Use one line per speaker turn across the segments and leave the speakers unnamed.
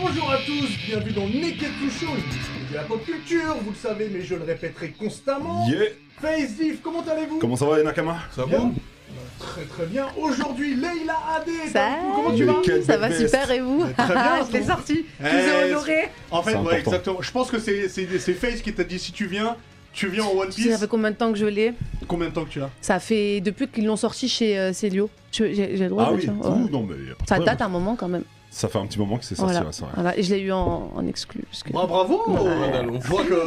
Bonjour à tous, bienvenue dans Neketsu Show, une discussion de la pop culture, vous le savez, mais je le répéterai constamment.
Yeah
Face Diff, comment allez-vous
Comment ça va les Nakama
Ça va Très très bien. Aujourd'hui, Leila Adé, est
Ça
avec nous. comment tu
Mais
vas
quelle
Ça
belle
va
veste.
super et vous
Mais très bien,
ah, Je l'ai
vous-
sorti, je vous
Eh,
ai honoré
En fait,
C'est
ouais,
important.
exactement. Je pense que c'est c'est- c'est Face qui t'a dit si tu viens, tu viens en One
Tu sais, ça
Piece.
fait combien de temps que je l'ai
Combien de temps que tu l'as
Ça fait depuis qu'ils l'ont sorti chez euh, Célio. Je- J'ai j'ai le droit
Ah
de
oui,
dire,
ouh,
ouais.
non mais y a pas de
Ça
problème.
date un moment quand même.
Ça fait un petit moment que c'est sorti,
Voilà.
ouais, c'est vrai.
Voilà, Et je l'ai eu en, en exclu. parce que-
Ah, bravo
On voit que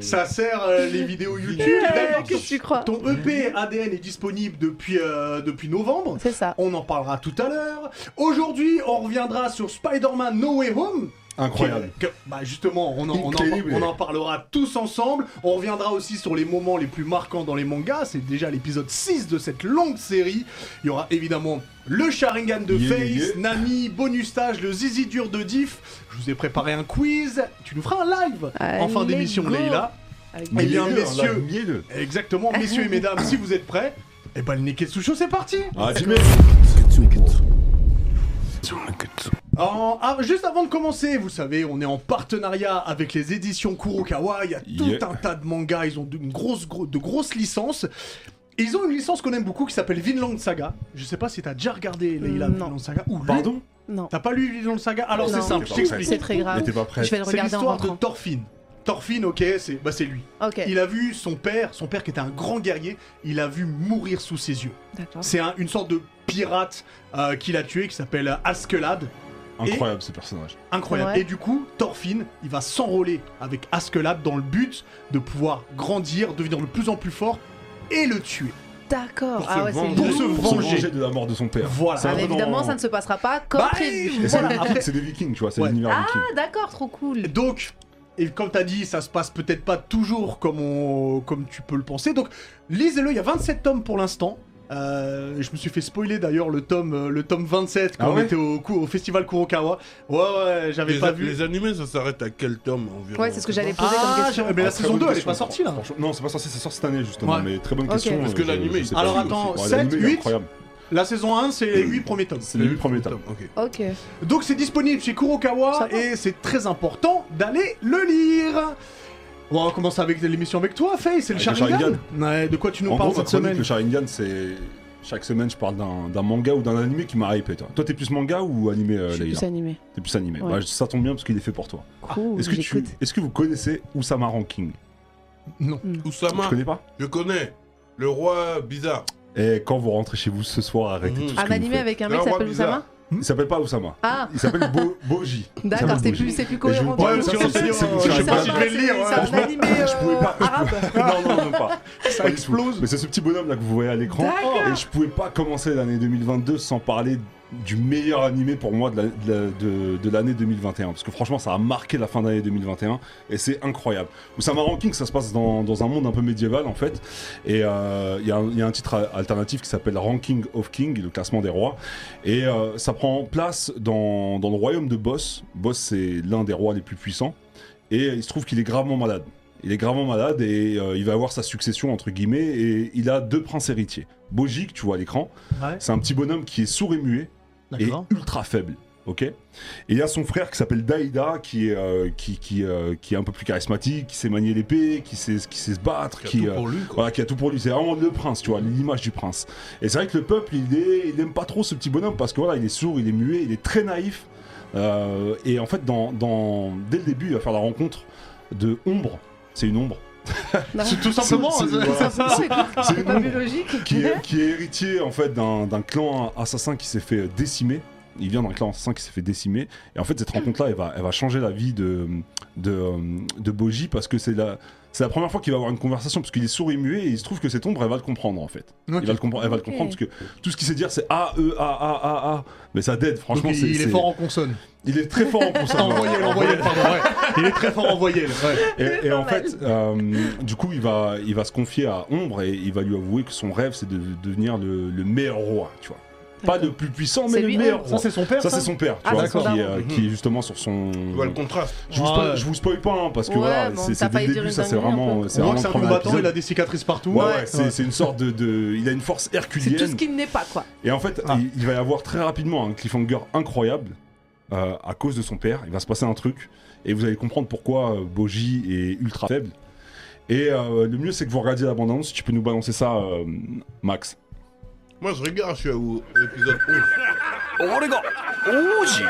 Ça sert euh, les vidéos YouTube.
Eh,
D'ailleurs,
Qu'est-ce que tu crois
Ton E EP ADN est disponible depuis, euh, depuis novembre.
C'est ça.
On en parlera tout à l'heure. Aujourd'hui, on reviendra sur Spider-Man No Way Home.
Incroyable.
Que- que- bah justement, on en, on en-
Incroyable.
on en parlera tous ensemble. On reviendra aussi sur les moments les plus marquants dans les mangas. C'est déjà l'épisode 6 de cette longue série. Il y aura évidemment le Sharingan de
Yeah,
Face,
yeah, yeah.
Nami, bonus stage, le Zizi dur de Diff. Je vous ai préparé un quiz. Tu nous feras un live en fin
Allez,
d'émission,
go.
Leïla.
Avec-
Mais
Eh bien,
il est là,
messieurs.
là, il est là.
Exactement, messieurs et mesdames, si vous êtes prêts, et ben le Neketsu Show, c'est parti
Ah, Jimmy
En- ah, Juste avant de commencer, vous savez, on est en partenariat avec les éditions Kurokawa, il y a tout
Yeah.
un tas de mangas, ils ont d- une grosse, gro- de grosses licences. Et Ils ont une licence qu'on aime beaucoup qui s'appelle Vinland Saga. Je sais pas si t'as déjà regardé Leïla
Non.
Vinland Saga ou lu.
Pardon
Non,
T'as pas lu Vinland Saga Alors
Non.
c'est simple, je
C'est pas
c'est
t'explique.
très grave.
Mais t'es pas prêt.
Ah, Je vais le
C'est
regarder en
l'histoire de
rentrant.
Thorfinn. Thorfinn, ok, c'est bah, c'est lui.
Ok,
Il a vu son père, son père qui était un grand guerrier, il a vu mourir sous ses yeux.
d'accord.
C'est un- une sorte de pirate euh, qui l'a tué qui s'appelle euh, Askeladd.
Incroyable ce personnage.
Incroyable.
Ouais.
Et du coup, Thorfinn, il va s'enrôler avec Askeladd dans le but de pouvoir grandir, devenir de plus en plus fort et le tuer.
D'accord.
Pour
Ah
se
ouais, c'est
venger-
Pour se
lourd.
venger.
de la mort de son père.
Voilà.
C'est un
Ah,
peu
mais évidemment,
dans-
ça ne se passera pas comme
Bah,
prévu.
Et c'est
Voilà,
des vikings,
après-
c'est des vikings, tu vois, c'est
Ouais.
l'univers viking.
Ah, d'accord, trop cool.
Donc, et comme t'as dit, ça se passe peut-être pas toujours comme, on- comme tu peux le penser. Donc, lisez-le, il y a 27 tomes pour l'instant. Euh, je me suis fait spoiler d'ailleurs le tome, euh, le tome 27 quand
Ah ouais
on était au, cou- au festival Kurokawa. Ouais, ouais, j'avais
les,
pas
a-
vu.
les animés, ça s'arrête à quel tome environ
Ouais, c'est ce que j'allais poser comme
Ah,
question.
j'avais- mais la
Ah, très
saison
bonne
2 elle est
question,
pas sortie là.
franchement. Non, c'est pas sorti, c'est sorti cette année justement,
Ouais.
mais très bonne
Ok.
question.
Parce que
euh, je-
l'animé,
je sais
il-
pas
Alors,
si-
attends,
Ouais,
7,
l'animé, il est
8?
incroyable.
La saison 1 c'est les 8 premiers tomes.
C'est les 8 premiers tomes.
ok.
Ok.
Donc c'est disponible chez Kurokawa
Ça va.
et c'est très important d'aller le lire. Bon, on commence avec l'émission avec toi, Faye, c'est le
Avec le
Sharingan. Ouais, de quoi tu nous
Ah, En
parles
gros, ma
cette
chronique,
semaine
le Sharingan, c'est. Chaque semaine, je parle d'un d'un manga ou d'un animé qui m'a hypé. Toi, Toi, t'es plus manga ou animé, euh,
Je suis
Leïla
plus animée.
T'es plus animé.
Ouais.
Bah, ça tombe bien parce qu'il est fait pour toi.
Cool,
Est-ce que, tu...
j'écoute.
Est que vous connaissez Usama Ranking Je
Oussama, je
connais pas.
connais. Le roi bizarre.
Et quand vous rentrez chez vous ce soir, arrêtez
Mhm.
tout ce que
Un
vous
Ah, bah, animé
faites.
avec un mec
Le
qui
roi
s'appelle
bizarre.
Oussama
Il s'appelle pas Oussama.
Ah,
Il s'appelle Bo- Boji. Il
d'accord,
s'appelle
c'est
Boji.
plus, c'est
Et je
plus
vais
cohérent.
vous parler-
Ouais,
du coup.
parce que
C'est-
on s'est dit,
c'est-
euh,
c'est
je sais
un-
pas si je vais le lire,
c'est
ouais.
un
Franchement,
animé
hein. Je pouvais
euh,
pas. je
arabe.
pouvais- Non, non, non, pas.
Ça
Pas du tout.
explose.
Mais c'est ce petit bonhomme là que vous voyez à l'écran. Et je pouvais pas commencer l'année 2022 sans parler du meilleur animé pour moi de la- de la- de- de l'année 2021. Parce que franchement, ça a marqué la fin d'année 2021 et c'est incroyable. Oussama Ranking, ça se passe dans, dans un monde un peu médiéval en fait. Et euh, il y, a un- il y a un titre a- alternatif qui s'appelle Ranking of King, le classement des rois. Et euh, ça prend place dans, dans le royaume de Boss. Boss, c'est l'un des rois les plus puissants. Et il se trouve qu'il est gravement malade. Il est gravement malade et euh, il va avoir sa succession entre guillemets et il a deux princes héritiers. Boji, que tu vois à l'écran,
Ouais.
c'est un petit bonhomme qui est sourd et muet et
D'accord.
ultra faible. Ok. Et il y a son frère qui s'appelle Daïda, qui est euh, qui qui, euh, qui est un peu plus charismatique, qui sait manier l'épée, qui sait qui sait se battre,
Qui a
qui,
tout
euh,
pour lui, quoi.
voilà, qui a tout pour lui. C'est vraiment le prince, tu vois, l'image du prince. Et c'est vrai que le peuple, il, est, il aime pas trop ce petit bonhomme parce que voilà, il est sourd, il est muet, il est très naïf. Euh, et en fait, dans, dans- dès le début, il va faire la rencontre de Ombre. C'est une ombre.
C'est tout simplement.
C'est- c'est-
hein,
voilà.
ça.
C'est
C'est
pas
une
plus
ombre
logique.
qui est, qui est héritier en fait d'un d'un clan assassin qui s'est fait décimer. Il vient d'un clan assassin qui s'est fait décimer. Et en fait, cette rencontre-là, elle va, elle va changer la vie de, de, euh, de Boji parce que c'est la, c'est la première fois qu'il va avoir une conversation parce qu'il est sourd et muet et il se trouve que cette ombre, elle va le comprendre en fait.
Ok.
Il va le compre- elle va le
Ok.
comprendre parce que tout ce qu'il sait dire, c'est A, E, A, A, A, A. Mais ça dead,
Donc,
franchement. c'est-
il est
c'est-
fort en consonne.
il est très fort en
En
consonne.
voyelle, en voyelle, pardon. ouais. Il est très fort en voyelle. ouais.
Et, et en fait, euh, du coup, il va, il va se confier à Ombre et il va lui avouer que son rêve, c'est de, devenir le, le meilleur roi, tu vois. Pas
D'accord.
le plus puissant,
C'est
mais le
lui,
meilleur
Ombre.
Ça,
roi.
c'est son père.
Ça, c'est son père, tu
Ah,
vois,
d'accord.
qui, est, euh,
Mhm.
qui est justement sur son.
Tu vois le contraste.
Je vous spoil,
Ouais.
je vous spoil pas, hein, parce que
Ouais,
voilà,
bon,
c'est
t'as
c'est dès
failli
le
dire
début,
une
ça c'est
dinguerie, un
vraiment.
peu.
C'est
On voit
vraiment
que c'est
le
un
premier
combattant, il a hein.
épisode.
des cicatrices partout.
Ouais, ouais,
Ouais.
c'est c'est une sorte de, de- Il a une force
C'est tout ce
herculienne.
qu'il n'est pas, quoi.
Et en fait,
Ah.
il, il va y avoir très rapidement un cliffhanger incroyable euh, à cause de son père, il va se passer un truc, et vous allez comprendre pourquoi euh, Boji est ultra faible. Et euh, le mieux, c'est que vous regardiez l'abondance. Tu peux nous balancer ça, euh, Max.
Moi, je regarde, je suis au épisode 11.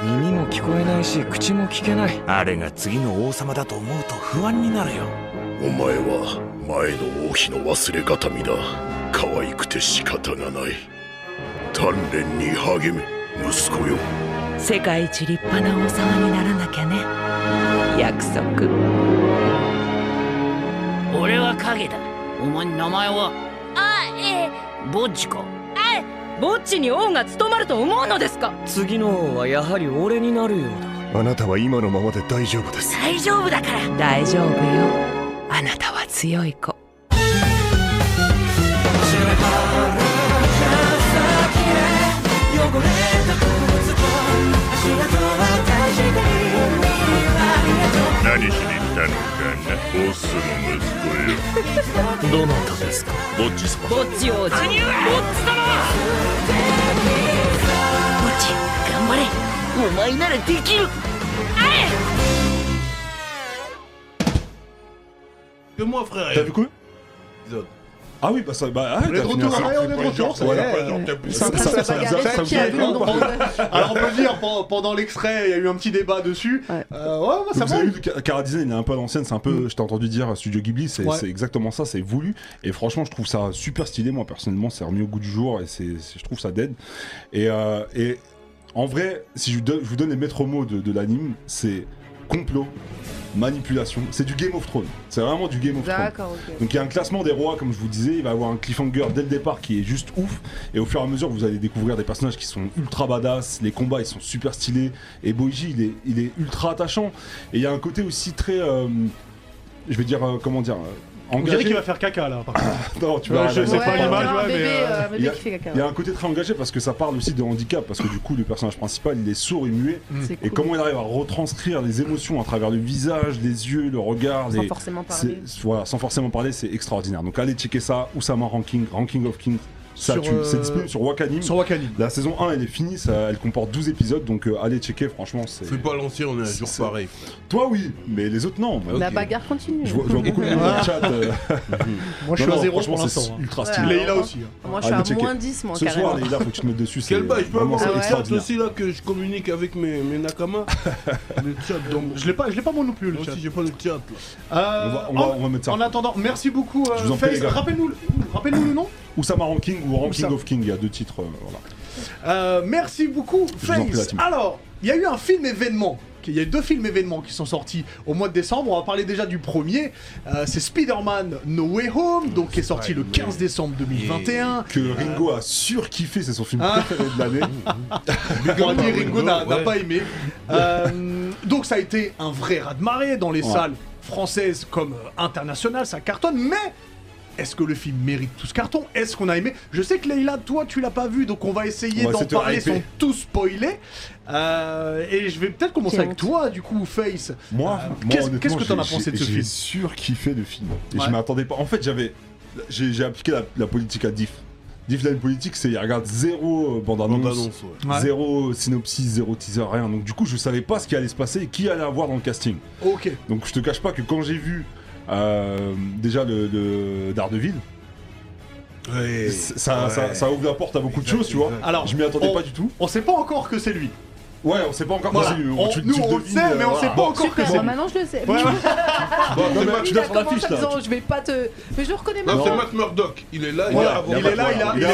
耳も聞こえないし口も聞けない
あれが次の王様だと思うと不安になるよ
お前は前の王妃の忘れ形見だ可愛くて仕方がない鍛錬に励め息子よ
世界一立派な王様にならなきゃね約束
俺は影だお前名前は
あえ
ボッジか
えぼっちに王が務まると思うのですか
次の王はやはり俺になるようだ
あなたは今のままで大丈夫です
大丈夫だから
大丈夫よあなたは強い子
何しに来たのかなボスの息子
ど
よ
なたですか
ボッジ様
ぼっち王子ぼっち様ぼっち頑張れお前ならできる
Que moi, frère.
T'as vu quoi
Épisode.
Ah oui, bah ça. Bah, ah,
On est
t'as
de
fini
retour,
un
ouais,
cercle.
on est de
Pas
retour,
genre,
ça
pas
y
Voilà.
est.
genre, t'as plus-
Ça- ça- ça-
regarder
ça- ça-
qui a
ça-
vu.
Non, pendant- Alors on peut le dire, pendant, pendant l'extrait, il y a eu un petit débat dessus.
Ouais.
Euh, ouais, moi, ça
Donc, vous avez
va.
vu que Ka- Cara Design, il est un peu à l'ancienne, c'est un peu, je t'ai entendu dire Studio Ghibli, c'est
Ouais.
c'est exactement ça, c'est voulu. Et franchement, je trouve ça super stylé, moi personnellement, c'est remis au goût du jour et c'est, c'est- je trouve ça dead. Et, euh, et en vrai, si je, vous donne- je vous donne les maîtres mots de, de l'anime, c'est complot, manipulation, c'est du Game of Thrones, c'est vraiment du Game of Thrones.
D'accord, ok.
Donc il y a un classement des rois, comme je vous disais, il va y avoir un cliffhanger dès le départ qui est juste ouf, et au fur et à mesure vous allez découvrir des personnages qui sont ultra badass, les combats ils sont super stylés, et Boji il est, il est ultra attachant, et il y a un côté aussi très... euh, je vais dire, euh, comment dire... euh,
On dirait
engagé.
qu'il va faire caca là. par contre.
Non, tu
Ouais,
vas
je
arrêter.
sais pas
on dirait
l'image,
un
ouais,
bébé,
mais, euh,
euh, un bébé
il y a-
qui fait caca.
Il y a un côté très engagé parce que ça parle aussi de handicap, parce que du coup le personnage principal il est sourd et muet,
C'est
et
cool.
comment il arrive à retranscrire les émotions à travers le visage, les yeux, le regard,
Sans
les,
forcément parler.
c'est- voilà, sans forcément parler, c'est extraordinaire. Donc allez checker ça, Oussama Ranking, Ranking of Kings, ça
Sur,
tue.
euh,
C'est disponible sur Wakanim.
Sur Wakanim.
La saison 1, elle est finie, ça- elle comporte 12 épisodes, donc euh, allez checker, franchement, c'est...
Fais pas l'ancien, on est un jour
C'est-
pareil. frère.
Toi, oui, mais les autres, non.
La
Ok.
bagarre continue.
Je vois, je vois beaucoup de monde dans le chat. euh,
Moi je suis
non,
à
non,
zéro
franchement,
pour
c'est
l'instant. hein.
ultra
Ouais.
stylé.
Leïla aussi. hein.
Moi,
Allez,
je suis à
checker.
moins 10, moi,
Ce
carrément.
soir, les gars, faut que tu te mettes dessus. c'est
Quel bail, je peux
vraiment,
avoir
c'est
le chat
extraordinaire.
aussi là que je communique avec mes, mes nakamas. le chat dans mon.
Je l'ai pas, je l'ai pas moi non plus
Moi
le chat.
aussi, j'ai pas le chat là.
Euh,
On va, on
en-
va- on va mettre ça.
En attendant, merci beaucoup euh,
Je vous en prie,
Face.
les gars.
Rappelle-nous le, rappelle-nous le nom.
Oussama Ranking ou Ranking
Oussama.
of King, il y a deux titres. euh, voilà.
Euh, merci beaucoup
vous en prie, la
Face.
team.
Alors, il y a eu un film événement. Il y a eu deux films événements qui sont sortis au mois de décembre. On va parler déjà du premier. Euh, c'est Spider-Man No Way Home, donc qui est sorti le 15 décembre 2021.
Que
Ah.
Ringo a surkiffé, c'est son film
Ah.
préféré de l'année.
On
Oh,
dit Ringo n'a n'a
ouais.
pas aimé. Euh, donc ça a été un vrai raz-de-marée dans les
Ouais.
salles françaises comme euh, internationales, ça cartonne, mais est-ce que le film mérite tout ce carton Est-ce qu'on a aimé Je sais que Leïla, toi tu l'as pas vu, donc on va essayer
On va
d'en
essayer de te
parler
hyper.
sans tout spoiler. Euh, et je vais peut-être commencer
Quelle
avec
honte.
toi du coup, Face.
Moi,
Euh,
moi,
qu'est-ce-
honnêtement,
qu'est-ce que t'en
j'ai-
as pensé de ce
j'ai-
film
J'ai surkiffé le film. Et
Ouais.
je m'attendais pas. En fait, j'avais. J'ai j'ai appliqué la, la politique à Diff. Diff, là, une politique, c'est il regarde zéro euh, bande-annonce,
Bande annonce, ouais.
Ouais.
zéro euh, synopsis, zéro teaser, rien. Donc, du coup, je savais pas ce qui allait se passer et qui allait avoir dans le casting.
Ok.
Donc, je te cache pas que quand j'ai vu. euh, déjà le, le Daredevil,
Ouais.
c- ça,
Ouais.
ça, ça ouvre la porte à beaucoup
Exact,
de choses, tu vois.
exact.
Alors,
je m'y attendais
on-
pas du tout.
On sait pas encore que c'est lui.
Ouais, on sait pas encore.
Voilà.
c'est lui,
On-
tu- tu
nous,
le
on le
devines, euh,
sait, mais on
voilà.
sait pas
Bon,
encore que
Super,
c'est
bah,
lui.
maintenant je le sais.
Ouais, ouais.
Bon,
Mais
non, mais
lui,
tu
il a
dois sur la
commencé
fiche
en
là.
disant, je vais pas te. Mais je reconnais
Non, c'est
maintenant.
Matt Murdock. Il est là, il est
Voilà,
avocat.
il est là, il, a-
Voilà,
il est là en
il est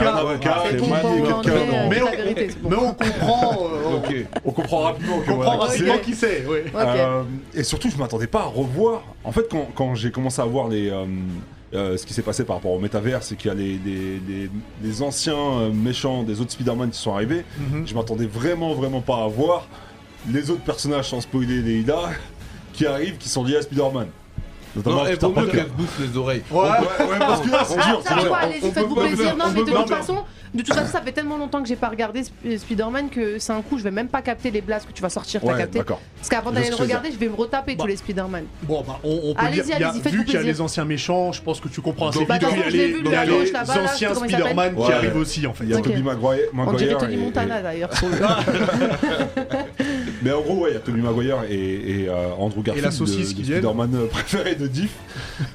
avocat.
avocat,
C'est
il est
tout
avocat,
bon,
il est
on
quelqu'un
est-
dans-
Mais
la
on,
vérité, c'est bon.
mais on comprend. euh, on-
Ok.
On comprend rapidement que
On comprend
voilà, qui
rapidement
c'est.
qui c'est, oui.
Ok.
Euh, et surtout, je m'attendais pas à revoir. En fait, quand, quand j'ai commencé à voir les, euh, euh, ce qui s'est passé par rapport au métavers, c'est qu'il y a les, les- les- les anciens euh, méchants des autres Spider-Man qui sont arrivés,
Mhm.
je m'attendais vraiment, vraiment pas à voir les autres personnages, sans spoiler les Ida, qui arrivent, qui sont liés à Spider-Man. Notamment
Non, eh,
Peter
vaut mieux
Parker.
qu'elle se bouffe les oreilles.
Ouais.
ouais, parce que là,
C'est dur,
Ah,
c'est
ça
dur.
va, allez-y,
on peut
faites-vous
pas
plaisir.
faire-
Non,
on
mais
peut
de
pas
toute
faire-
façon, De toute façon, ça fait tellement longtemps que j'ai pas regardé Sp- Spider-Man que c'est un coup, je vais même pas capter les blasts que tu vas sortir.
Ouais,
t'as capté
d'accord.
Parce qu'avant
Je
d'aller
sais
le
ce que je veux
regarder, je vais me retaper tous les Spider-Man.
Bon, bah, on, on peut
Allez-y,
dire, il y a-
allez-y, faites-vous
vu qu'il y a
plaisir.
les anciens méchants, je pense que tu comprends assez
Bah,
vite
de
qu'il y
toute
a
façon, je l'ai
les,
vu,
il y a
le gauche,
les
là-bas, là,
anciens
c'est comment il s'appelle
Spider-Man qui
Ouais.
arrivent aussi, en fait.
Il y a
Ok.
Tobey Maguire.
On dirait
Maguire
Tony
et-
Montana d'ailleurs.
Mais en gros, ouais, il y a Tobey Maguire et, et, euh, Andrew Garfield,
Et la saucisse
de- de
qui viennent.
Spider-Man euh, préféré de Diff,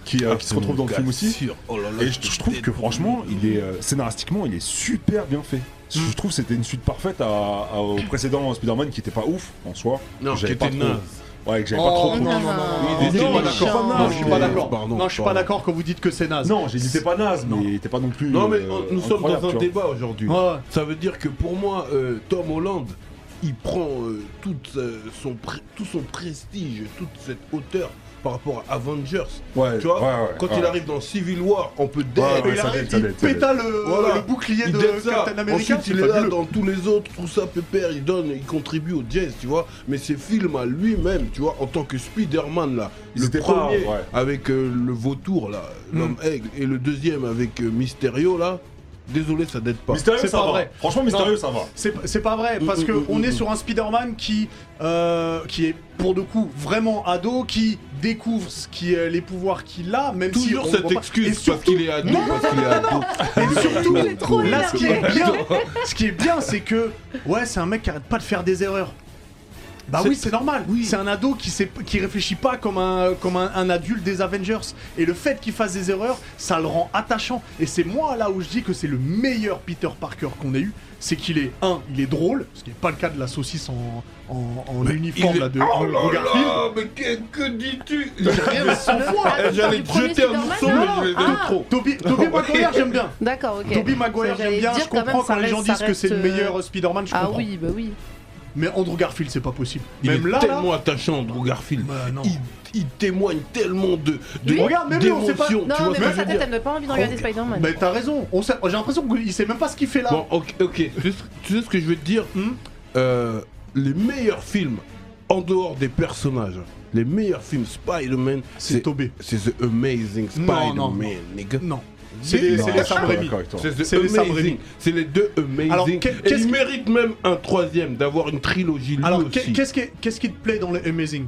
qui, euh, qui se retrouve dans le film aussi.
oh
Et je, je trouve que franchement, il est euh, scénaristiquement, il est super bien fait.
Hmm.
Je trouve que c'était une suite parfaite à, à- au précédent Spider-Man qui était pas ouf en soi.
Non,
Que j'avais
qui
pas
était
trop-
naze.
Ouais, que j'avais pas trop.
Oh, non, non, non, non,
Il était
non,
pas
je suis
d'accord.
pas naze, je suis pas d'accord.
Pardon,
Non, je suis pas
pardon.
d'accord quand vous dites que c'est naze.
Non, j'ai dit t'es pas naze, mais t'es pas non plus.
Non, mais
euh,
on- nous sommes
incroyable,
dans un
tu vois.
débat aujourd'hui.
Ouais, ouais.
Ça veut dire que pour moi, euh, Tom Holland, il prend euh, toute, euh, son pr- tout son prestige, toute cette hauteur par rapport à Avengers.
Ouais,
tu vois,
ouais, ouais,
quand
ouais.
il arrive dans Civil War, on peut dead.
Ah,
Ouais, ouais,
il
ça
arrive,
dead, ça
il
dead, ça
pète
dead.
à le,
Voilà.
le bouclier
Il
de
dead ça.
Captain America.
Ensuite,
il est là dans tous les autres, tout ça, pépère, il donne, il contribue au jazz, tu vois. Mais ses films à lui-même, tu vois, en tant que Spider-Man, là,
Ils
le
étaient pas,
premier
ouais.
avec euh, le vautour, là, l'homme aigle, et le deuxième avec euh, Mysterio, là, désolé, ça date pas.
Mystérieux,
C'est
ça
pas
va.
vrai.
Franchement, mystérieux,
Non.
ça va.
C'est p- c'est pas vrai,
Mm,
parce
mm,
que
mm,
on
mm,
est
mm.
sur un Spider-Man qui, euh, qui est pour le coup vraiment ado, qui découvre ce qui est les pouvoirs qu'il a, même si
Toujours
on
cette
voit pas. Et
excuse, parce
surtout-
qu'il est ado,
Non,
parce qu'il est ado.
Et surtout,
Il est trop
là, ce qui est
énervé.
bien, ce qui est bien, c'est que ouais, c'est un mec qui arrête pas de faire des erreurs. Bah
C'est-
oui, c'est normal. C'est un ado qui, sait, qui réfléchit pas comme, un, comme un, un adulte des Avengers. Et le fait qu'il fasse des erreurs, ça le rend attachant. Et c'est moi là où je dis que c'est le meilleur Peter Parker qu'on ait eu. C'est qu'il est, un, il est drôle, ce qui n'est pas le cas de la saucisse en, en, en uniforme
Il est-
là, de
Oh
de
là
Garfield.
là, mais que, que dis-tu J'ai rien à
Cent fois.
Eh, J'allais te jeter un morceau, mais je vais
Ah.
trop.
Toby, Toby Maguire, j'aime bien.
D'accord, ok.
Toby Maguire,
Ça, j'allais
j'aime bien.
dire
Je comprends
même, ça
quand les gens
reste-
disent
ça
que c'est le
reste,
meilleur
euh,
Spider-Man, je
Ah
comprends.
oui, bah oui.
Mais Andrew Garfield, c'est pas possible.
Il
Même
est
là, là,
tellement attachant, Andrew Garfield.
Bah, non.
il, il témoigne tellement de, de
Lui Regarde, même lui, on sait pas-
d'émotion,
Non,
tu vois
mais
ce que
moi,
je
sa tête,
veux dire
elle me donne pas envie de regarder
Ok.
Spider-Man.
Mais t'as raison, on sait- j'ai l'impression qu'il sait même pas ce qu'il fait là.
Bon, ok, ok. Tu sais- tu sais ce que je veux te dire
Hmm
Euh, Les meilleurs films, en dehors des personnages, les meilleurs films Spider-Man,
c'est Tobé.
c'est The Amazing
Non, non,
Spider-Man, nigga.
Non. C'est les,
Non,
c'est
je
les
suis pas
Sam Raimi.
d'accord avec toi.
C'est The
C'est les Sam
Amazing.
Raimi.
C'est les deux Amazing.
Alors, qu'est-
Et
qu'est-ce
il
que-
mérite même un troisième, d'avoir une trilogie lui
Alors, qu'est-
aussi.
qu'est-ce qui, qu'est-ce qui te plaît dans les Amazing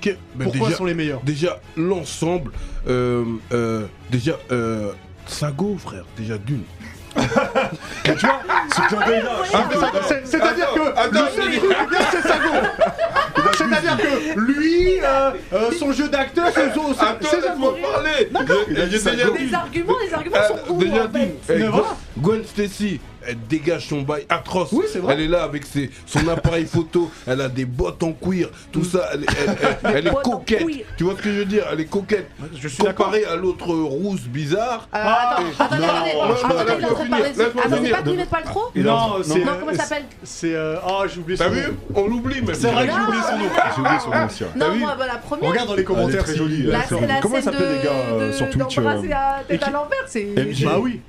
Que- Ben
Pourquoi
déjà,
sont les meilleurs
déjà l'ensemble, euh, euh, déjà euh, Sago frère, déjà d'une.
Et tu vois, ce clin d'œil
Ah,
là.
Ah, C'est- C'est-à-dire que
attends, Eh ben,
le seul truc qui est bien, c'est Sago. C'est-à-dire que lui, euh, euh, son jeu d'acteur, c'est c'est- c'est Sago.
parler.
Il a dit
Déjà
Sago.
d'une.
Les arguments, les arguments
Euh,
sont où
déjà
en fait
d'une. Eh,
Mais
Gwen-
voilà.
Gwen Stacy, elle dégage son bail atroce.
Oui, c'est vrai.
Elle est là avec ses, son appareil photo, elle a des bottes en cuir, tout ça, elle, elle- elle- elle est
bottes en
coquette.
cuir.
Tu vois ce que je veux dire Elle est coquette.
Je suis d'accord. Ah,
Comparée à l'autre rousse bizarre.
Euh, Attends, attends,
non,
attendez,
laisse-moi
attendez, il est en train de
finir,
parler.
laisse-moi
Attends, c'est
finir.
pas Gwyneth Paltrow
Et
Non,
là,
c'est.
Non, comment ça s'appelle
C'est. euh, Ah, j'ai oublié
T'as
son nom.
vu On l'oublie mais
C'est vrai que j'ai oublié son nom.
J'ai oublié son nom aussi, ouais.
T'as
Non,
vu
moi, bah, la première.
Regarde dans les
Elle est
commentaires.
très
si-
jolie,
la,
elle est très jolie.
la
Comment
scène
s'appellent
de,
les gars euh,
de-
sur Twitch
d'embrasser
euh,
la
et
tête
qui-
à l'envers, c'est.
MJ.
Bah oui.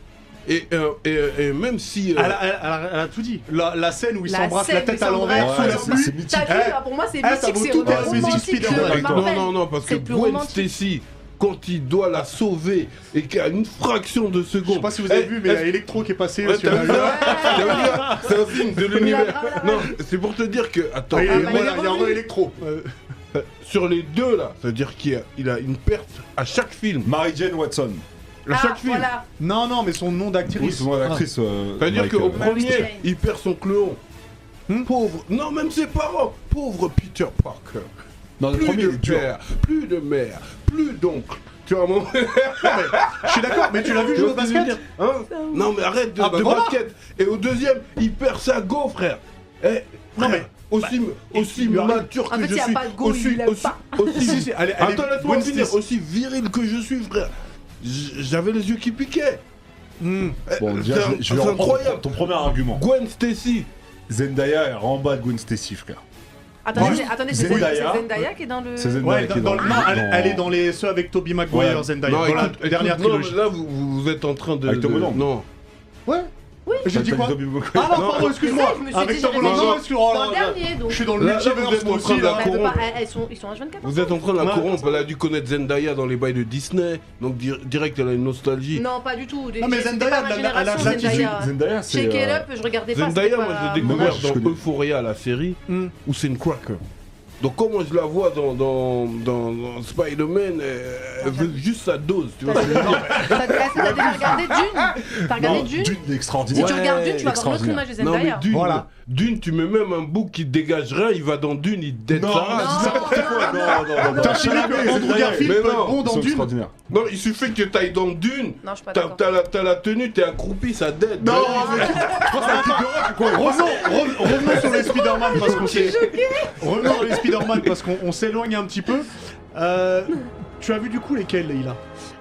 Et, euh, et- et même si. euh,
Elle a, elle a- elle a tout dit. La, la scène où ils
La
s'embrassent la
scène
tête
où
à
ils
l'envers
s'embrassent.
sous la
Ouais,
pluie.
c'est mythique.
T'as
Eh,
vu, là, pour moi, c'est
eh, ça
mythique,
vaut
c'est
tout
autant
à fait
romantique
Spider-Man.
que
avec-
Marvel.
non, non, non, parce que
C'est plus
Gwen
romantique.
Stacy, quand il doit la sauver et qu'à une fraction de
Je
seconde.
sais pas si vous avez
Eh,
vu, mais il y a Electro qui est passé.
Ouais,
sur
t'as
la-
vu ça T'as vu ça C'est un signe de
Là,
l'univers.
là, là.
Non, c'est pour te dire que. Attends,
Ah, il est-
euh,
bah,
voilà,
il est
il y a un
revenu.
Electro. Euh,
sur les deux là, ça veut dire qu'il a, il a une perte à chaque film.
Mary Jane Watson.
À
Ah,
chaque film.
voilà.
Non, non, mais son nom
Oui,
d'actrice.
c'est moi l'actrice. euh,
Ça veut dire
Mike,
qu'au
euh,
Jane.
premier, il perd son clone. Pauvre. Non, même ses parents. Pauvre Peter Parker.
Dans le
plus
premier,
de
il est dur.
père, plus de mère, plus d'oncle. Tu vois, mon
Je suis d'accord, mais tu l'as vu jouer au basket
Hein Non, mais arrête de,
Ah, bah
de
voilà.
basket. Et au deuxième, il perd sa go, frère. Eh,
Non,
frère,
mais- bah,
Aussi, aussi
il lui arrive.
mature que
En fait,
je
il y a
suis,
pas de go,
aussi,
il aime
aussi,
pas.
aussi-
Si, si, allez, allez,
Attends, laisse-moi
bonne
finir.
justice.
Aussi viril que je suis, frère. J- J'avais les yeux qui piquaient.
Hmm.
Eh,
Bon, déjà,
c'est
je vais- je vais
c'est
reprendre
incroyable.
ton premier argument.
Gwen Stacy.
Zendaya est en bas de Gwen Stacy, frère.
Attendez,
Juste
attendez, c'est
Zendaya.
Zendaya. c'est Zendaya qui est dans le.
C'est Zendaya.
Ouais,
qui
dans-
est
dans-
dans-
non, elle,
dans-
elle est dans les ceux avec Toby Maguire,
Ouais.
Zendaya, dans la
écoute,
dernière
écoute, non,
trilogie.
mais là, vous, vous êtes en train de.
Avec Tom
de-
Holland.
Non.
Ouais.
Oui,
J'ai dit quoi
T'as dit Gobi Boko.
Ah non,
Non,
pardon, excuse-moi.
je me suis
Avec
dit,
Tom
j'avais
Holland,
dit-
non, excuse-moi.
Dans
Oh,
le
là, là.
dernier, donc.
Je suis dans le
Là, là,
multiverse,
vous êtes
moi
en train
aussi,
de la
là.
Bah, elle peut
corrompre.
pas- elle- elles sont, ils sont à 24
Vous êtes en train de la
Ouais.
corrompre, elle a dû connaître Zendaya dans les bails de Disney, donc di- direct elle a une nostalgie.
Non, pas du tout.
Ah, mais
C'était
Zendaya,
pas ma
elle a- elle a-
génération,
elle a-
Zendaya.
Zendaya, c'est,
Shake it
euh,
up, je regardais pas.
Zendaya,
c'était
moi
pas-
je l'ai découvert
Moi, je
dans
connais.
Euphoria, la série,
Hmm.
où c'est une cracker. Donc quand moi je la vois dans, dans, dans, dans Spider-Man, euh, elle veut juste sa dose, tu vois.
T'as- T'as t'as- t'as déjà regardé Dune T'as regardé
Non,
Dune
oh, Dune,
Si
extraordinaire.
tu regardes Dune, tu vas avoir l'autre
extraordinaire.
image de
Non mais
Zendaya.
Dune,
Voilà.
Dune, tu mets même un bouc qui dégage rien, il va dans Dune, il dead
Non,
sa race.
je dis n'importe quoi. Non, non, non, non.
T'as filmé que Andrew Garfield
Mais
peut être
non,
bon
Ils
dans
sont
Dune
extraordinaires.
Non, il suffit que t'ailles dans Dune,
Non, je suis pas
t'as
d'accord.
t'as la, t'as la tenue, t'es accroupi, ça dead.
Non,
Ouais.
mais Revenons, re- revenons sur les Spider-Man parce qu'on s'est. Revenons sur les Spider-Man parce qu'on on s'éloigne un petit peu. Euh, tu as vu du coup lesquels, Leïla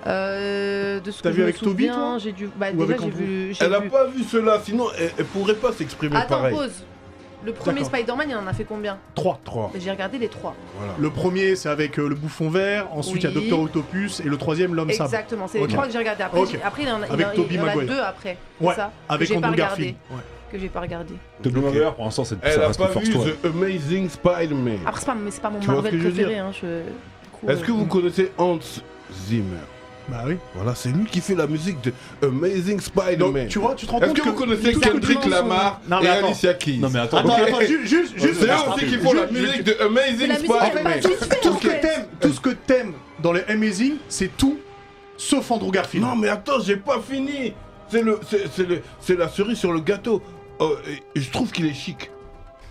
Euh, de ce
T'as
que
vu
je me
avec Toby,
souviens,
toi
J'ai dû. Bah,
Ou
déjà,
avec
j'ai
Andrew
vu. j'ai
Elle a
vu-
pas vu cela, sinon elle, elle pourrait pas s'exprimer
Attends,
pareil.
pause. Le premier
D'accord.
Spider-Man, il en a fait combien Bah,
3.
3.
J'ai regardé les trois.
Voilà.
Le premier, c'est avec euh, le bouffon vert. Ensuite, il y a
Oui.
Docteur Autopus. Et le troisième, l'homme sable.
Exactement, c'est
Ok.
les trois que j'ai regardé. Après,
Ok.
j'ai- après, il y en a, il y en
Avec
a- il
Tobey
y en a
Maguire.
deux après. c'est
Ouais,
ça
avec
que j'ai pas
Andrew
regardé.
Garfield. Ouais.
Que j'ai pas regardé.
Tobey Maguire, pour l'instant, c'est
Elle
ça
a
reste
pas
une force
vu
toi.
The Amazing Spider-Man.
Après, c'est pas, mais c'est pas mon
Tu vois ce
Marvel
que je veux
préféré.
dire
Hein, je... du coup,
Est-ce
euh,
que vous connaissez Hans Zimmer
Bah oui.
Voilà, c'est lui qui fait la musique de Amazing
Donc,
Spider-Man.
tu vois, tu te rends
Est-ce
compte
que vous connaissez
tout ce que tu
Kendrick
lances,
Lamar
on- Non, mais
et
attends.
Alicia Keys
Non, mais attends.
Attends,
Ouais.
attends, juste, juste, juste.
C'est eux aussi qui font la
Juste-
musique de
Mais
Amazing
la musique, elle
Spider-Man.
parle vite fait,
Ah, tout
bah, en
ce que
fait.
t'aimes, tout ce que t'aimes dans les Amazing, c'est tout sauf Andrew Garfield.
Non mais attends, j'ai pas fini. C'est le, c'est c'est le- c'est la cerise sur le gâteau. Euh, et je trouve qu'il est chic.
Hein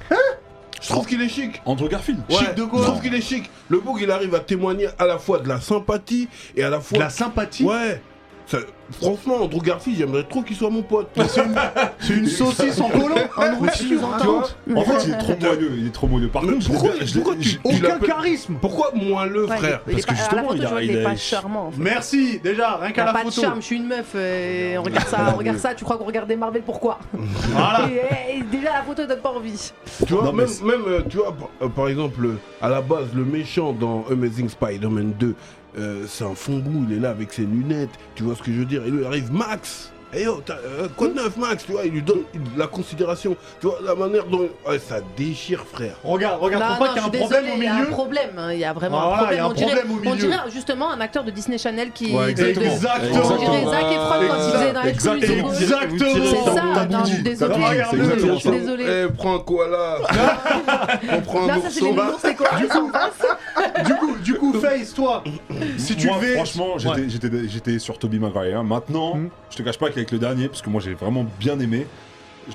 Je trouve qu'il est chic.
Andrew Garfield.
Ouais, Hein Je trouve qu'il est chic. Le bouc, il arrive à témoigner à la fois de la sympathie et à la fois.
De la sympathie,
Ouais. Ça- Franchement, Andrew Garfield, j'aimerais trop qu'il soit mon pote.
c'est une saucisse en collant. Andrew
tu
Garfield,
nous
hein,
racontes.
tu
En fait, il est trop moelleux. Il est trop moelleux. Par
Mais
contre,
pourquoi-
je l'ai- je
pourquoi
l'ai-
tu-
je-
vois.
Tu
Aucun
l'appelles-
charisme.
Pourquoi moins le,
euh, ouais,
frère
il est
parce
pas-
que
à la
justement,
photo,
il
je
a-
vois
il
qu'il est
a-
pas charmant. en fait.
Merci, déjà, rien
Il
qu'à
a
la
pas de
photo.
charme, je suis une meuf. euh, on regarde ça, on regarde ça. Tu crois qu'on regardait Marvel Pourquoi
Voilà.
Et- et- et Déjà, la photo elle donne pas envie.
Tu vois,
Non, mais
même, même, euh, tu vois, par- euh, par exemple, euh, à la base, le méchant dans Amazing Spider-Man 2, euh, c'est un fond bout, il est là avec ses lunettes, tu vois ce que je veux dire, il lui arrive Max Eh yo, t'as, euh, quoi de neuf Max, tu vois, il lui donne il- la considération, tu vois, la manière dont... Ouais, ça déchire, frère.
Regarde, regarde,
Non,
faut pas
non,
qu'il y a
je
un
suis
problème au
désolée, Il y a un
milieu.
problème, hein, il y a vraiment
Voilà,
un
il
problème.
y a un
on, dirait,
problème au
on
milieu.
dirait justement un acteur de Disney Channel qui.
Ouais,
exactement.
de- de-
Exactement.
On dirait Zac Efron quand il faisait dans les
Exactement.
coulisses. C'est
Exactement.
ça, non, je suis désolée.
T'as tout dit, c'est
Je
exactement
suis désolée.
Eh, prends un koala On prend un
Non, ça c'est les
ourson
nounours, c'est quoi
Du coup, du coup, Face, toi, si tu
Moi,
devais-
Franchement, j'étais-
Ouais.
j'étais j'étais sur Toby Maguire. hein. Maintenant,
Mhm.
je te cache pas qu'avec le dernier, parce que moi j'ai vraiment bien aimé.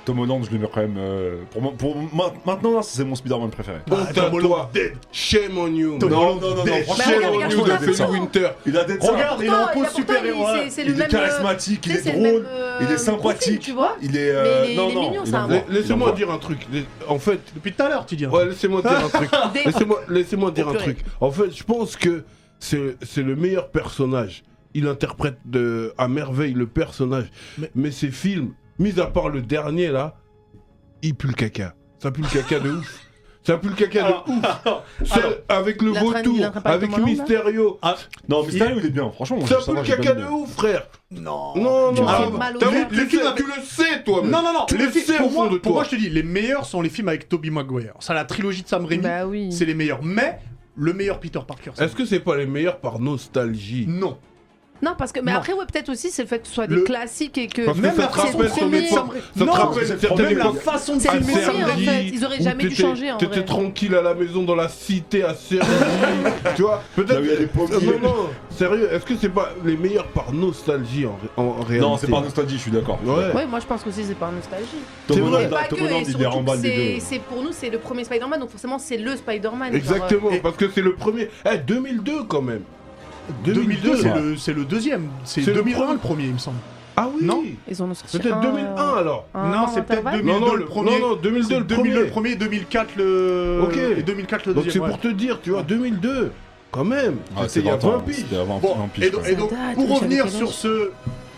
Tom Holland, je le mets quand même. euh, pour moi, pour ma- maintenant, là, c'est mon Spider-Man préféré.
Bah,
Honte à
Tom
toi
Holland, dead.
Shame on you
Tom
Non,
Holland,
non, non,
dead.
non, franchement,
Shame
regarde,
on
regarde
you
son
de Phil
accent.
Winter
Il a des
Regarde, il est en
Pourtant,
pose
il- pourtant,
super-héros.
il-
ouais.
c'est- c'est
il
le
est
même,
charismatique,
tu
il
sais,
est
c'est le
drôle,
même, euh,
il est sympathique,
profil, tu vois
il est. euh,
Mais il est-
non,
il est
non,
mignon,
il
ça,
est
un
mort.
La-
Il est
Laissez-moi
mort.
dire un truc, Lais- en fait...
Depuis tout à l'heure, tu dis. hein.
Ouais, laissez-moi dire un truc.
Des-
Laissez-moi laissez-moi dire
Oh,
un
purée.
truc. En fait, je pense que c'est c'est le meilleur personnage. Il interprète de, à merveille le personnage.
Mais-
Mais, ces films, mis à part le dernier là, il pue le caca. Ça pue le caca de ouf. Ça pue le caca
Alors,
de ouf. C'est-
alors,
avec le
Il est en train de- il est
vautour,
en train de parler
avec
comme un homme, là
Mysterio.
Ah.
Non, mais sérieux, il est bien, franchement. moi,
Ça
Oh, je-
pue
va,
le
j'ai
caca
bien
de
aimé.
ouf, frère.
Non.
Non, non,
me
ah,
fais mal au
t'as vu,
ventre.
les
Les films
films,
avec-
tu le sais, toi.
Non, non, non,
Tu
les
le
films-
sais au
pour, moi,
fond de
pour moi,
toi.
je te dis, les meilleurs sont les films avec Tobey Maguire. Ça, la trilogie de Sam Raimi,
Bah oui.
c'est les meilleurs. Mais le meilleur Peter Parker, c'est
Est-ce que c'est pas les meilleurs par nostalgie
Non.
Non, parce que. Mais
Non.
après, ouais, peut-être aussi, c'est le fait que ce soit
Le-
des classiques et que.
Parce que
Même
ça
la
te
façon de
rappelle ton
filmer
époque.
Sam Raimi.
Ça te
Non,
rappelle
c'est-
certaines
même la
époques.
façon de
C'est
À
le
filmer
musée,
Sam
en
Sergi,
Raimi.
fait. Ils auraient
où
jamais dû
t'étais-
changer, en
T'étais
vrai.
tranquille à la maison dans la cité à Sergi. tu vois,
Là où il y a les
peut-être.
pommiers.
Non, non, sérieux, est-ce que c'est pas les meilleurs par nostalgie en, ré- en réalité
Non, c'est pas nostalgie, je suis d'accord.
Ouais.
Ouais, moi je pense que c'est pas nostalgie.
Tom
C'est vrai.
Holland,
Mais pas que,
Tom
et
Holland, il les
surtout que
remballe les
c'est
deux.
c'est- pour nous, c'est le premier Spider-Man, donc forcément, c'est le Spider-Man. genre, euh,
Exactement,
Et-
parce que c'est le premier. Eh, 2002 quand même.
2002, c'est
ouais.
le, c'est le deuxième. C'est
C'est le
2001
premier.
le premier, il me semble.
Ah oui
Non.
Ils en ont sorti
Peut-être
un,
2001
euh,
alors.
un
non,
en
c'est peut-être
intervalle.
2002
Non, non,
le
le
premier.
Non, non, 2002 le
2000
premier.
le premier, 2004 le.
Ok.
Et 2004 le
Donc c'est
deuxième. ouais.
pour te dire, tu vois, 2002, quand même.
Ah,
C'était il y a 20 piges.
C'était il y a 20
Bon,
piges,
et, do-
quoi.
et donc,
Ça date,
pour
j'avais
revenir
quel
sur
âge
ce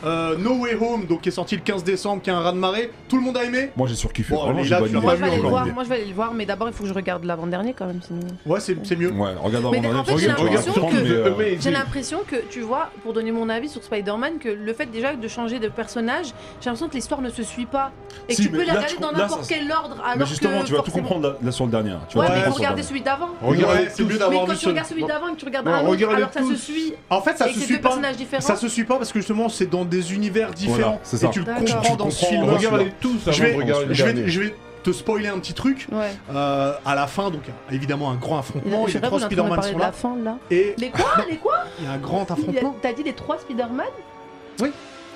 euh, No Way Home, donc qui est sorti le 15 décembre, qui est un raz de marée. Tout le monde a aimé
Moi j'ai surkiffé.
Bon,
Vraiment,
mais
j'ai
là,
pas
tu
une
l'as
idée.
pas
Moi
Ah,
je
oui,
vais aller le
encore
voir,
une idée.
moi je vais aller le voir, mais d'abord il faut que je regarde l'avant-dernier quand même. Sinon...
Ouais, c'est c'est mieux.
Ouais, regarde
Mais
avant
en fait, j'ai
regarde, tu vas
l'impression
comprendre,
que-
mais, euh,
J'ai l'impression que, tu vois, pour donner mon avis sur Spider-Man, que le fait déjà de changer de personnage, j'ai l'impression que l'histoire ne se suit pas. Et
Si,
que tu peux
mais
les
là,
regarder
tu-
dans
là,
n'importe
ça-
quel ordre. Alors
Mais justement,
que
tu vas tout
forcément-
comprendre la- la sur le dernier. Tu vas
Ouais,
tout
mais
comprendre
il faut
sur le
regarder
dernier.
celui d'avant.
Regarde
Ouais, c'est mieux d'avoir
Mais quand
vu
tu regardes celui d'avant et que tu regardes un
Ouais,
autre,
regardez
Ah alors que ça
tous.
se suit.
En fait, ça
et
se
que c'est
suit
deux
pas.
personnages différents.
Ça se suit pas parce que justement, c'est dans des univers différents.
c'est ça.
Et tu le
D'accord.
comprends
Tu le
dans ce
comprends,
film.
regarde
celui-là.
tous avant
je vais,
de regarder le
je vais-
dernier.
je vais te spoiler un petit truc.
Ouais.
Euh, à la fin, donc évidemment, un grand
Il a-
affrontement.
je
et
suis
les
vrai qu'on
trois
est en train de
Spider-Man
parler
sont
de
là.
la fin là.
Et
Les quoi Les quoi
il y a un grand
Il
affrontement.
a- T'as dit les trois Spider-Man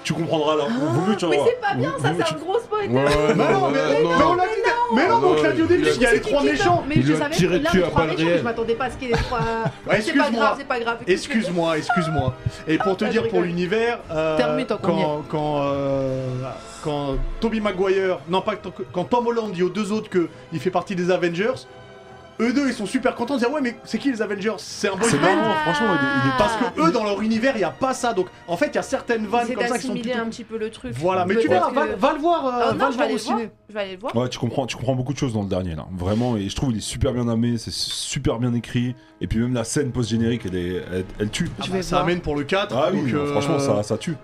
Tu comprendras là. Vaut mieux, tu vas
Mais
voir.
c'est pas bien
Vaut
ça,
mieux,
c'est
tu-
un gros spoil.
Ouais, ouais,
Mais non,
ouais,
mais,
ouais,
mais on l'a dit. Mais non, mais on te l'a dit au début,
Il
il y a les
C'est
trois
qui qui
méchants.
tombe Mais
Il
je
lui a
savais
tiré
que là,
dessus
les
à
trois
balles
méchants, mais
réelles.
je m'attendais pas à ce qu'il y ait les trois.
Ouais,
C'est pas
excuse-moi.
grave, c'est pas grave. écoute,
Excuse-moi, excuse-moi. Et pour te
Ah, je
dire, pour
rigole.
l'univers, euh,
Termine tant qu'on y
quand quand euh, quand Toby Maguire, non pas que- quand Tom Holland dit aux deux autres que il fait partie des Avengers, eux deux ils sont super contents, ils disent ah ouais mais c'est qui les Avengers C'est un boy
C'est
band
marrant, franchement, il est- il est
Parce que eux dans leur univers il y a pas ça, donc en fait il y a certaines vannes
J'essaie
comme ça qui sont
d'assimiler
plutôt-
un petit peu le truc.
Voilà, mais tu
Parce
verras,
que-
va, va le voir, euh,
Ah
va le
non, je vais
voir
aller
au
le voir.
ciné.
Je vais aller le voir.
Ouais, tu comprends, tu comprends beaucoup de choses dans le dernier là, vraiment. Et je trouve il est super bien amené, c'est super bien écrit. Et puis même la scène post générique, elle, est- elle, elle tue.
Ah
Je vais
bah, ça
voir.
amène pour le 4.
Ah oui,
donc,
non,
euh,
franchement, ça, ça tue.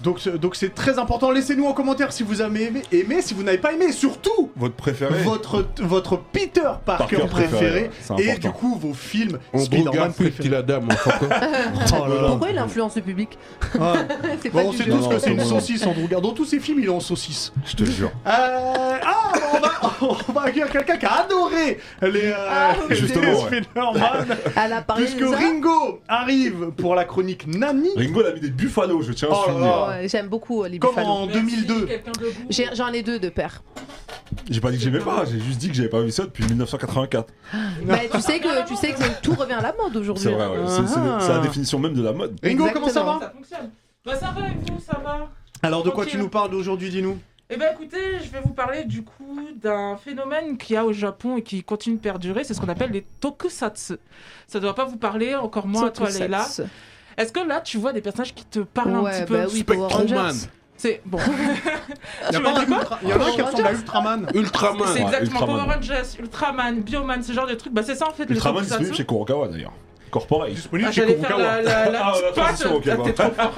Donc c'est- donc c'est très important. Laissez-nous en commentaire si vous avez aimé, aimé si vous n'avez pas aimé, et surtout
Votre préféré
votre, votre Peter Parker,
Ah Parker
préféré,
préféré, c'est
et
important.
du coup vos films
On
Spider-Man
regarde plus
préférés.
petit la dame, enfin quoi.
Oh là là.
Pourquoi il influence le public
Ah.
C'est
Bon,
pas
on
du
sait
jeu.
tous
Non,
que c'est une
non, non.
saucisse, Andrew Garfield. Dans tous ses films, il est en saucisse.
Je te jure.
Euh, ah, bah, on va, on va accueillir quelqu'un qui a adoré les, euh,
Ah, oui.
les
Justement, ouais.
Spider-Man,
Elle a parlé
puisque
de ça.
Ringo arrive pour la chronique Nani.
Ringo l'a mis des buffalo, je tiens à
Oh là
souligner.
là.
Ouais, J'aime beaucoup euh, les
Comme
Buffalo.
en 2002.
J'ai- J'en ai deux de pair.
J'ai pas dit que j'aimais pas, j'ai juste dit que j'avais pas vu ça depuis 1984.
Mais tu sais que tu sais que c'est- tout revient à la mode aujourd'hui.
C'est vrai, ouais. C'est- c'est
Ah.
c'est la définition même de la mode.
Ringo, comment ça
Exactement.
va
Ça fonctionne. Bah ça va et vous, ça va
Alors, de quoi tu
Tranquille.
nous parles aujourd'hui, dis-nous
Eh ben écoutez, je vais vous parler du coup d'un phénomène qu'il y a au Japon et qui continue de perdurer, c'est ce qu'on appelle les tokusatsu. Ça doit pas vous parler, encore moins à toi Leila. Est-ce que là tu vois des personnages qui te parlent un
Ouais,
petit
bah
peu
oui, Power
Spectruman,
Rangers.
C'est bon.
Il y
Tu
en a
m'as
un
dit quoi
ultra- il y en a un qui ressemble à Ultraman.
Ultraman.
C'est
Ouais,
exactement
Ultraman.
Power Rangers, Ultraman, Bioman, ce genre de trucs. Bah c'est ça en fait le
Ultraman
tokusatsu.
disponible chez Kurokawa d'ailleurs. Corporate.
Disponible
Ah,
chez
J'allais faire
Kurokawa.
la, la, la
Ah,
petite
la
patte.
transition, ok,
Ah,
bon.
t'es trop fort.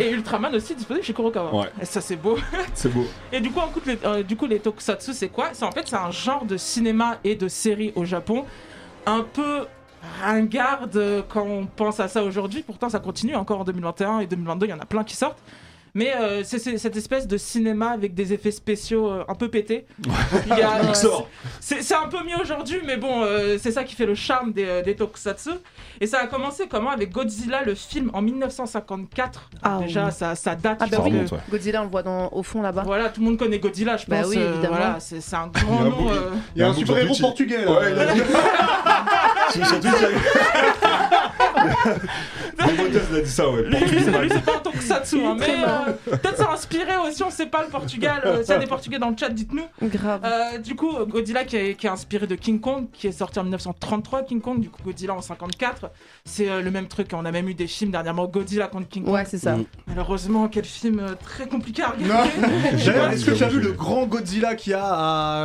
Et Ultraman aussi disponible chez Kurokawa.
Ouais.
Et ça c'est beau.
C'est beau.
Et du coup, en coûte les- euh, du coup, les tokusatsu, c'est quoi C'est en fait c'est un genre de cinéma et de série au Japon, un peu ringarde euh, quand on pense à ça aujourd'hui. Pourtant, ça continue encore en 2021 et 2022. Il y en a plein qui sortent. Mais euh, c'est c'est cette espèce de cinéma avec des effets spéciaux euh, un peu pétés. Il y a, euh,
Luxor.
c'est c'est un peu mieux aujourd'hui, mais bon, euh, c'est ça qui fait le charme des, euh, des tokusatsu. Et ça a commencé comment avec Godzilla, le film en 1954.
Ah
Déjà,
oui.
ça, ça date.
Ah
je
bah
Ça
pense
oui.
que-
remonte, ouais.
Godzilla, on le voit dans- au fond là-bas.
voilà, tout le monde connaît Godzilla, je pense.
Bah oui,
euh,
évidemment.
voilà, c'est c'est un
Il y a
grand
un
nom.
bouc-
euh,
Il y a un
Bouc
super héros
Jean-Petit.
portugais
Ouais, il
là.
a dit. Sur son Twitch, il a- Ringo Diaz l'a dit ça, ouais.
Lui, lui, c'est- lui,
Portugais.
c'est pas un tokusatsu, hein, mais euh, peut-être ça a inspiré aussi, on sait pas le Portugal. euh, S'il y a des Portugais dans le chat, dites-nous.
Grave.
Euh, du coup, Godzilla qui est, qui est inspiré de King Kong, qui est sorti en 1933, King Kong, du coup Godzilla en 54. C'est euh, le même truc, on a même eu des films dernièrement, Godzilla contre King Kong.
Ouais, c'est ça.
Malheureusement, quel film euh, très compliqué à
Non.
regarder. Ah
D'ailleurs, est-ce que tu as vu
J'ai-
le grand Godzilla qu'il y a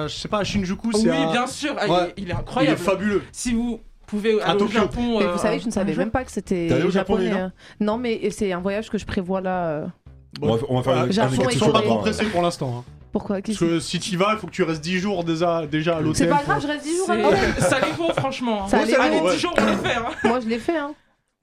à, je sais pas, à Shinjuku
Oui,
c'est à-
bien sûr, ah, il-
Ouais.
il, est
Il est
incroyable.
fabuleux.
si vous pouvez
À
aller au
Tokyo.
Japon...
Mais
euh,
vous savez, je ne savais
un
même pas que c'était
T'es allé au Japon,
japonais.
Lina
hein. Non, mais c'est un voyage que je prévois là. euh.
On va- on
Ah,
va faire un-
Japon
un
et
Ils
quelque chose
sont pas
Korea.
trop
avant, ouais.
pressés pour l'instant. hein.
Pourquoi Qu'est-ce
Parce que si t'y vas, il faut que tu restes 10 jours déjà, déjà à l'hôtel.
C'est pas
pour-
grave, je reste 10 jours à l'hôtel.
C'est- Ça les vaut franchement. hein.
Ça
Allez,
les vaut,
allez,
Ah, ouais.
10 jours on les fait. hein.
Moi, je l'ai fait. Hein.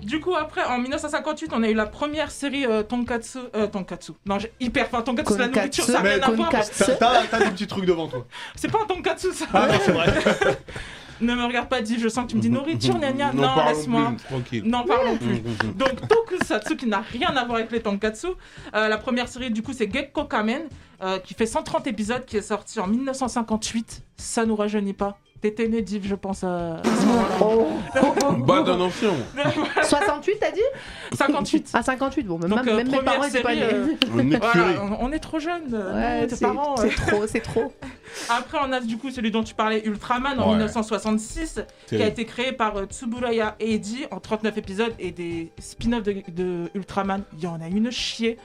Du coup après en 1958 on a eu la première série euh, Tonkatsu. euh, tonkatsu. Non j'ai hyper faim. Tonkatsu c'est la nourriture ça n'a rien à voir.
Konkatsu.
T'as- T'as t'as des petits trucs devant toi.
C'est pas un Tonkatsu ça.
Ah non, c'est vrai.
ne me regarde pas dit je sens que tu me dis nourriture gna
Non,
gna. Ah Non,
parlons
laisse-moi.
plus, Tranquille.
N'en parlons plus. Donc Tokusatsu qui n'a rien à voir avec les Tonkatsu. Euh, la première série du coup c'est Gekko Kamen euh, qui fait 130 épisodes qui est sorti en 1958. Ça nous rajeunit pas. T'étais né Div je pense euh, à... à ce moment-là.
Bas Bah, d'un ancien.
68, t'as dit
58.
Ah, 58, bon, même,
Donc, euh,
même mes
première
parents étaient pas
série,
nés.
euh,
On est curé.
Voilà, on on est trop jeune.
Ouais, c'est
parents. euh.
c'est trop, c'est trop.
Après, on a du coup celui dont tu parlais, Ultraman, en
Ouais.
1966, qui a été créé par euh, Tsuburaya Eiji en 39 épisodes et des spin-offs de, de Ultraman. Il y en a une chier.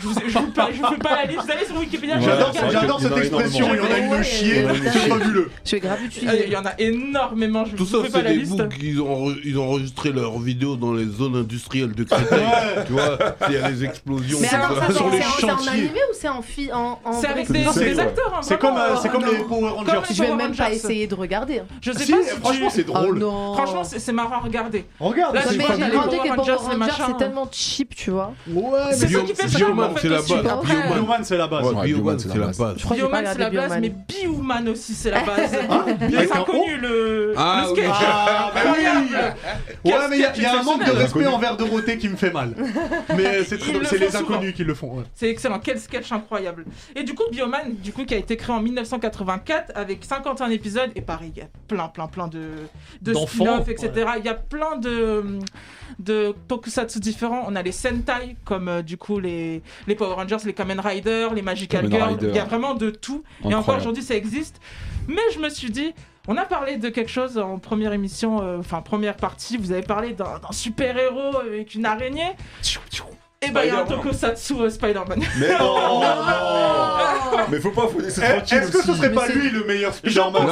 Je vous, je vous parle- je vous fais pas la liste, vous allez sur Wikipédia. je
J'adore
regarde.
j'adore cette expression, il y en a une de chier, c'est fabuleux.
Je vais grave
Ah, Il y en a énormément, je
Tout ça,
vous fais pas
c'est
la
des
liste.
bouts qu'ils ont, enre- ils ont enregistré leurs vidéos dans les zones industrielles de Créteil. tu vois, il y a les explosions
Mais
tout
attends,
ça.
ça, c'est en- c'est en, animé ou c'est en fi- en, en
C'est
vrai
avec des, c'est des
ouais.
acteurs, hein,
C'est
vraiment,
comme, euh,
euh,
c'est comme
non.
les Power
Comme
Rangers.
les
Je vais
Power
même pas
Rangers.
essayer de regarder. hein.
Je sais
Si,
pas si
franchement,
tu-
c'est drôle.
Oh non.
Franchement, c'est c'est marrant à regarder.
Regarde,
Là,
c'est
tu
Mais
vois
j'ai
les
grandi
Power
que
Rangers,
Power
les
Rangers,
machins.
c'est tellement cheap, tu vois.
Ouais,
C'est ça
Bioman,
qui fait ça.
Bioman,
en fait,
c'est la
je suis
base.
pas vrai.
Bioman,
Bioman, c'est la base.
Ouais,
Ouais,
Bioman,
Bioman,
c'est la base.
Je crois que j'ai pas
Bioman, c'est
regardé
la base,
Bioman.
mais Bioman aussi, c'est la base.
Avec
Les
un O
inconnus, le
Ah,
le
oui.
sketch.
Ah, bah oui.
Incroyable.
Ouais,
Qu'est-ce
mais il y a,
que
y a
tu
un
fais
manque de
ça,
respect envers Dorothée qui me fait mal. Mais euh, c'est très
Ils
drôle,
le
c'est les
font souvent.
inconnus qui le font. ouais.
C'est excellent, quel sketch incroyable. Et du coup, Bioman, du coup, qui a été créé en 1984 avec 51 épisodes, et pareil, il y a plein, plein, plein de, de
D'enfants,
spin-offs, etc. Il y a plein de, de tokusatsu différents. On a les Sentai, comme euh, du coup les, les Power Rangers, les Kamen Rider, les Magical
Kamen
Girls.
Rider.
Il y a vraiment de tout. Et encore
Incroyable.
aujourd'hui, ça existe. Mais je me suis dit, on a parlé de quelque chose en première émission, euh, enfin première partie, vous avez parlé d'un d'un super-héros avec une araignée. Et bah, il y a un
Spider-Man.
tokusatsu euh, Spider-Man.
Mais
Oh,
non,
bah,
Oh.
Mais faut pas, faut laisser
Eh,
tranquille.
Est-ce que ce
aussi.
serait pas lui le meilleur Spider-Man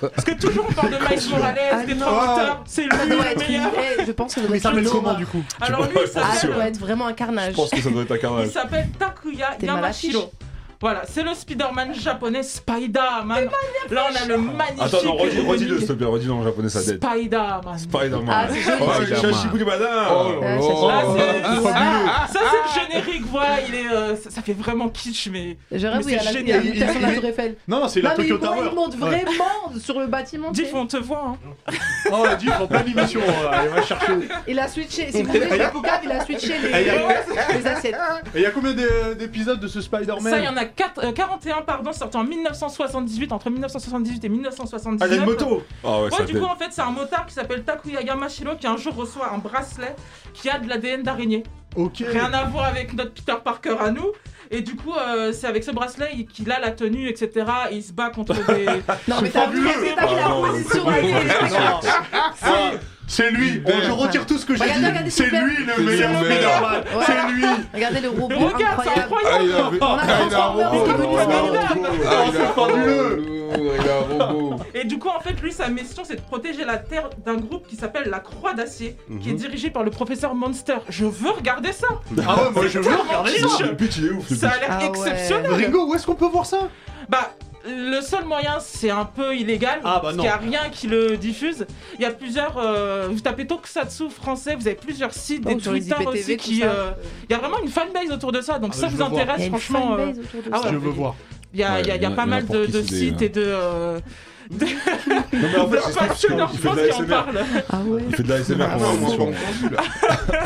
Parce que toujours on parle de Miles Morales, des transmuteurs, c'est lui
Ça doit
le
être
meilleur.
une- eh, Je pense que ça doit
Mais il
être une
s'appelle comment
horreur.
du coup
Alors lui, il
Ah, ça
s'appelle-
doit être vraiment un
Je
carnage.
pense que ça doit être un
il
carnage.
s'appelle Takuya
T'es mal affiché.
Yamashiro. Voilà, c'est le Spider-Man japonais Spider-Man. Là, on a le magnifique.
Attends, non, redis-
Dominique.
redis-le, s'il te plaît, redis-le en japonais, ça dead.
Spider-Man.
Ah,
Spider-Man. Oh,
c'est joli.
Spider-Man.
Shashibukibada.
Ah,
Là,
ça,
c'est-
Ah, fabuleux.
Ah, ça, c'est le générique, voilà, il est, euh, ça, ça fait vraiment kitsch, mais,
c'est- Je
mais
rêve, il y
c'est
a la- il y a
génial.
l'imitation de la Tour Eiffel.
Non, non, c'est la
Non, mais
Tokyo
il- comment
Tower.
il monte vraiment sur le bâtiment. tu
Diff, on te voit. hein.
Ouais. Oh, Diff, en pleine émission, euh, allez, on va chercher.
sais. Il a switché, si vous voulez,
Et y a-
sur Poucave, il a switché les
Et y
a-
les assiettes.
Et il y a combien d'é- d'épisodes de ce
Ça, il y
Spider-Man
en a quatre- euh, 41, pardon, sorti en 1978, entre 1978 et 1979.
Ah, il a une moto. Ah ouais,
Ouais,
ça
Oh, du
dead.
coup, en fait, c'est un motard qui s'appelle Takuya Yamashiro qui un jour reçoit un bracelet qui a de l'ADN d'araignée.
Ok.
Rien à voir avec notre Peter Parker à nous. Et du coup, euh, c'est avec ce bracelet qu'il a la tenue, etc. Et il se bat contre des.
Non, mais t'as vu,
fabuleux.
t'as vu la
Pardon,
position
c'est
avec les-
Non. Ah, C'est lui, Oh, je retire tout ce que j'ai
Regardez,
dit.
regardez,
C'est
s'il vous plaît.
lui le
C'est
meilleur
lui.
Spider-Man.
Ouais.
C'est lui.
Regardez le robot,
Regarde, c'est
incroyable.
Ah, il
incroyable!
a un
On a Transformers qui est venu
robot.
faire
Ah, il a un
C'est fabuleux.
robot. Il a un robot.
Et du coup, en fait, lui, sa mission, c'est de protéger la Terre d'un groupe qui s'appelle la Croix d'Acier, qui est
Mhm.
dirigé par le professeur Monster. Je veux regarder ça!
Ah ouais, moi je veux
Oh, tellement
regarder
kitsch.
ça.
Le pitch, il est ouf. le
Ça a
pitch.
l'air
Ah ouais.
exceptionnel!
Ringo, où est-ce qu'on peut voir ça
Bah, le seul moyen, c'est un peu illégal,
Ah, bah
parce
non.
qu'il n'y a rien qui le diffuse. Il y a plusieurs... euh, vous tapez Tokusatsu français, vous avez plusieurs sites,
Oh,
des
sur les
Twitter
IPTV,
aussi
tout
qui...
ça.
euh, Il y a vraiment une fanbase autour de ça, donc
Ah,
si
bah,
ça
je
vous
veux voir.
intéresse, franchement... euh, ah ouais.
Je veux voir.
Il y a,
Ouais,
il y a- il y a
il y en a-
pas
il y en a
mal
pour
de,
qui
de
c'est des-
sites et de... euh, de-
Non, mais en fait,
de
c'est Scorpion
passionnants,
qui
je
fait de
pense, qui en
l'ASMR.
parlent.
Ah ouais.
Il fait de l'ASMR
Ah,
pendant
on
l'émission.
s'en fout, là.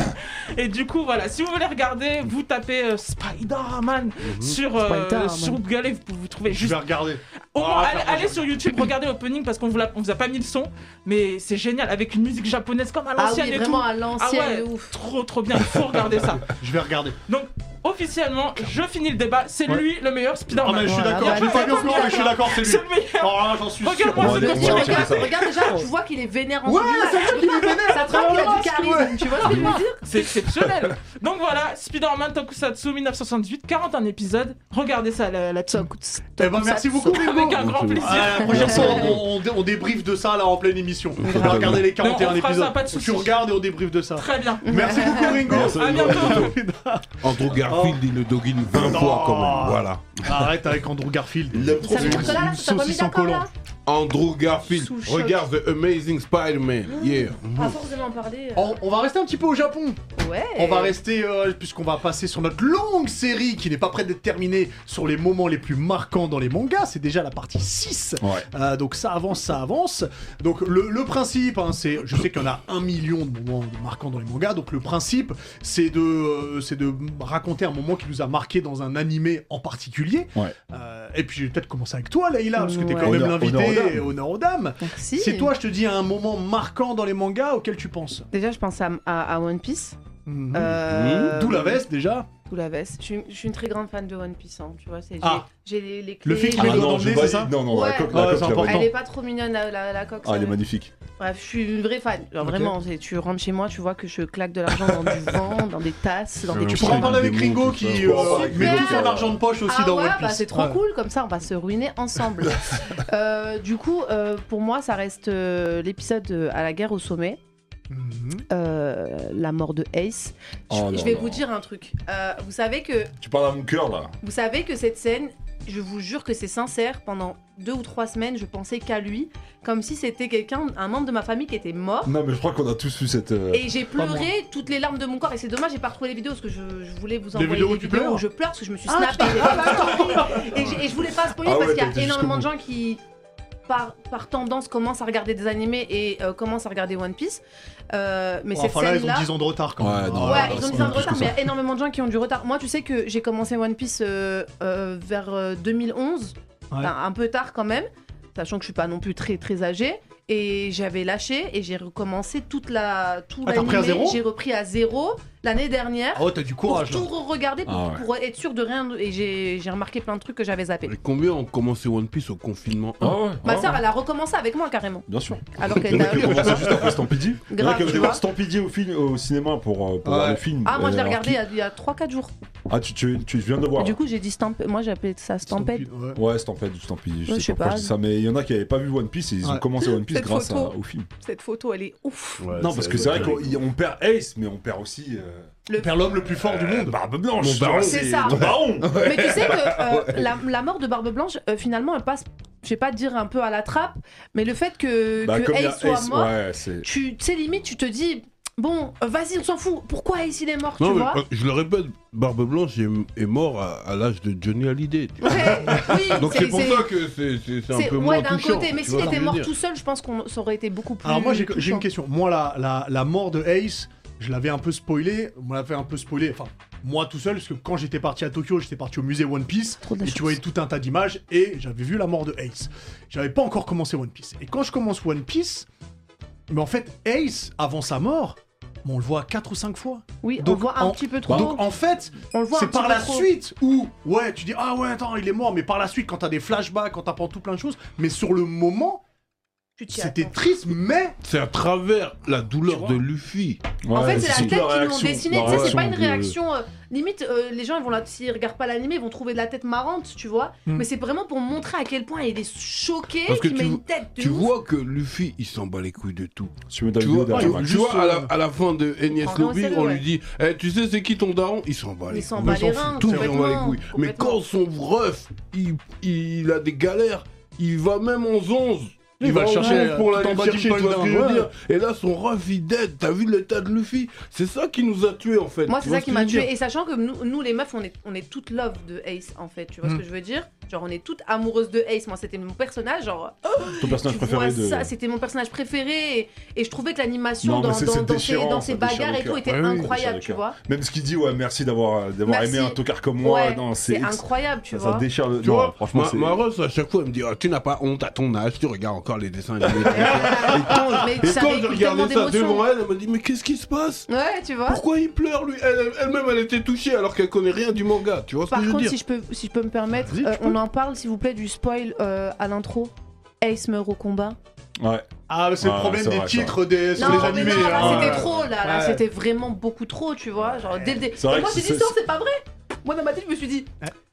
Et du coup, voilà, si vous voulez regarder, vous tapez euh, Spider-Man
Mhm.
sur, euh,
Spider-Man.
sur Google et vous pouvez vous trouver
Je
juste
vais regarder.
Au moins,
Ah,
allez,
faire
allez sur YouTube, regardez l'opening parce qu'on vous, l'a- on vous a pas mis le son, mais c'est génial avec une musique japonaise comme à
Ah
l'ancienne
oui,
et
vraiment
tout.
à
ah ouais,
l'ancienne, de ouf.
trop trop bien, il faut regarder ça.
Je vais regarder. Ah,
Donc officiellement, je finis le débat, c'est
Ouais.
lui le meilleur
Ah, mais
Spider-Man.
je suis
Voilà,
d'accord.
bah,
Je l'ai pas
bah,
vu encore, mais je suis d'accord, c'est lui.
C'est le meilleur.
Oh là, j'en suis sûr.
Regarde-moi
Bon,
ce
allez, on
costume.
va checker
Regarde,
ça.
regarde déjà, tu vois qu'il est vénère en
Ouais,
ce moment. Ça traque, il a du charisme. Tu vois ce que je veux dire
C'est exceptionnel. Donc voilà, Spider-Man Tokusatsu 1978, 41 épisodes. Regardez ça, la, la
Ça
petite.
coûte.
Eh ben, merci beaucoup, Ringo.
Avec un grand plaisir.
Ah, la prochaine fois, on, on dé- on débriefe de ça là en pleine émission. On va regarder les
Non, on
41
fera ça,
épisodes.
pas de soucis.
tu regardes et on débriefe de ça.
Très bien.
Merci beaucoup, Ringo.
À bientôt.
Andrew Garfield, il le
Oh.
doguine 20 fois quand même. Voilà.
Arrête avec Andrew Garfield.
aime
Ça veut dire que là, là, ça t'a pas mis d'accord là
Andrew Garfield,
Sous choc.
regarde The Amazing Spider-Man. Yeah.
Pas forcément parler. euh,
On, on va rester un petit peu au Japon.
Ouais.
On va rester, euh, puisqu'on va passer sur notre longue série qui n'est pas prête d'être terminée sur les moments les plus marquants dans les mangas. C'est déjà la partie 6.
Ouais.
Euh, donc ça avance, ça avance. Donc le, le principe, hein, c'est, je sais qu'il y en a un million de moments marquants dans les mangas. Donc le principe, c'est de, euh, c'est de raconter un moment qui nous a marqué dans un animé en particulier.
Ouais.
Euh, et puis je vais peut-être commencer avec toi, Leïla, parce que t'es
Ouais.
quand même
Honneur- honneur aux
l'invité,
dames.
honneur aux dames.
Merci.
C'est toi, je te dis, un moment marquant dans les mangas auquel tu penses.
Déjà, je pense à, à- à One Piece.
Mhm.
Euh,
D'où la veste déjà.
D'où la veste. Je suis, je suis une très grande fan de One Piece. hein, tu vois, c'est- j'ai-
Ah.
j'ai les, les clés.
Le fait qu'il
j'ai
est
Ah
dans
les-
le
non,
emmener,
je
c'est ça
valide. Non, non, la
Ouais.
coque,
Ah,
la
c'est
coque, je la
important.
valide.
Elle est pas trop mignonne la, la, la coque.
Ah,
ça,
elle est
mais-
magnifique.
Bref, je suis une vraie fan. Genre,
Ok.
Vraiment, c'est- tu rentres chez moi, tu vois que je claque de l'argent dans du vent, dans des tasses, dans des
Tu pourras en parler avec Ringo qui
ça.
euh,
Super.
met tout son argent de poche aussi
Ah
dans
ouais,
One
bah,
Piece.
c'est trop
Ouais.
cool, comme ça on va se ruiner ensemble. Euh, du coup, euh, pour moi, ça reste euh, l'épisode euh, à la guerre au sommet.
Mhm.
Euh, la mort de Ace. Je,
Oh là
je vais
là.
vous dire un truc. Euh, vous savez que
Tu parles à mon cœur là.
vous savez que cette scène, je vous jure que c'est sincère. Pendant deux ou trois semaines, je pensais qu'à lui, comme si c'était quelqu'un, un membre de ma famille qui était mort.
Non, mais je crois qu'on a tous eu cette. euh,
Et j'ai
pas moi.
pleuré toutes les larmes de mon corps et c'est dommage j'ai pas retrouvé les vidéos parce que je, je voulais vous
Des
envoyer des
vidéos
vidéos,
où tu pleures
où je pleure parce que je me suis
Ah,
snappée des stories. et, j'ai- et je voulais pas spoiler
Ah
parce
ouais,
qu'il
t'as
y
été
a énormément de
jusqu'au
gens qui par, par tendance commencent à regarder des animés et euh, commencent à regarder One Piece Euh, mais
Enfin là,
cette scène
ils ont 10 ans de retard quand même. Hein.
Ouais, ils ont 10 ans de retard, mais il y a énormément de gens qui ont du retard. Moi, tu sais que j'ai commencé One Piece euh, euh, vers euh, 2011,
Ouais.
Enfin, un peu tard quand même, sachant que je suis pas non plus très très âgée. Et j'avais lâché et j'ai recommencé toute la tout
Ah, t'as repris à
l'animé.
zéro
J'ai repris à zéro l'année dernière.
Ah ouais, t'as du courage,
Pour
là.
tout regarder pour,
Ah ouais.
pour être sûr de rien et j'ai j'ai remarqué plein de trucs que j'avais zappé.
Et combien ont commencé One Piece au confinement
Ah hein
Oh.
Ma sœur, elle a recommencé avec moi carrément.
Bien sûr.
Alors qu'elle
Il y en a
n'a-
qui ont commencé juste après Stampede. Il y en a
Grave,
qui ont
tu
été
vois.
voir Stampede au, film, au cinéma pour, euh, pour voir le film.
Ah moi je l'ai
Euh, alors
regardé il y a- il y a 3-4 jours.
qu'il- Ah, tu, tu, tu viens de le voir.
Du coup j'ai dit stampede. Moi j'appelais ça stampede.
Ouais, Stampede ou Stampede, je
Ouais,
sais pas, pourquoi je dis ça, mais il y en a qui n'avaient pas vu One Piece et ils ont
Ouais.
commencé One Piece
Cette
grâce à-
photo.
au film.
Cette photo elle est ouf.
non, parce que c'est vrai qu'on y- on perd Ace, mais on perd aussi. euh,
Le- On
perd l'homme le plus fort
Euh,
du
monde. Barbe Blanche.
Mon
tu
baron.
vois,
C'est ça.
Ton baron.
Mais tu sais que
Bah,
euh, la, la mort de Barbe Blanche, euh, finalement, elle passe, je vais pas dire un peu à la trappe, mais le fait que,
Bah,
que
comme il y a
Ace soit
Ace,
mort,
ouais, c'est-
tu tu sais, limite, tu te dis, bon, euh, vas-y, on s'en fout, pourquoi Ace il est mort,
Non,
tu
mais,
vois
euh, je le répète, Barbe Blanche est, est mort à, à l'âge de Johnny Hallyday. tu vois. Donc c'est pour
c'est-
ça que c'est- c'est c'est un
C'est
peu
ouais,
moins
d'un
touchant.
côté, mais
tu
s'il
vois ce que
était
je veux
mort
dire.
tout seul, je pense qu'on ça aurait été beaucoup plus.
Alors moi j'ai j'ai
touchant.
une question. Moi la, la, la mort de Ace, je l'avais un peu spoilé. On me l'avait un peu spoilé. Enfin moi tout seul parce que quand j'étais parti à Tokyo, j'étais parti au musée One Piece et tu voyais tout un tas d'images et j'avais vu la mort de Ace. J'avais pas encore commencé One Piece. Et quand je commence One Piece, mais en fait Ace avant sa mort, bon, on le voit 4 ou 5 fois.
Oui, on le voit un petit peu trop.
Donc en fait,
le voit un
c'est
petit
par
peu
la
trop.
suite où ouais, tu dis ah ouais attends, il est mort mais par la suite quand t'as des flashbacks, quand t'apprends tout plein de choses, mais sur le moment c'était triste, mais
C'est à travers la douleur de Luffy.
En fait, c'est la tête qu'ils l'ont dessinée. Tu sais, c'est pas une réaction. euh, limite, euh, les gens, ils vont la- s'ils regardent pas l'animé, ils vont trouver de la tête marrante, tu vois.
Mm.
Mais c'est vraiment pour montrer à quel point il est choqué,
Parce que
qu'il
tu,
met une tête de
tu
ouf.
vois que Luffy, il s'en bat les couilles de tout.
Tu,
vois,
vidéo
tu-
d'Armac.
tu
Juste,
vois, à, la,
euh,
à la fin de Enies
prends
Lobby,
vraiment au
on
sérieux,
lui dit Eh, Tu sais, c'est qui ton daron Il s'en bat les
Il s'en
couilles.
bat les
fout
reins,
tout, il s'en bat les
complètement,
couilles. Mais quand son ref, il, il a des galères, il va même en 11.
Il va le
en
chercher,
11 pour
tout en
l'aller
bas
chercher, tu
d'Impact
vois ce que je veux
Down,
dire Et là, son ref, il dead. T'as vu l'état de Luffy C'est ça qui nous a tués, en fait.
Moi,
Tu
c'est
vois
ça
ce
qui
que
m'a
je veux
tué.
dire
Et sachant que nous, nous, les meufs, on est, on est toutes love de Ace, en fait. Tu vois ce
Mm.
que je veux dire Genre, on est toutes amoureuses de Ace. Moi, c'était mon personnage. Genre, oh,
Ton personnage
tu
préféré
vois
de-
ça, c'était mon personnage préféré. Et, et je trouvais que l'animation
Non,
dans,
mais c'est- c'est
dans, dans ses,
déchirant,
dans
ça
ses
déchire
bagarres
le
et tout
cœur.
était
Ouais, oui, ça déchire
incroyable,
le
tu
cœur.
vois.
Même ce qu'il dit, ouais, merci d'avoir d'avoir aimé
Merci.
un tocard comme moi.
Ouais,
non,
c'est
ex-
incroyable, tu
ça,
vois.
Ça déchire le.
Tu
non,
vois,
franchement,
ma-
c'est.
ma, ref, à chaque fois, elle me dit Ah, Tu n'as pas honte à ton âge, tu regardes encore les dessins animés. et quand,
Mais
et
ça
quand je
véhicule
regardais
tellement
ça devant
d'émotions.
elle, elle me dit Mais qu'est-ce qui se passe
Ouais, tu vois.
Pourquoi il pleure lui Elle- Elle-même, elle était touchée alors qu'elle connaît rien du manga. Tu vois ce
Par
que je veux
contre,
dire
si je peux, si je peux me permettre, euh, on en parle, s'il vous plaît, du spoil euh, à l'intro. Ace meurt au combat.
Ouais.
Ah, mais c'est
Ouais,
le problème
c'est
des
vrai, c'est
titres
vrai.
des, sur
Non,
les
mais
animés.
non, là,
hein.
c'était trop, là, là,
Ouais.
c'était vraiment beaucoup trop, tu vois. Genre, dès le dé-
C'est vrai
Et moi,
que
j'ai dit,
c'est-
non, c'est pas vrai. Moi, dans ma tête, je me suis dit,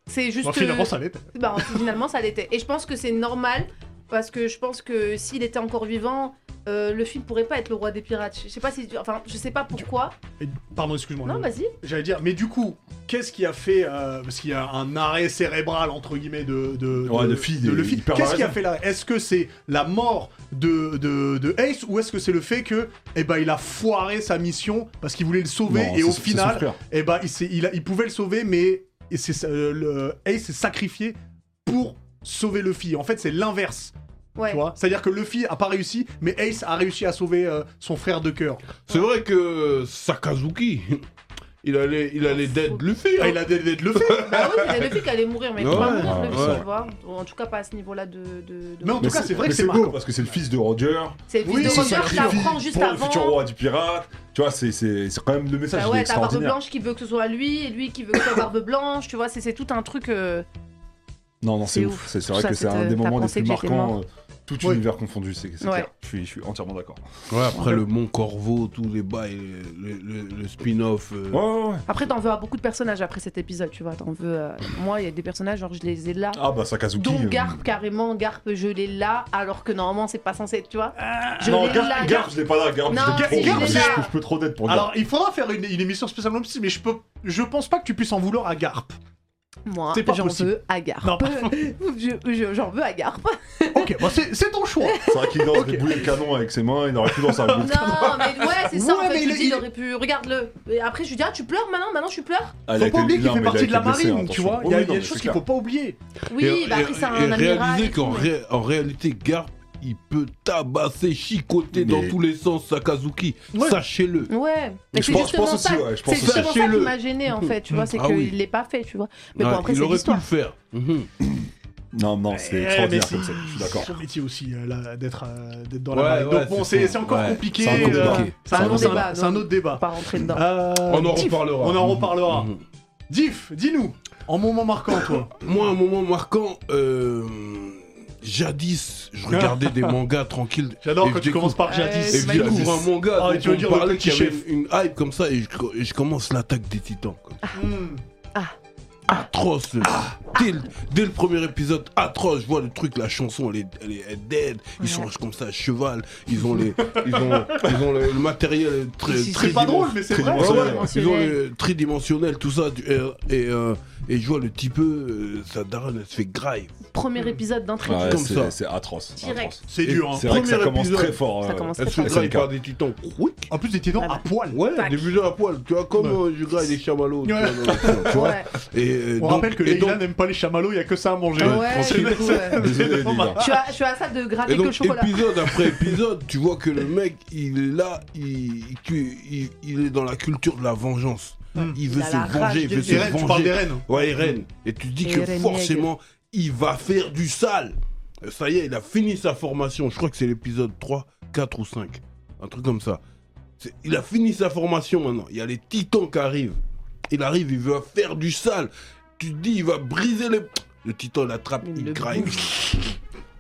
c'est juste.
Bon, finalement,
euh,
ça l'était.
Bah, finalement, ça l'était. Et je pense que c'est normal, parce que je pense que s'il était encore vivant, euh, le film pourrait pas être le roi des pirates. Je sais pas si. Enfin, je sais pas pourquoi.
Et- Pardon, excuse-moi.
Non, vas-y.
J'allais dire, mais du coup, qu'est-ce qui a fait. euh, parce qu'il y a un arrêt cérébral, entre guillemets, de. de,
Ouais, le feed est
de Luffy.
hyper
Qu'est-ce qui a
raison.
fait là Est-ce que c'est la mort de, de, de Ace ou est-ce que c'est le fait que. Eh ben, il a foiré sa mission parce qu'il voulait le sauver
Non,
et
c'est-
au
c'est
final.
son frère.
Eh ben, il, s'est- il, a- il pouvait le sauver, mais. Et c'est, euh, le, Ace s'est sacrifié pour sauver Luffy. En fait, c'est l'inverse.
Ouais.
Tu vois C'est-à-dire que Luffy a pas réussi, mais Ace a réussi à sauver euh, son frère de cœur.
C'est vrai que Sakazuki, il allait, il allait dead Luffy. hein.
Ah, il a dead, dead Luffy
Bah oui, c'était Luffy qui allait mourir, mais il
Ouais, Ah,
pas mourir, Luffy,
ouais.
tu vois. En tout cas, pas à ce niveau-là de. de- de-
Mais mais beau, parce que c'est le fils de Roger.
C'est le fils de
il se
Roger qui
sacrifie
apprend juste
pour
avant.
le futur roi du pirate. Tu vois, c'est c'est- c'est quand même le message
Bah
il est
ouais, t'as Barbe
extraordinaire.
Blanche qui veut que ce soit lui, et lui qui veut que ce soit Barbe Blanche, tu vois, c'est c'est tout un truc. euh,
Non, non, c'est
C'est
ouf.
ouf.
C'est c'est
Tout
vrai
ça,
que c'est
c'est,
un
euh,
des
t'as
moments les
pensé
plus
que j'étais
marquants.
mort.
euh, Tout univers confondu, c'est c'est clair. Je suis, je suis entièrement d'accord.
Ouais, après le Mont Corvo, tous les bails, le, le- le spin-off. euh,
Après, t'en veux à beaucoup de personnages après cet épisode, tu vois. T'en veux. euh, Moi, il y a des personnages, genre, je les ai là.
Ah bah Sakazuki.
Dont
euh,
Garp, carrément, Garp, je l'ai là, alors que normalement, c'est pas censé, tu vois. Je
Ah. non,
l'ai
Garp,
là,
Garp, je l'ai pas là. Garp,
Non,
je l'ai
il est
trop. Je
là.
trouve- je peux trop d'être pour
Alors,
Garp.
il faudra faire une, une émission spéciale One Piece, mais je, peux, je pense pas que tu puisses en vouloir à Garp.
Moi,
C'est pas
j'en
possible.
veux à Garp.
Non, pas-
Je- je- J'en veux à Garp.
Ok, bah c'est c'est ton choix.
C'est vrai qu'il danse des boules de canon avec ses mains, il aurait pu danser un bout de canon.
Non, mais ouais, c'est ça
Ouais,
en fait.
mais
Je
il
dis,
est-
il,
il-
aurait pu. Regarde-le. Et après, je lui dis, ah, tu pleures maintenant, maintenant tu pleures.
Ah, il a
faut
été-
pas oublier qu'il
non,
fait
mais il a
partie de la
été blessé,
marine,
hein,
tu vois. Il
attention.
y a,
Oui,
il y a
non,
des
mais
choses
c'est
qu'il faut
clair.
pas oublier.
Oui,
et-
bah
et-
après, c'est un
et
amiral.
réaliser
et
qu'en
tout, mais-
ré- en réalité, Garp, il peut tabasser, chicoter dans tous les sens Sakazuki. Sachez-le.
Ouais, mais
Je
c'est
pense- je
justement
pense aussi,
ça.
ouais, je pense
c'est justement
aussi.
ça qui
Sachez-le.
m'a gêné en fait, tu vois, c'est
Ah
qu'il
oui.
l'ait pas fait, tu vois. Mais
Ouais,
bon, après,
il
c'est
aurait pu
l'histoire.
le faire. Mhm.
Non, non, c'est
Eh,
extraordinaire
mais
comme ça. Je suis d'accord.
C'est son métier aussi euh, là, d'être euh, d'être dans
Ouais,
la marine.
ouais,
Donc bon,
c'est
c'est
ça.
c'est encore
Ouais,
compliqué.
c'est un
euh,
autre débat.
C'est
C'est
un,
un
autre
autre
débat,
débat,
c'est un
non.
autre débat.
Pas rentrer dedans.
Ah.
Euh,
On en
Diff,
reparlera.
On en reparlera.
Mhm.
Diff, dis-nous, en moment marquant, toi.
Moi, un moment marquant, euh, jadis, je regardais des mangas tranquilles.
J'adore
Et
quand
je
tu commences par
découvre-
Jadis.
Et je
Jadis.
découvre un manga
Ah,
dont
tu veux
on
dire le
parlait
petit
qu'il y avait
chef.
une hype comme ça et je, co- et je commence l'attaque des titans. quoi.
Hmm.
Atroce. le- Dès, le, dès le premier épisode, atroce. Je vois le truc, la chanson, elle est, elle est- elle est dead. Ils changent comme ça à cheval. Ils ont, les, ils ont, ils ont le, le matériel très,
C'est
très
pas
dimen-
drôle, mais c'est
très
vrai.
dimensionnel.
Tridimensionnel.
Ils ont le tridimensionnel, tout ça. du- euh, Et, euh, et je vois le petit peu, euh, sa daronne, elle se fait graille.
Premier épisode d'entrée.
Ouais,
Comme
c'est-
ça.
C'est atroce. c'est
Direct.
atroce.
C'est dur, hein.
C'est vrai que ça
Premier
commence
épisode.
très fort.
Ça
euh,
commence
Elle
très
se fait
fort.
C'est le
graille
cas.
par des titans. Quick.
En plus, des titans
Ah,
à poil.
Ouais,
Tac.
des vilains à poil, tu vois, comme
Ouais.
euh, je graille des chamallows. tu
Ouais.
vois, dans le- tu vois.
Ouais.
Et, euh,
On
donc-
rappelle que
et
les
donc-
gars n'aiment pas les chamallows, il y a que ça à manger.
Ouais,
C'est-
du coup,
c'est-
ouais.
c'est
Désolé,
dommage.
Lila.
Je suis à- je suis à ça de gratter
Et
que le
donc,
chocolat.
épisode après épisode, tu vois que le mec, il est là, il, il- il- il est dans la culture de la vengeance. Il veut
Il a
se
la rage
venger, il
de
veut
vivre.
se
Les reines, tu parles des
venger.
reines.
Ouais, les reines. Et tu te dis
Les
que
reines
forcément, il va faire du sale. Ça y est, il a fini sa formation. Je crois que c'est l'épisode 3, 4 ou 5. Un truc comme ça. C'est- Il a fini sa formation maintenant. Il y a les titans qui arrivent. Il arrive, il veut faire du sale. Tu te dis, il va briser les. Le titan l'attrape,
Il
il,
le
graille.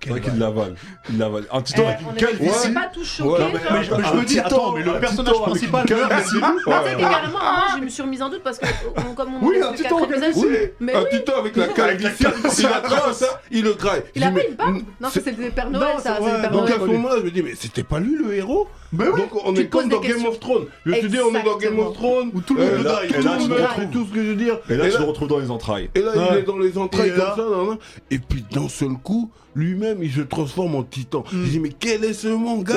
C'est vrai qu'il l'avale. Il l'avale. Un titan
Eh,
avec
on
une
est-
calvitie.
on est pas tous choqués.
Ouais,
genre.
Mais je, je
Un
me dis,
titan,
attends, mais
un
le personnage
titan avec une
principal meurt dès le
calvitie.
début.
Ah, tu sais que carrément, moi, je me suis remise en doute parce que, on- comme on
Oui,
est
un
le
titan
quatre
organisé.
épisodes,
Oui,
mais
un
oui.
titan avec la calvitie, il attrape ça, il le graille.
Il
Je
a
dis,
pas
mais-
une barbe Non, ça, c'est le Père Noël,
Non, c'est-
ça. c'est le
ouais,
Père
Donc à
Noël.
ce moment-là, je me dis, mais c'était pas lui le héros Donc on
Tu
est
te poses
comme
des
dans Game
questions.
of Thrones. Je te dis, on est dans Game
Exactement.
of Thrones.
Où tout le
euh,
monde
là,
graille.
et
Tout
là,
le
tu
monde
te
graille.
retrouves tout ce que je veux dire.
Et là,
Et
Eh.
tu
là-
le retrouves dans les entrailles.
et là, il
Ouais.
est dans les entrailles
Et
comme
là-
ça, nan, nan. et puis d'un seul coup, lui-même, il se transforme en titan.
Mm.
Je dis, mais quel est ce
Eh.
Ouais,
manga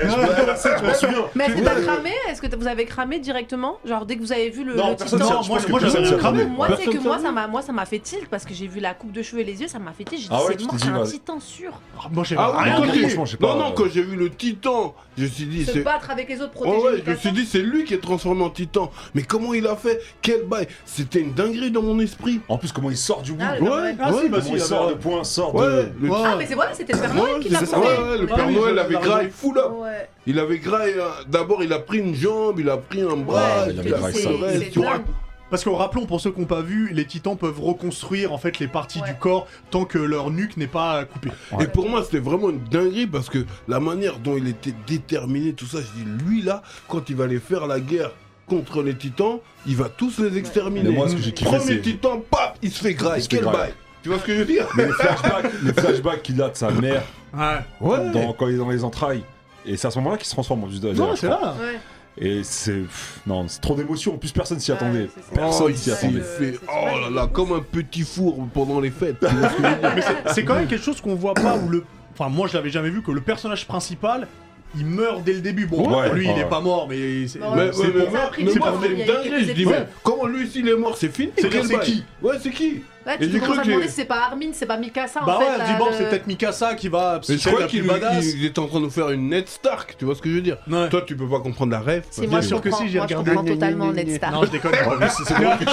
je me- je m'en souviens.
Mais
C'est
c'est pas
vrai.
cramé Est-ce que vous avez cramé directement Genre dès que vous avez vu le,
Non,
le
personne
titan
s'est-
Non,
je
moi,
pense que
moi
personne s'est
j'avais cramé.
rendu
Moi, c'est que
Personne
moi
s'en
ça m'a moi ça m'a fait tilt parce que j'ai vu la coupe de cheveux et les yeux, ça m'a fait tilt. J'ai dit
Ah ouais, tu t'es
c'est mort,
dit,
c'est un
vas-y.
titan sûr.
Ah, Moi j'avais
Ah ouais,
rien
non,
compris.
franchement, je sais pas.
Non, non, quand j'ai vu le titan, je me suis dit,
Se
c'est
battre avec les autres, protéger
Oh ouais,
les
je me suis
personnes.
dit, c'est lui qui est transformé en titan. Mais comment il a fait Quel bail C'était une dinguerie dans mon esprit.
En plus, comment il sort du bout.
Ah, le
Comment
Père Noël.
Ah, si, bah, si,
il
il
sort
avait-
de point, sort
Ouais,
de.
le
Ouais.
Ah mais c'est voilà, c'était le Père Noël qui
Ouais,
l'a
c'est ça,
prouvé.
ouais, ouais, le
Ah
Père
oui,
Noël
je-
avait
je-
graille full up.
Ouais.
Il avait graille. euh, D'abord, il a pris une jambe, il a pris un bras,
Ouais, il
il,
avait
a
graille
pris
ça.
le
C'est-
reste.
c'est
tu vois.
dingue.
Parce que rappelons pour ceux qui n'ont pas vu, les titans peuvent reconstruire en fait les parties
Ouais.
du corps tant que leur nuque n'est pas coupée.
Et pour moi, c'était vraiment une dinguerie parce que la manière dont il était déterminé, tout ça, je dis, lui là, quand il va aller faire la guerre contre les titans, il va tous les exterminer.
Mais moi, ce que j'ai kiffé,
Premier
c'est-
titan, paf, il se fait graille.
Il se fait
Quel
graille.
bail Tu vois ce que je veux dire
Mais les flashbacks, les flashbacks qu'il a de sa mère
Ouais.
Ouais.
dans- quand il est dans les entrailles. Et c'est à ce moment-là qu'il se transforme en plus de.
Non, c'est là.
Ouais.
Et c'est. pff, Non, c'est trop d'émotion. En plus, personne s'y
Ouais,
attendait.
c'est ça.
Oh,
Personne
il
s'y
s'est
attendait.
fait.
C'est
Oh là là, comme un petit four pendant les fêtes. tu vois ce que je veux dire
Mais c'est- c'est quand même quelque chose qu'on voit pas où le. Enfin, moi je l'avais jamais vu que le personnage principal. Il meurt dès le début. Bon,
Ouais,
lui, il
ouais.
est pas mort, mais c'est
Non,
Mais,
c'est
ouais, mais
bon.
Ça a
moi,
pris
mais
du
moi,
temps,
c'est
il y
une
a eu
dinguerie. Je
quelques
dis,
épisodes.
mais comment lui, s'il est mort, c'est fini
C'est-
quel
c'est
bail
qui
Ouais, c'est qui
Là,
Et
tu
j'ai
commences
cru
à
que-
demander si c'est pas Armin, c'est pas Mikasa en
Bah
fait.
ouais,
là,
je dis bon,
le-
c'est peut-être Mikasa qui va.
Mais
c'est
je crois
la plus
qu'il
badass.
il était en train de nous faire une net Stark, tu vois ce que je veux dire
Ouais.
Toi, tu peux pas comprendre la rêve.
C'est moi
Bien
je
sûr que
comprends,
si, j'ai
moi, je
regardé.
comprends totalement Ned Stark.
Non, je déconne.
Ouais, mais c'est- C'est bien, que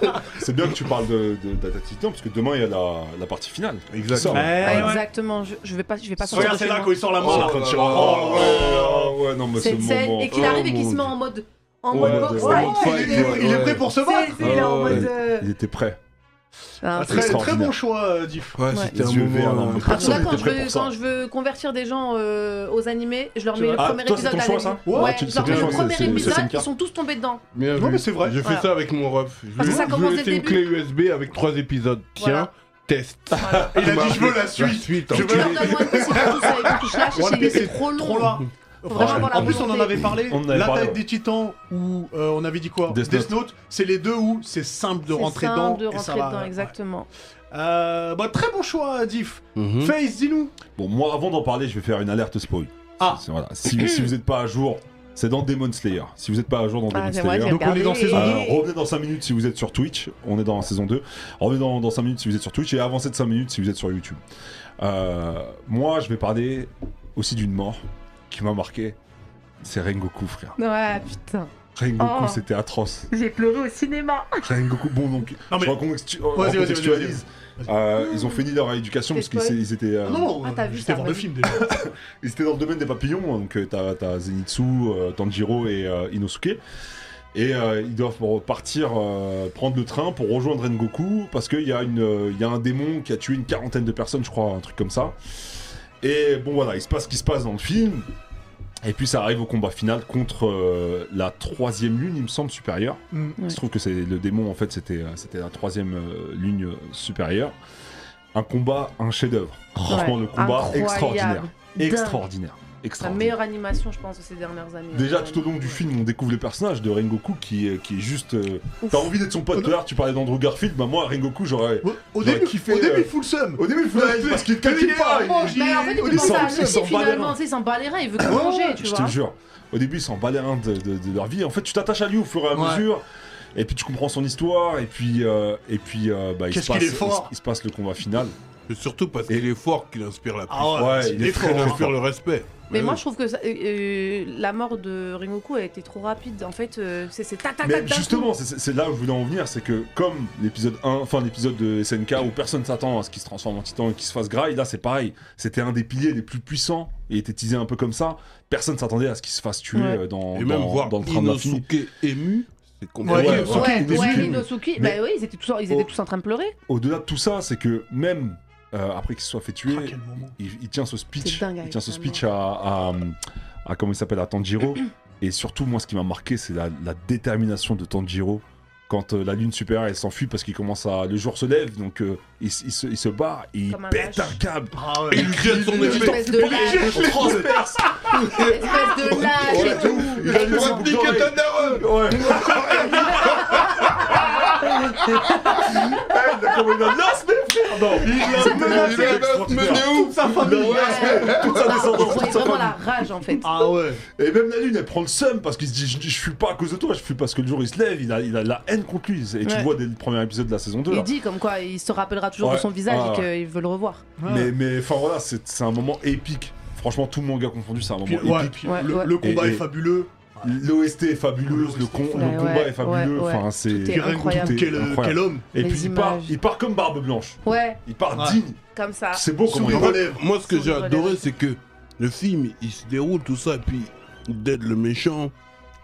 tu- c'est bien que tu parles de, de, d'Attaque Titan, parce que demain il y a la, la partie finale.
Exactement.
Ça,
Ouais,
Ah,
ouais.
Exactement, je, je vais pas, je vais pas sortir
Regarde,
de
c'est
chez
là
moi.
quand il sort
Ah,
la main.
Oh
là.
là
Quand tu-
là.
Oh, ouais, oh, ouais, non, mais ce
Cette scène
moment.
et qu'il arrive et qu'il se met en mode en
Ouais,
mode boxe
ouais,
fight.
ouais.
Il est- il est prêt pour se
C'est
battre.
c'est là en
Ouais,
mode.
ouais.
euh,
Ah, Il était prêt.
Ah,
Ah, très, très bon choix, euh, Diff.
Ouais,
c'était un moment, euh,
En tout cas,
Personne
quand
n'était
je,
prêt
veux,
pour ça.
quand je veux convertir des gens euh, aux animés, je leur
Tu
mets le
vois. Ah,
premier
toi, c'est
épisode
ton
à
choix,
la-
ça
Ouais,
Ouais, tu-
je
c'est
leur
ton
mets le
choix,
premier
c'est- c'est
épisode,
SNK.
ils sont tous tombés dedans.
Bien
Non,
vu.
mais c'est vrai.
Je fais
Voilà.
ça avec mon ref. Je
Parce que
lui-
ça
je lui
commence
ai
dès
laissé
le
une clé USB avec trois épisodes. Tiens,
Voilà.
test.
Il a
m'a
dit, je veux
appelé
la suite. Je veux
enculé.
la-
Donne-moi une petite pouce avec une touche lâche,
One
c'est-
Piece,
c'est
c'est
trop long.
trop là.
Faut
Franchement,
vraiment avoir la
en plus, on en
volonté.
avait parlé.
On en avait parlé,
L'attaque
ouais.
des titans, où euh, on avait dit quoi
Death Note.
c'est les deux où c'est simple de
C'est
rentrer
simple
dedans.
de
et ça
rentrer
va,
dedans,
ouais.
exactement.
Euh, bah, très bon choix, Diff. Face, dis-nous.
Bon, moi, avant d'en parler, je vais faire une alerte spoil.
Ah.
C'est- voilà. Si, si vous n'êtes pas à jour, c'est dans Demon Slayer. Si vous n'êtes pas à jour dans
Ah,
Demon
c'est vrai,
Slayer,
j'ai Donc, on est dans regardé. saison
Euh,
deux.
revenez dans 5 minutes si vous êtes sur Twitch. On est dans la saison 2. Revenez dans, dans 5 minutes si vous êtes sur Twitch et avancez de 5 minutes si vous êtes sur YouTube. Euh, moi, je vais parler aussi d'une mort qui m'a marqué. C'est Rengoku, frère.
Ouais, putain.
Rengoku,
Oh.
c'était atroce.
J'ai pleuré au cinéma.
Rengoku, bon donc,
Non, mais-
je recontextu-
vas-y, vas-y,
recontextualise. Euh, ils ont fini leur éducation
T'es
parce qu'ils
spoil.
ils étaient. euh,
Non,
Ah, t'as vu
j'étais
ça,
voir le
vas-y.
film déjà.
Ils étaient dans le domaine des papillons, donc euh, t'as t'as Zenitsu, euh, Tanjiro et euh, Inosuke. Et euh, ils doivent partir euh, prendre le train pour rejoindre Rengoku parce qu'il y, a une, euh, il y a un démon qui a tué une quarantaine de personnes, je crois, un truc comme ça. Et bon voilà, il se passe ce qui se passe dans le film. Et puis ça arrive au combat final contre euh, la troisième lune, il me semble, supérieure.
Mm.
Il se trouve que c'est le démon, en fait, c'était euh, c'était la troisième euh, lune euh, supérieure. Un combat, un chef-d'œuvre. Franchement, le combat
incroyable.
extraordinaire.
Dingue.
Extraordinaire.
La
Extraordinaire.
meilleure animation, je pense, de ces dernières années.
Déjà, tout au long du film, on découvre les personnages de Rengoku qui, est- qui est juste. euh,
Ouf.
T'as envie d'être son pote. Tout à l'heure, tu parlais d'Andrew Garfield. Bah, moi, Rengoku, j'aurais.
Au- Au
j'aurais
début,
kiffé,
au début,
euh,
il fout le seum.
Au début, il fout la haine parce qu'il ne
Il est
calcule pas.
orange,
il-
il
Mais en fait, il
Ils
fait penser
s'en-
à
ils
Lucie
s'en bat les reins. Oh,
finalement, tu sais, il s'en bat les reins, il veut tout manger, tu
Je
vois.
te jure. Au début, ils s'en bat les reins de, de- de leur vie. En fait, tu t'attaches à lui au fur et à
Ouais.
mesure. Et puis, tu comprends son histoire. Et puis, euh, et puis euh, bah, il, se
Qu'est-ce
passe,
qu'il est
il se-
fort.
il se passe le combat final.
Et Surtout parce qu'il est fort qu'il inspire la
Ah ouais,
puissance.
Ouais, il
Il
est
est
très
fort hein. qu'il
fort. hein.
inspire le respect.
Mais moi, je trouve que ça- euh, euh, la mort de Rengoku a été trop rapide. En fait, euh, c'est c'est ta ta ta
Mais justement, c'est- c'est c'est là où je voulais en venir, c'est que comme l'épisode 1, enfin l'épisode de SNK où personne s'attend à ce qu'il se transforme en titan et qu'il se fasse graille, là c'est pareil, c'était un des piliers les plus puissants, il était teasé un peu comme ça, personne s'attendait à ce qu'il se fasse tuer
Ouais.
euh, dans,
Et
dans,
même voir
dans le train de l'infini.
Inosuke ému, c'est
Ouais,
compliqué.
Inosuke,
Ouais,
Inosuke,
ouais,
mais-
Inosuke, bah
mais-
oui, ils étaient tous, ils étaient
Oh.
tous en train de pleurer.
Au-delà de tout ça, c'est que même euh, après qu'il se soit fait tuer,
Ah, quel moment.
il, il tient ce speech,
C'est dingue
il
avec
tient ce
sa
speech à, à, à- comment il s'appelle à Tanjiro. et surtout, moi, ce qui m'a marqué, c'est la, la détermination de Tanjiro quand euh, la lune supérieure elle s'enfuit parce qu'il commence à le jour se lève, donc euh, il, s- il se, il se barre, et il
Comme un
pète
lâche.
un câble.
Ah ouais.
Il jette son
Une
épée.
espèce de lâche,
On transperce. Oh,
espèce de lâche et tout.
Il a mis sa boucle
Niquer
d'oreille.
ta daronne
Ouais. Eh, comment il a lancé, frère Non, il l'a menacé.
Il a mené où
Sa famille.
Non, ouais, toute sa
bah, On
descendance,
voyait
toute sa
vraiment
famille.
la rage, en fait.
Ah ouais.
Et même la lune, elle prend le seum parce qu'il se dit je, je fuis pas à cause de toi, je fuis parce que le jour il se lève, il a, il a la haine contre lui. Et tu
Ouais.
le vois dès le premier épisode de la saison 2. là.
Il dit comme quoi, il se rappellera toujours de
Ouais.
son visage
Ah,
et qu'il veut le revoir.
Mais mais, enfin voilà, c'est c'est un moment épique. Franchement, tout manga confondu, c'est un moment
Puis- ouais,
épique.
puis
Ouais,
le,
ouais.
le combat
Et-
est
et-
fabuleux.
L'OST est fabuleuse, le, con- le
Ouais,
combat
ouais,
est fabuleux.
ouais, ouais.
Enfin, c'est.
Tout est
Puis rien que
incroyable.
Quel, euh,
Incroyable.
quel homme.
Et
Les
puis il part,
images.
il part comme Barbe Blanche.
Ouais, Ah,
Il part
Ouais.
digne.
comme ça.
C'est beau comment il
En
part.
fait, Moi, ce que j'ai
Sourire aux
adoré,
lèvres.
c'est que le film, il se déroule, tout ça, et puis d'aide le méchant.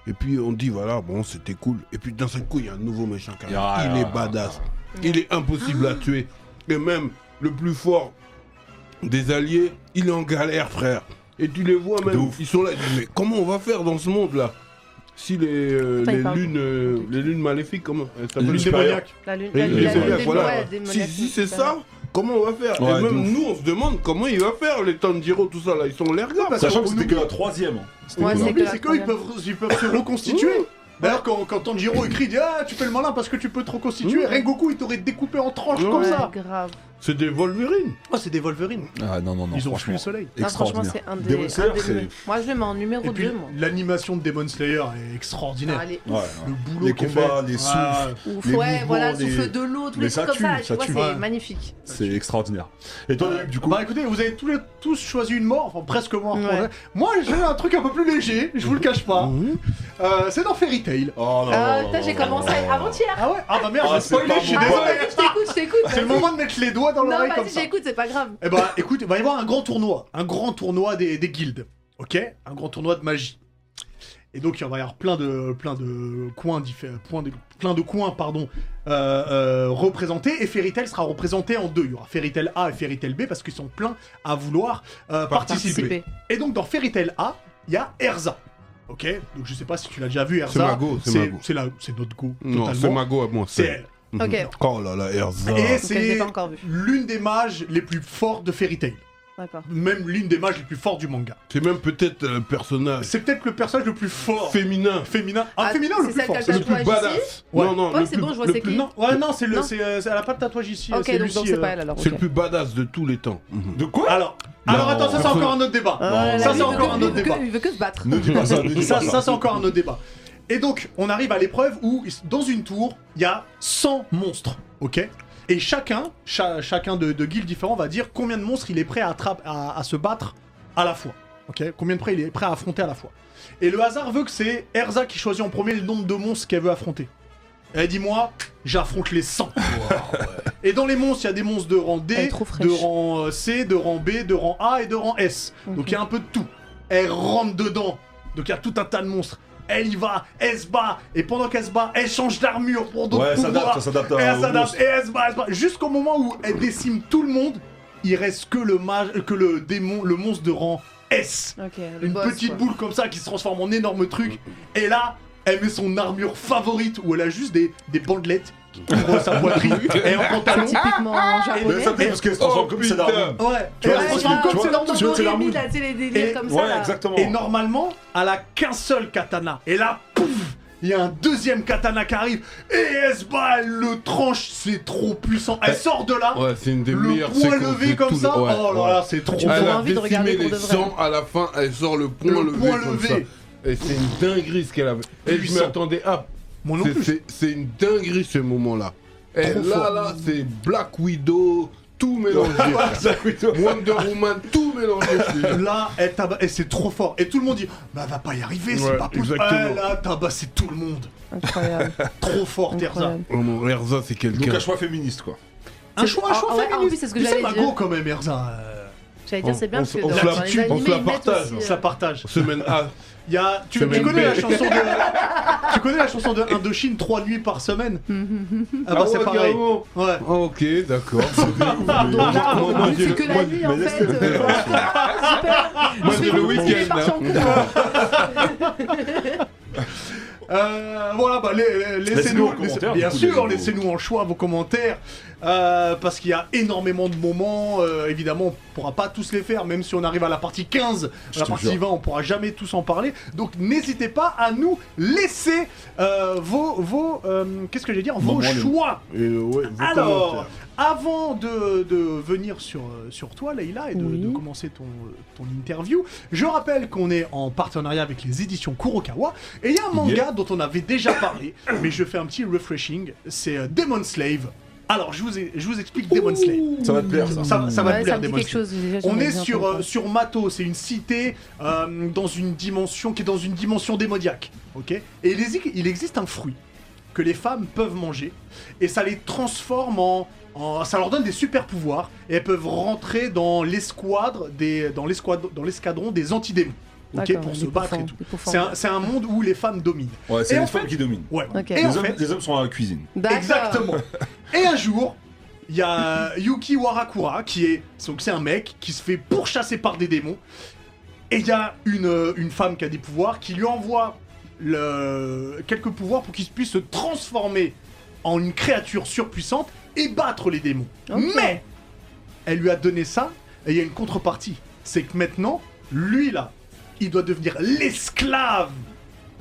Et puis on dit, voilà, bon, c'était cool. Et puis d'un seul coup, il y a un nouveau méchant qui arrive.
Ah,
il
ah,
est
ah,
badass. Il est impossible à
Ah.
tuer. Et même le plus fort des alliés, il est en galère, frère. Et tu les vois
De
même,
ouf.
ils sont là. ils disent, mais comment on va faire dans ce monde-là si les, euh,
Attends, il
les
parle.
lunes, euh, les lunes maléfiques, comment elles s'appellent
Le
Lune
démoniaque.
La lune,
et
la
il
lune,
est
la lune,
zodiaque,
des-
voilà.
ouais, des
Si,
maniaques,
si c'est
tout
ça, comment on va faire
Ouais,
Et
de
même
ouf.
nous, on se demande comment il va faire, les Tanjiro, tout ça, là, ils sont l'air gars.
Sachant que c'était que la troisième. hein. C'était
Ouais,
que la-
c'est
Mais
clair,
c'est qu'eux, ils
quand
peuvent, ils peuvent se reconstituer. D'ailleurs, quand, quand Tanjiro écrit, il dit Ah, tu fais le malin parce que tu peux te reconstituer.
Mmh.
Rengoku, il t'aurait découpé en tranches
Ouais.
comme
Ouais,
ça.
grave.
C'est des Wolverine.
Oh, c'est des Wolverines.
Ah non, non, non.
ils ont fui
franchement,
le soleil.
Non, franchement,
Extraordinaire.
c'est un des.
Demon Slayer,
un des
c'est-
meilleurs. Moi, je le mets en
Et
numéro
puis,
2, moi.
l'animation de Demon Slayer est extraordinaire.
Ah, elle est
Ouais, ouais.
Le boulot
Les
qui est
combats,
fait. Ah,
les
Ouais.
souffles.
ouf.
les
ouais,
mouvements,
voilà,
les-
souffle de l'eau, tous
Mais
les
ça
trucs comme
tue,
ça.
ça
Tu vois,
tue.
c'est
Ouais.
magnifique.
C'est extraordinaire. Et toi, David, du coup
Bah écoutez, vous avez tous, les- tous choisi une mort, enfin presque mort.
Ouais.
Moi j'ai un truc un peu plus léger, je vous le cache pas. Euh, c'est dans Fairy Tail.
Oh non,
Ah,
non, non,
putain, j'ai
non,
commencé
non, non, non.
avant-hier.
Ah ouais Ah bah merde,
Ah,
j'ai
c'est
spoilé,
pas
je suis
bon.
Ah,
désolé.
ouais, je t'écoute, je t'écoute.
C'est le moment de mettre les doigts dans
Non,
l'oreille comme
vas-y,
ça.
j'écoute, c'est pas grave.
Eh bah écoute, il va y avoir un grand tournoi, un grand tournoi des, des guildes. Ok Un grand tournoi de magie. Et donc, il va y avoir plein de, plein de coins, diffé- point de- plein de coins pardon, euh, euh, représentés. Et Fairy Tail sera représenté en deux. Il y aura Fairy Tail A et Fairy Tail B parce qu'ils sont pleins à vouloir euh, participer.
Participer.
Et donc, dans Fairy Tail A, il y a Erza. Ok, donc je sais pas si tu l'as déjà vu, Erza.
C'est ma go, c'est ma go.
c'est la- c'est notre go.
Non, c'est
totalement.
Mago à moi.
C'est elle.
Mhm.
Ok.
Oh là là, Erza.
Et
je l'ai
c'est
pas encore vu.
l'une des mages les plus fortes de Fairy Tail.
D'accord.
Même l'une des mages les plus fortes du manga.
C'est même peut-être le personnage
C'est peut-être le personnage le plus fort.
féminin.
Féminin. Un
Ah,
féminin le
c'est
plus
celle
fort.
qui a
Le plus
Tatouage
badass.
ici
Non,
Ouais.
non,
Ouais,
le
c'est
plus-
bon, je vois
le
c'est
plus-
qui.
Non, ouais, non, c'est le,
Non.
c'est, euh, elle a pas de tatouage ici.
Ok,
c'est
donc
Lucie,
donc c'est
euh.
pas elle alors.
C'est
ok.
le plus badass de tous les temps.
De quoi
Alors, alors attends, ça c'est encore un autre débat.
Ah, là, là,
ça
lui,
c'est
il
encore
veut
un autre
que- il veut que-
débat.
Il veut que se battre.
Ne dis pas ça, ne dis
Ça,
pas
ça, c'est encore un autre débat. Et donc, on arrive à l'épreuve où, dans une tour, il y a 100 monstres, ok Et chacun, cha- chacun de, de guildes différents va dire combien de monstres il est prêt à, attrape- à, à se battre à la fois, ok Combien de prêts il est prêt à affronter à la fois. Et le hasard veut que c'est Erza qui choisit en premier le nombre de monstres qu'elle veut affronter. Elle dit moi, j'affronte les 100. Et dans les monstres, il y a des monstres de rang
Elle est
D,
trop fraîche.
de rang euh, C, de rang B, de rang A et de rang S. Donc il y a un peu de tout. Elle rentre dedans. Donc il y a tout un tas de monstres. Elle y va, elle se bat, et pendant qu'elle se bat, elle change d'armure ah, pour d'autres
Ouais, elle s'adapte,
pouvoirs.
elle s'adapte
Et
à-
elle
au
s'adapte,
monstre.
et elle se bat, elle se bat. Jusqu'au moment où elle décime tout le monde, il reste que le mage, que le démon, le monstre de rang S.
Ok, le
Une
boss,
petite
quoi.
boule comme ça qui se transforme en énorme truc. Et là, elle met son armure favorite où elle a juste des, des bandelettes qui couvrent sa poitrine et en pantalon.
Typiquement
Mais
japonais.
ça fait parce qu'elle se transforme comme c'est l'arme.
Ouais,
Tu vois,
elle se
c'est-
transforme
tu
comme
vois,
c'est leur
tu vois, c'est l'arme.
Doremi, là, tu sais, les délires
Et-
comme ça.
Ouais,
là.
exactement.
Et normalement, elle a qu'un seul katana. Et là, pouf il y a un deuxième katana qui arrive et elle se bat, elle le tranche, c'est trop puissant. Elle sort de
Ah.
là,
Ouais, c'est une des
le
meilleures
poing
séquences de
levé comme
tous
ça.
les- ouais,
oh là
ouais. Ah,
là, c'est trop
me
elle
donnes
a
fort.
envie de regarder
décimé
pour
les
de vrai.
100 à la fin, elle sort le poing
Le
levé
poing
comme
levé.
ça. Et c'est une dinguerie ce qu'elle avait. Et je
Puissant.
m'attendais à.
Moi non
C'est-
plus.
c'est- C'est une dinguerie ce moment-là. Et
Trop
là,
fort.
là, c'est Black Widow, tout mélangé. Wonder Woman, tout mélangé. c'est-
Là, elle tabasse, et c'est trop fort. Et tout le monde dit, bah elle va pas y arriver, c'est
Ouais,
pas possible.
exactement.
Elle a tabassé tout le monde.
Incroyable.
Trop fort, Terza.
incroyable.
Oh mon Erza, c'est
Donc
quelqu'un.
un choix féministe quoi.
Un
C'est-
choix, un
ah,
choix
ouais, ah,
féministe.
oui, c'est ce que
Mais
j'allais
magot
dire.
quand même, Erza. euh,
J'allais dire, c'est bien
On-
parce que
on
dans
se la
dans les
tue, on
animés,
se la
ils mettent
partage,
aussi,
on
On
euh,
se la partage.
Semaine A.
Il y a- tu,
Semaine
tu connais
B.
la chanson de. tu connais la chanson de Indochine, 3 nuits par semaine Ah bah
Ah
c'est
ouais,
pareil.
carrément.
Ouais.
Ah, ok, d'accord.
Pardon,
Moi,
là,
moi,
on
moi,
dit,
j'ai-
c'est que la
moi,
nuit
mais
en
laisse-
fait. euh, voilà, super.
Moi,
Je
j'ai
vais
le
vous couper,
week-end,
parti en
hein.
courant.
Euh, voilà, bah les- les-
Laissez-nous en
laissez-nous. laissez-
commentaire,
bien
du coup,
sûr,
les-
laissez-nous en choix vos commentaires. euh, parce qu'il y a énormément de moments. euh, évidemment, on pourra pas tous les faire, même si on arrive à la partie 15.
Je
À la
te
partie
jure.
20, on pourra jamais tous en parler. Donc n'hésitez pas à nous laisser euh, vos. vos euh, Qu'est-ce que j'ai dire Vos
Moments, les-
choix.
Et, euh, ouais, vos
Alors,
commentaires.
avant de, de venir sur, euh, sur toi, Leïla, et de,
Oui.
de commencer ton, euh, ton interview, je rappelle qu'on est en partenariat avec les éditions Kurokawa, et il y a un manga
Yeah.
dont on avait déjà parlé, mais je fais un petit refreshing, c'est euh, Demon Slave. Alors, je vous, ai- je vous explique Demon Slave.
Ça va te plaire ça.
Ça, ça va te
Ouais,
plaire,
me dit
Demon
quelque
Slave.
chose. déjà, j'en
On
ai
est
bien
sur,
entendu
euh, sur Mato, c'est une cité euh, dans une dimension qui est dans une dimension démoniaque. Ok Et il, exi- il existe un fruit que les femmes peuvent manger et ça les transforme en. en- ça leur donne des super pouvoirs et elles peuvent rentrer dans l'escouadre des dans l'escouadre dans l'escadron des antidémons. Ok
D'accord,
Pour
les
se battre et
pourfends,
tout.
les pourfends.
C'est un, c'est un monde où les femmes dominent.
Ouais, c'est
Et en
les femmes
fait-
qui dominent.
Ouais.
Ok.
Et en
Les hommes,
fait,
les hommes sont à la cuisine.
D'accord.
Exactement. Et un jour, il y a Yuki Warakura qui est donc c'est un mec qui se fait pourchasser par des démons. Et il y a une, euh, une femme qui a des pouvoirs qui lui envoie le, quelques pouvoirs pour qu'il puisse se transformer en une créature surpuissante et battre les démons.
Ok.
Mais elle lui a donné ça et il y a une contrepartie. C'est que maintenant, lui là, il doit devenir l'esclave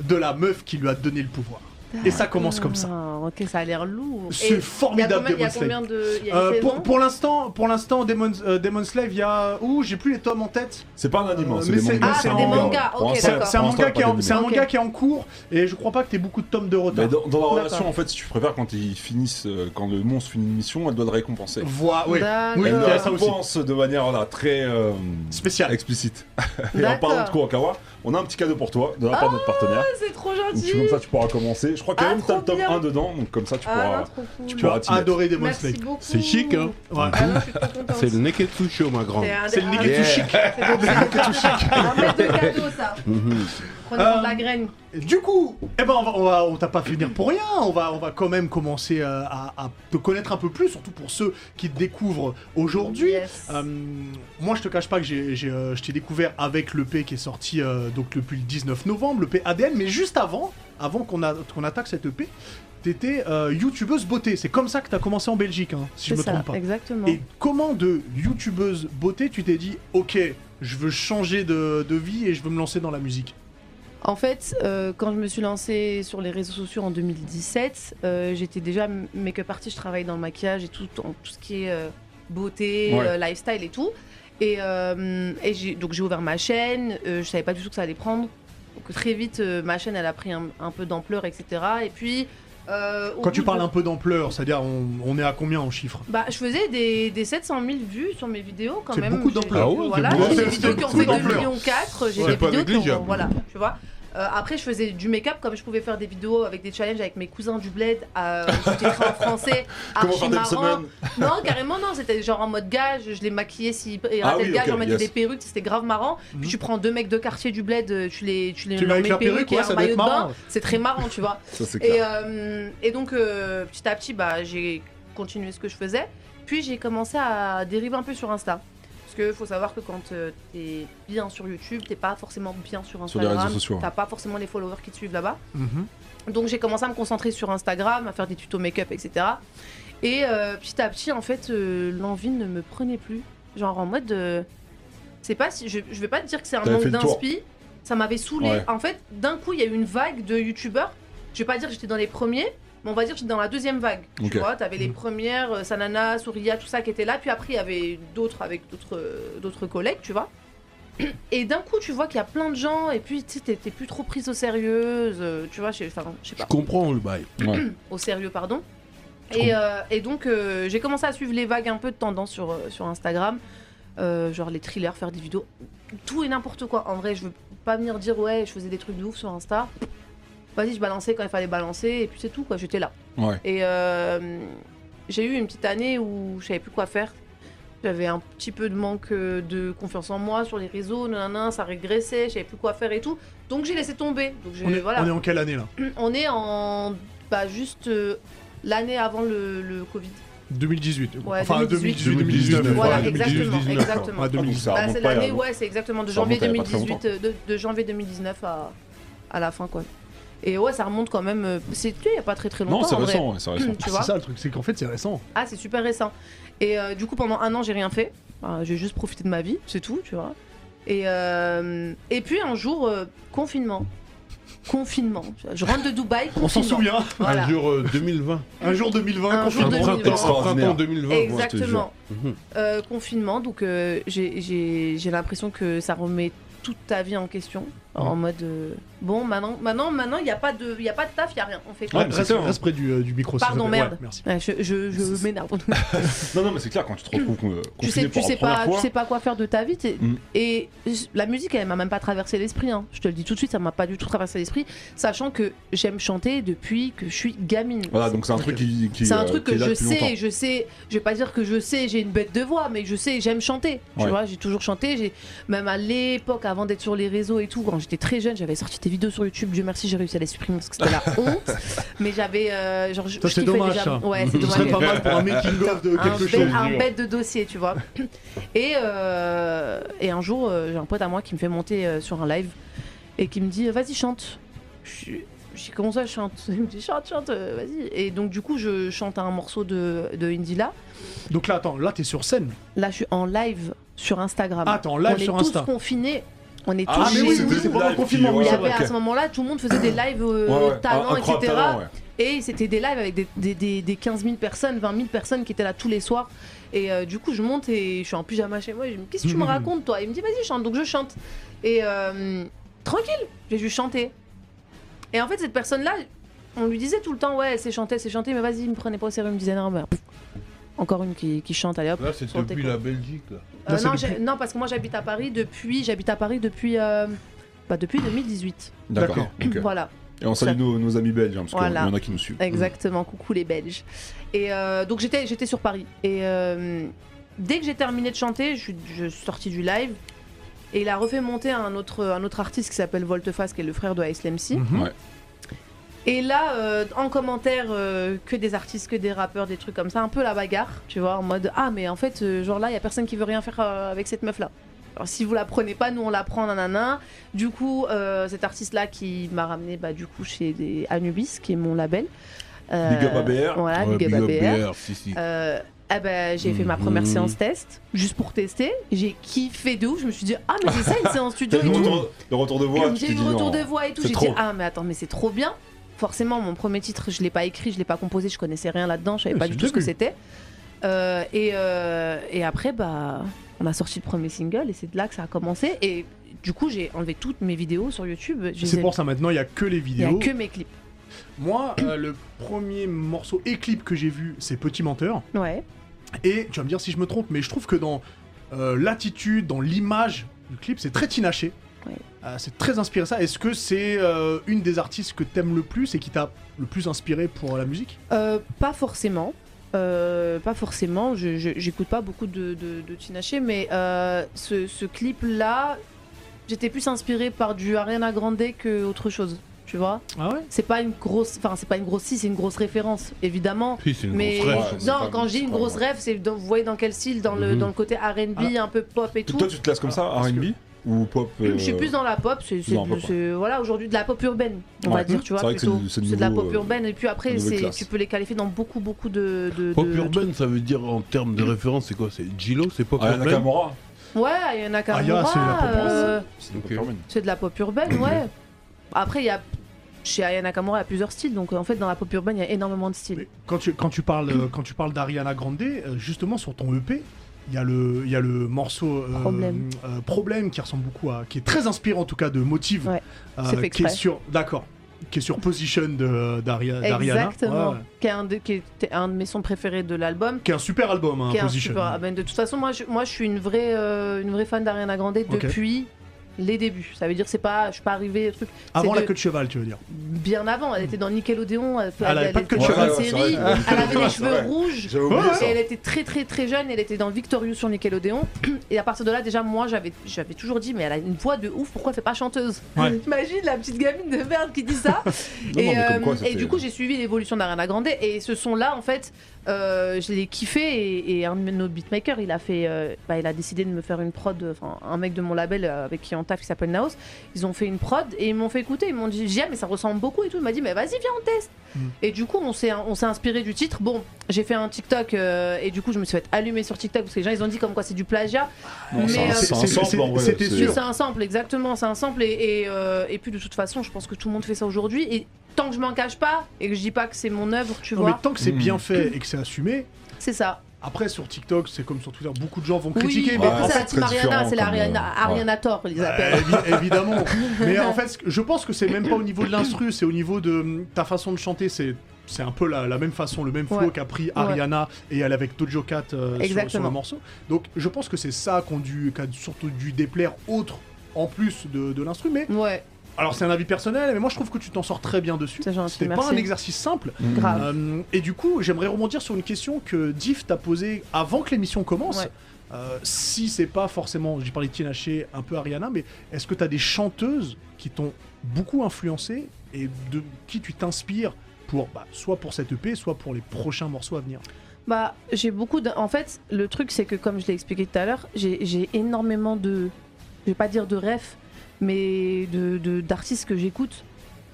de la meuf qui lui a donné le pouvoir. Et ça commence comme ça.
Ah, Ok, ça a l'air lourd.
C'est
Et il y a
formidable,
combien- Il y a
Demon
combien de. il y a une
Euh,
saison
pour pour l'instant, pour l'instant, Demon, euh, Demon Slave, il y a. Ouh, j'ai plus les tomes en tête.
C'est pas un anime, hein,
Euh,
c'est
mais
des
c'est-
mangas.
ah, c'est des
mangas,
Pour
ok,
l'instant,
d'accord.
C'est un
pour
manga
l'instant,
qui est en,
pas
c'est un
Ok.
manga qui est en cours et je crois pas que t'aies beaucoup de tomes de
Mais
retard.
dans, dans la relation,
D'accord.
en fait, si tu préfères, quand ils finissent, euh, quand le monstre finit une mission, elle doit le récompenser.
Voilà, oui.
D'accord.
Oui,
Elle
il y
le
a ça aussi.
récompense de manière voilà, très euh,
Spécial.
explicite. Et en parlant de
D'accord.
Kurokawa, on a un petit cadeau pour toi de la part de notre partenaire.
C'est trop
Donc, tu-
gentil.
comme ça, tu pourras commencer. Je crois que
Ah,
même t'as le
trop
top
bien.
1 dedans, donc comme ça, tu
Ah,
pourras.
non, trop cool.
tu
Tu vas
pourras t'y mettre.
adorer Demon
Merci
Slave.
beaucoup.
C'est chic, hein
Ouais.
Ah non, je suis trop contente.
C'est le Neketsucho, ma grande.
un-
C'est le
ah,
Neketsu
C'est
chic.
bon, c'est un- un mètre de cadeau, ça.
Mhm.
Prenons de la graine.
Du coup, eh ben on, va, on, va- on t'a pas fait venir pour rien. On va, on va quand même commencer euh, à, à te connaître un peu plus, surtout pour ceux qui te découvrent aujourd'hui. Euh, moi, je te cache pas que j'ai, j'ai, euh, je t'ai découvert avec le P qui est sorti euh, donc depuis le 19 novembre, le P ADN. Mais juste avant, avant qu'on, a- qu'on attaque cette EP, t'étais euh, youtubeuse beauté. C'est comme ça que t'as commencé en Belgique, hein, si je
C'est
me
ça,
trompe pas.
exactement.
Et comment de youtubeuse beauté, tu t'es dit, ok, je veux changer de, de vie et je veux me lancer dans la musique.
En fait, euh, quand je me suis lancée sur les réseaux sociaux en 2017, euh, j'étais déjà m- make-up artist, je travaille dans le maquillage et tout, en tout ce qui est euh, beauté,
Ouais.
euh, lifestyle et tout. Et, euh, et j'ai- donc j'ai ouvert ma chaîne, euh, je savais pas du tout que ça allait prendre. Donc très vite, euh, ma chaîne, elle a pris un, un peu d'ampleur, etc. Et puis... euh, au
Quand tu
bout
parles
de-
un peu d'ampleur, c'est-à-dire on, on est à combien en chiffres
Bah, je faisais des, des 700 000 vues sur mes vidéos quand
C'est
même.
beaucoup
J'ai-
d'ampleur. Ah ouais, c'est
voilà,
beaucoup.
j'ai des
C'est
vidéos qui ont
beaucoup
fait 2
d'ampleur.
millions 4, j'ai
C'est
des
pas
vidéos qui ont,
négligeable.
voilà, tu vois. Euh, après, je faisais du make-up comme je pouvais faire des vidéos avec des challenges avec mes cousins du bled, euh, j'étais en français,
Comment
archi
faire des
marrant.
semaines
Non, carrément non, c'était genre en mode gage, je les maquillais s'ils ils
Ah
rataient
oui,
le gage,
ok,
j'en mettais
yes.
des perruques, c'était grave marrant.
Mhm.
Puis tu prends deux mecs de quartier du bled, euh, tu les tu les
Tu mets
leur
avec
mets
la
perruque
perruque,
et
ouais,
un
ça doit
maillot
être
de bain,
marrant.
c'est très marrant, tu vois.
Ça, c'est
Et,
clair.
euh, et donc, euh, petit à petit, bah, j'ai continué ce que je faisais. Puis j'ai commencé à dériver un peu sur Insta. Parce que faut savoir que quand euh, t'es bien sur YouTube, t'es pas forcément bien sur
Sur les réseaux
Instagram.
sociaux, ouais.
T'as pas forcément les followers qui te suivent là-bas. Donc j'ai commencé à me concentrer sur Instagram, à faire des tutos make-up, etc. Et euh, petit à petit, en fait, euh, l'envie ne me prenait plus. Genre en mode. euh, c'est pas si, je, je vais pas te dire que c'est un
T'avais
manque
fait le tour.
d'inspi. Ça m'avait saoulé.
Ouais.
En fait, d'un coup, il y a eu une vague de youtubeurs. Je vais pas dire que j'étais dans les premiers, mais on va dire que j'étais dans la deuxième vague.
Ok.
Tu vois, t'avais les premières, euh, Sanana, Souria, tout ça qui étaient là. Puis après, il y avait d'autres avec d'autres euh, d'autres collègues, tu vois. Et d'un coup, tu vois qu'il y a plein de gens, et puis tu sais, t'es t'es plus trop prise au sérieux, euh, tu vois, je enfin, je sais pas.
Je comprends le bail.
au sérieux, pardon. Et, euh, et donc, euh, j'ai commencé à suivre les vagues un peu de tendance sur, euh, sur Instagram, euh, genre les thrillers, faire des vidéos, tout et n'importe quoi. En vrai, je veux pas venir dire, ouais, je faisais des trucs de ouf sur Insta. Vas-y, je balançais quand il fallait balancer, et puis c'est tout, quoi, j'étais là.
Ouais.
Et euh, j'ai eu une petite année où je savais plus quoi faire. J'avais un petit peu de manque euh, de confiance en moi sur les réseaux, nanana, ça régressait, je savais plus quoi faire et tout. Donc j'ai laissé tomber. Donc j'ai-
on, est,
Euh, voilà.
on est en quelle année là
On est en. Bah, juste euh, l'année avant le, le Covid.
2018.
Ouais,
enfin
2018,
2018, 2019.
Voilà,
ouais,
exactement.
2019,
exactement.
ouais, 2019.
Bah, c'est l'année, ouais, c'est exactement
hein.
de
ça
janvier
remonte à il y a pas très
2018, euh, de, de janvier 2019 à, à la fin, quoi. Et ouais, ça remonte quand même. euh, C'est tu sais, il n'y a pas très très longtemps.
Non, c'est
en vrai.
récent,
ouais, c'est
tu
Ah,
vois
c'est ça le truc, c'est qu'en fait c'est récent.
Ah, c'est super récent. Et euh, du coup, pendant un an, j'ai rien fait. Enfin, j'ai juste profité de ma vie, c'est tout, tu vois. Et, euh, et puis un jour, euh, confinement. Confinement. Je rentre de Dubaï.
On s'en
confinement.
souvient.
Voilà.
Un jour euh, 2020.
Un jour 2020.
Un jour
printemps,
2020.
un printemps 2020. moi, je te jure.
Exactement.
Mhm.
Euh, confinement, donc euh, j'ai- j'ai j'ai l'impression que ça remet toute ta vie en question. En mode euh, bon, maintenant, maintenant, maintenant, il n'y a pas de, il y a pas de taf, il y a rien. On fait quoi
Ouais, reste, reste près du, euh, du micro. s'il te
Pardon,
plaît.
merde.
Ouais, merci.
Ouais, je je, je m'énerve.
Non, non, mais c'est clair, quand tu te retrouves euh,
tu
confiné
sais, tu
pour
sais
la
pas,
première
tu
fois.
sais pas quoi faire de ta vie. t'es-
Mm.
Et j- la musique, elle m'a même pas traversé l'esprit. hein. Je te le dis tout de suite, ça m'a pas du tout traversé l'esprit, sachant que j'aime chanter depuis que je suis gamine.
Voilà, donc c'est un truc qui. qui,
C'est un
euh,
truc
qui est
que
là
je
depuis
sais,
longtemps.
je sais, je vais pas dire que je sais, j'ai une bête de voix, mais je sais, j'aime chanter.
Ouais.
Tu vois, j'ai toujours chanté, j'ai même à l'époque, avant d'être sur les réseaux et tout, quand j'étais très jeune, j'avais sorti des vidéos sur YouTube, Dieu merci, j'ai réussi à les supprimer parce que c'était la honte, mais j'avais euh, genre je,
Ça,
je
c'est
kiffais
dommage,
déjà.
ça.
Ouais,
Ce
c'est dommage.
serait pas mal pour un making-of de
Un
quelque
bête-
chose.
Un bête de dossier, tu vois. Et, euh, et un jour, euh, j'ai un pote à moi qui me fait monter euh, sur un live et qui me dit euh, vas-y chante. Je j'ai comment ça je chante Il me dit chante chante euh, vas-y et donc du coup je chante un morceau de de Indila.
Donc là, attends, là t'es sur scène.
Là je suis en live sur Instagram.
Ah, t'es en live
bah, on
sur
est
Insta.
tous confinés. On est tous
Ah, mais oui,
chez
c'était
nous.
pendant le Live confinement, qui- oui,
Il y
ouais,
avait
ouais,
à
ok.
ce moment-là tout le monde faisait des lives euh,
Ouais, ouais,
talents
un- un
etc.
crowd talent, ouais.
Et c'était des lives avec des, des, des- des 15 000 personnes, 20 000 personnes qui étaient là tous les soirs. Et euh, du coup, je monte et je suis en pyjama chez moi. Et je me dis, qu'est-ce que tu me
Mhm.
racontes, toi Il me dit, vas-y, chante. Donc je chante. Et euh, tranquille, j'ai juste chanté. Et en fait, cette personne-là, on lui disait tout le temps, ouais, elle sait chanter, elle sait chanter, mais vas-y, il me prenait pas au sérieux. Il me disait, non, mais pff, encore une qui, qui chante, allez hop.
Là, c'est
chantez,
depuis
quoi.
la Belgique. Là.
Euh, non, j'ai- non, parce que moi, j'habite à Paris depuis. J'habite à Paris depuis. euh, bah, depuis 2018.
D'accord. ok.
Voilà.
Et on salue nos, nos amis belges, hein, parce qu'il
Voilà.
y en a qui nous suivent.
Exactement, coucou les Belges. Et euh, donc j'étais, j'étais sur Paris. Et euh, dès que j'ai terminé de chanter, je suis, je suis sortie du live. Et il a refait monter un autre, un autre artiste qui s'appelle Volteface, qui est le frère de Ice MC. Et là, euh, en commentaire, euh, que des artistes, que des rappeurs, des trucs comme ça, un peu la bagarre, tu vois, en mode Ah, mais en fait, euh, genre là, il y a personne qui veut rien faire euh, avec cette meuf là. Alors, si vous la prenez pas, nous on la prend, nanana. Du coup, euh, cet artiste là qui m'a ramené, bah, du coup, chez des Anubis, qui est mon label. Euh,
Big up ABR.
Voilà,
Ouais,
Big up
big up
ABR.
ABR, si, si.
Euh, ah bah, j'ai fait ma première
Mhm.
séance test, juste pour tester. J'ai kiffé de ouf. Je me suis dit, ah, mais c'est ça une séance studio et
le,
tout.
retour, le retour de voix.
Comme
tu
j'ai
t'es
eu
dit,
le retour
non,
de voix et tout,
c'est
j'ai dit
trop.
ah mais attends mais c'est trop bien. Forcément mon premier titre je l'ai pas écrit, je l'ai pas composé, je connaissais rien là-dedans, je savais
Oui,
pas
c'est
du
le
tout ce que
début.
c'était. Euh, et, euh, et après bah on a sorti le premier single et c'est de là que ça a commencé et du coup j'ai enlevé toutes mes vidéos sur YouTube. Je les
C'est
ai-
pour ça maintenant, il y a que les
Il y a
vidéos.
que mes clips.
Moi, euh, le premier morceau et clip que j'ai vu, c'est Petit Menteur.
Ouais.
Et tu vas me dire si je me trompe, mais je trouve que dans euh, l'attitude, dans l'image du clip, c'est très tinaché. Euh, c'est très inspiré de ça. Est-ce que c'est euh, une des artistes que t'aimes le plus et qui t'a le plus inspiré pour la musique
Euh, pas forcément. Euh, pas forcément, Je- je- j'écoute pas beaucoup de, de, de Tina Shea, mais euh, ce, ce clip-là, j'étais plus inspirée par du Ariana Grande que autre chose, tu vois.
Ah ouais
C'est pas une grosse, enfin c'est pas une grosse si, c'est une grosse référence, évidemment.
Si, c'est une
mais
grosse rêve. Ouais, c'est
non,
pas-
quand j'ai
c'est
une
pas
grosse
vrai.
rêve, c'est dans- vous voyez dans quel style, dans le
Mhm.
dans le côté R&B,
Ah.
un peu pop et tout.
Toi, tu te lasses comme ça, RB ou pop
Hum, Je suis plus dans la pop, c'est c'est-
dans la pop,
c'est- voilà aujourd'hui de la pop urbaine, on
Ouais.
va dire, tu vois
C'est vrai que
plutôt.
c'est- c'est
C'est
le
de la
nouveau,
pop
euh,
urbaine et puis après
la nouvelle
c'est-
classe.
tu peux les qualifier dans beaucoup beaucoup de, de-
Pop
de-
urbaine, ça veut dire en termes de référence, c'est quoi C'est Gilo, c'est pop
Ah,
urbaine
Nakamura.
Ouais, il y en a quand
Ah, yeah, c'est la pop urbaine.
C'est de la pop urbaine, ouais. Après, il y a. Chez Ayana Kamura, il y a plusieurs styles, donc euh, en fait, dans la pop urbaine, il y a énormément de styles.
quand tu, quand tu parles, euh, quand tu parles d'Ariana Grande, euh, justement sur ton EP, il y, a le- il y a le morceau euh,
Problème.
euh, Problème qui ressemble beaucoup à. qui est très inspirant en tout cas de Motive. euh,
c'est fait
qui est
exprès.
sur. D'accord. Qui est sur Position de- d'Aria- d'Ariana.
Exactement.
Ouais, ouais.
Qui, est un de, qui était un de mes sons préférés de l'album.
Qui est un super album, hein,
Qui est un
Position.
super album. De toute façon, moi, je, moi, je suis une vraie, euh, une vraie fan d'Ariana Grande
Ok.
depuis les débuts. Ça veut dire, c'est pas, je suis pas arrivée. Truc,
Avant
c'est
la queue de cheval, tu veux dire.
Bien avant, elle était dans Nickelodeon, elle,
Ah, Elle avait pas de queue de
était
cheval.
dans
Ouais,
une
ouais,
série,
c'est vrai.
elle avait
Ouais,
les
c'est
cheveux
vrai.
rouges,
J'avais oublié
et
ça.
elle était très très très jeune, elle était dans Victorious sur Nickelodeon, et à partir de là déjà moi j'avais j'avais toujours dit mais elle a une voix de ouf, pourquoi elle fait pas chanteuse
Ouais.
Imagine la petite gamine de merde qui dit ça
Non,
Et, euh,
non, mais comme quoi, ça
et
fait-
du coup j'ai suivi l'évolution d'Ariana Grande, et ce son là en fait euh, je l'ai kiffé, et, et un de nos beatmakers il a fait, euh, bah, il a décidé de me faire une prod, enfin un mec de mon label euh, avec qui on taf qui s'appelle Naos, ils ont fait une prod et ils m'ont fait écouter. Ils m'ont dit, j'ai mais ça ressemble beaucoup et tout. Il m'a dit, mais vas-y, viens, on teste.
Hmm.
Et du coup, on s'est, on s'est inspiré du titre. Bon, j'ai fait un TikTok euh, et du coup, je me suis fait allumer sur TikTok parce que les gens, ils ont dit comme quoi c'est du plagiat. euh,
Non, c'est un- c'est un
euh, c'est-
sample,
c'est-
en vrai,
c'était
c'est-
sûr.
C'est un sample, exactement, c'est un sample. Et, et, euh, et puis, de toute façon, je pense que tout le monde fait ça aujourd'hui. Et tant que je m'en cache pas et que je dis pas que c'est mon œuvre, tu
Non,
vois.
mais tant que c'est bien fait et que c'est assumé.
C'est ça.
Après, sur TikTok, c'est comme sur Twitter, beaucoup de gens vont
Oui,
critiquer.
mais
mais en
après, c'est
fait,
la team Ariana, c'est la Ariana, Ariana Tor, ils appellent.
Euh, évi- évidemment. Mais en fait, ce que- je pense que c'est même pas au niveau de l'instru, c'est au niveau de hum, ta façon de chanter. C'est c'est un peu la, la même façon, le même flow
Ouais.
qu'a pris
Ouais.
Ariana et elle avec Dojo Cat euh, sur- sur,
Exactement.
le morceau. Donc je pense que c'est ça qu'on dû, qu'a surtout dû déplaire autre en plus de, de l'instru. Mais
ouais.
alors c'est un avis personnel, mais moi je trouve que tu t'en sors très bien dessus. C'était pas
merci.
un exercice simple.
Mhm. Grave.
Euh, et du coup, j'aimerais rebondir sur une question que Diff t'a posée avant que l'émission commence.
Ouais.
Euh, si c'est pas forcément, j'ai parlé de Tina Shea, un peu Ariana, mais est-ce que t'as des chanteuses qui t'ont beaucoup influencé et de qui tu t'inspires pour, bah, soit pour cette EP, soit pour les prochains morceaux à venir
Bah, j'ai beaucoup de. En fait, le truc, c'est que comme je l'ai expliqué tout à l'heure, j'ai j'ai énormément de. Je vais pas dire de refs, mais de de- d'artistes que j'écoute.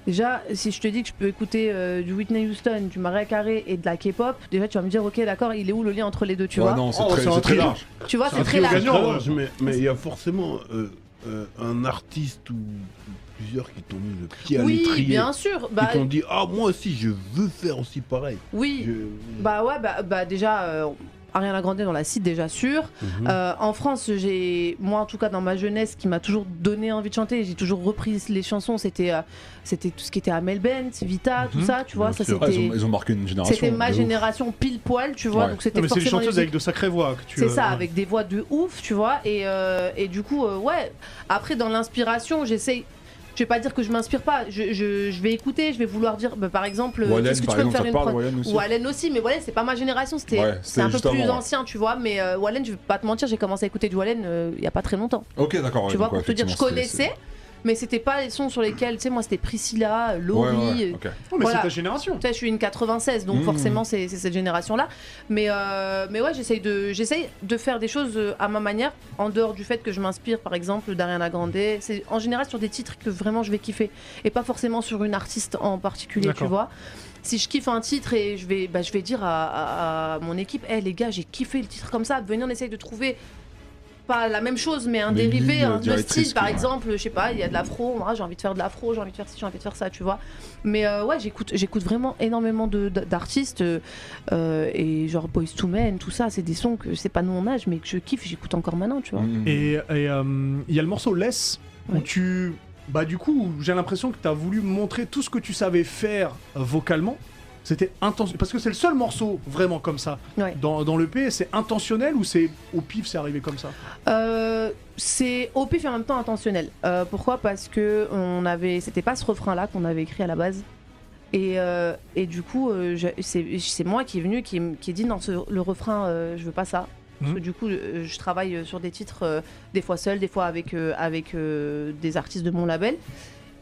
Déjà, si je te dis que je peux écouter euh, du Whitney Houston, du Mariah Carey et de la K-pop, déjà tu vas me dire, ok, d'accord, il est où le lien entre les deux, tu
Ouais,
vois
non, c'est Oh, très- c'est c'est un très trio. large.
Tu vois,
C'est
c'est
un
très
trio
large.
gagnant, ouais, Mais mais il y a forcément euh, euh, un artiste ou plusieurs qui t'ont mis le pied à
Oui,
l'étrier.
bien sûr, bah-
Qui t'ont dit Ah, moi aussi, je veux faire aussi pareil.
Oui.
Je-
Bah ouais, bah, bah déjà, euh, Ariana Grande dans la cite, déjà sûr.
Mhm.
Euh, en France, j'ai, moi en tout cas dans ma jeunesse, qui m'a toujours donné envie de chanter, j'ai toujours repris les chansons, c'était euh, c'était tout ce qui était Amel Bent, Vita, tout ça, tu vois,
Bien
ça
sûr.
c'était...
Ouais, ils, ont, ils ont marqué une génération.
C'était ma
de ouf.
génération pile poil, tu vois.
Ouais.
Donc c'était
Non, mais c'est les
forcément
chanteuses
les-
avec de sacrées voix que tu
C'est
euh,
ça,
ouais.
avec des voix de ouf, tu vois. Et, euh, et du coup, euh, ouais. Après, dans l'inspiration, j'essaye. je vais pas dire que je m'inspire pas. Je, je- je vais écouter, je vais vouloir dire, bah, par exemple, euh,
Wallen,
qu'est-ce que
par
tu peux me
exemple,
faire
ça
une
parle,
prod
Wallen aussi.
Wallen aussi, mais Wallen, c'est pas ma génération, c'était
Ouais,
c'est un peu
juste avant,
plus
ouais.
ancien, tu vois. Mais euh, Wallen, je vais pas te mentir, j'ai commencé à écouter du Wallen euh, il y a pas très longtemps.
Ok, d'accord.
tu
ouais,
vois,
donc, ouais,
pour te dire, je
effectivement, c'est- c'est-
connaissais. Mais c'était pas les sons sur lesquels, tu sais, moi c'était Priscilla, euh, Laurie.
Ouais, ouais,
euh,
ok. Ouais,
mais c'est ta génération.
Tu sais, je suis une 96, donc
Mmh.
forcément c'est c'est cette génération-là. Mais, euh, mais ouais, j'essaye de, j'essaye de faire des choses euh, à ma manière, en dehors du fait que je m'inspire par exemple d'Ariana Grande. C'est en général sur des titres que vraiment je vais kiffer, et pas forcément sur une artiste en particulier, tu
D'accord.
vois. Si je kiffe un titre et je vais, bah, je vais dire à, à- à mon équipe, Eh les gars, j'ai kiffé le titre comme ça, venez on essaye de trouver pas la même chose, mais un
Mais une
dérivé,
ligne
un de
directrice,
style, par
quoi, ouais.
exemple, je sais pas, il y a de l'afro, moi, j'ai envie de faire de l'afro, j'ai envie de faire ci, j'ai envie de faire ça, tu vois. Mais euh, ouais, j'écoute, j'écoute vraiment énormément de, d- d'artistes euh, euh, et genre Boys to Men, tout ça, c'est des sons que c'est pas de mon âge, mais que je kiffe, j'écoute encore maintenant, tu vois.
Et et, euh, il y a le morceau Less où tu. Bah, du coup, j'ai l'impression que tu as voulu montrer tout ce que tu savais faire euh, vocalement. C'était intentionnel. Parce que c'est le seul morceau vraiment comme ça. Dans, dans l'EP, c'est intentionnel ou c'est au pif, c'est arrivé comme ça
Euh, c'est au pif et en même temps intentionnel. Euh, pourquoi Parce que on avait, c'était pas ce refrain-là qu'on avait écrit à la base. Et, euh, et du coup, euh, je- c'est c'est moi qui est venu, qui, m- qui ai dit non, ce- le refrain, euh, je veux pas ça. Parce que du coup, euh, je travaille euh, sur des titres euh, des fois seul, des fois avec, euh, avec euh, des artistes de mon label.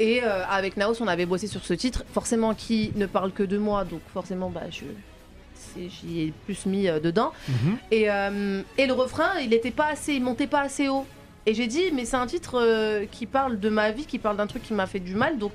Et euh, avec Naos, on avait bossé sur ce titre, forcément qui ne parle que de moi, donc forcément, bah, je, c'est- j'y ai plus mis euh, dedans. Et, euh, et le refrain, il était pas assez, il montait pas assez haut. Et j'ai dit, mais c'est un titre euh, qui parle de ma vie, qui parle d'un truc qui m'a fait du mal, donc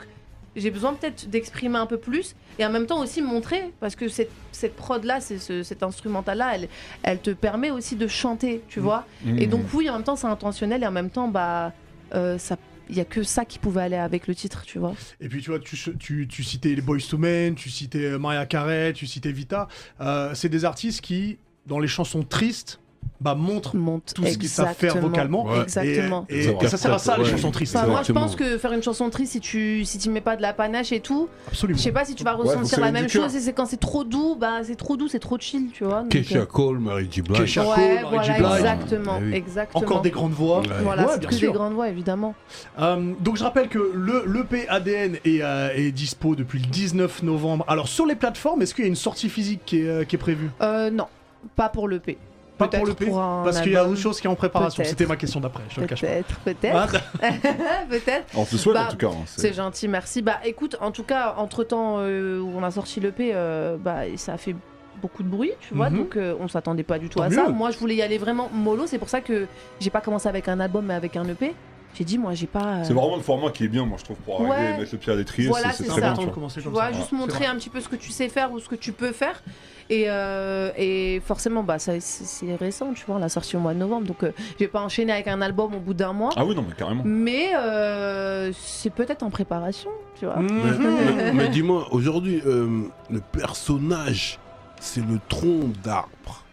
j'ai besoin peut-être d'exprimer un peu plus et en même temps aussi montrer, parce que cette, cette prod-là, c'est ce- cet instrumental-là, elle, elle te permet aussi de chanter,
Mm.
tu vois.
Mhm.
Et donc, oui, en même temps, c'est intentionnel et en même temps, bah, euh, ça. Il y a que ça qui pouvait aller avec le titre, tu vois.
Et puis tu vois, tu, tu, tu citais les Boys to Men, tu citais euh, Mariah Carey, tu citais Vita. Euh, c'est des artistes qui, dans les chansons tristes, bah, montrent tout ce qu'ils savent faire
Exactement.
vocalement. Et-
Exactement.
Et, et ça sert à ça, les chansons tristes.
Enfin, moi, je pense que faire une chanson triste, si tu si t'y mets pas de la panache et tout,
Absolument.
je sais pas si tu vas
Ouais, faut que ça
ressentir la
vienne
même
du cœur.
chose. Et c'est quand c'est trop doux, bah c'est trop doux, c'est trop chill, tu vois. donc,
Kesha
euh,
Cole, Mary J. Blige.
Kesha Cole, Mary
Ouais,
J.
voilà,
Blige.
exactement,
Ah oui.
exactement.
Encore des grandes voix.
Voilà,
Ouais,
c'est
bien
que des
sûr.
grandes voix, évidemment.
Euh, donc je rappelle que le, le P ADN est, euh, est dispo depuis le 19 novembre. Alors sur les plateformes, est-ce qu'il y a une sortie physique qui est, euh, qui est prévue
Euh, non, pas pour le P.
Pas pour le P
un
Parce qu'il y a
album.
autre chose qui est en préparation.
Peut-être.
C'était ma question d'après, je te le cache pas. Hein Ah,
Peut-être, peut-être. peut-être.
On te le souhaite, en tout cas, hein, c'est-
c'est gentil, merci. Bah écoute, en tout cas, entre temps où on a sorti l'EP, euh, bah ça a fait beaucoup de bruit, tu vois,
Mhm.
donc euh, on s'attendait pas du tout
Tant
à ça.
mieux.
Moi, je voulais y aller vraiment mollo, c'est pour ça que j'ai pas commencé avec un album, mais avec un EP. J'ai dit, moi, j'ai pas. euh,
C'est vraiment le format qui est bien, moi je trouve, pour arriver
Ouais.
et mettre le pied à l'étrier.
Voilà,
c'est
c'est
c'est
ça.
très bien. tu
Tu
vois.
vois, juste montrer un petit peu ce que tu sais faire ou ce que tu peux faire. Et, euh, et forcément, bah, ça, c'est- c'est récent, tu vois, on l'a sorti au mois de novembre, donc euh, j'ai pas enchaîné avec un album au bout d'un mois.
Ah oui, non, mais carrément.
Mais euh, c'est peut-être en préparation, tu
Mm.
vois.
Mhm.
Mais, mais- mais dis-moi, aujourd'hui, euh, le personnage, c'est le tronc d'arbre.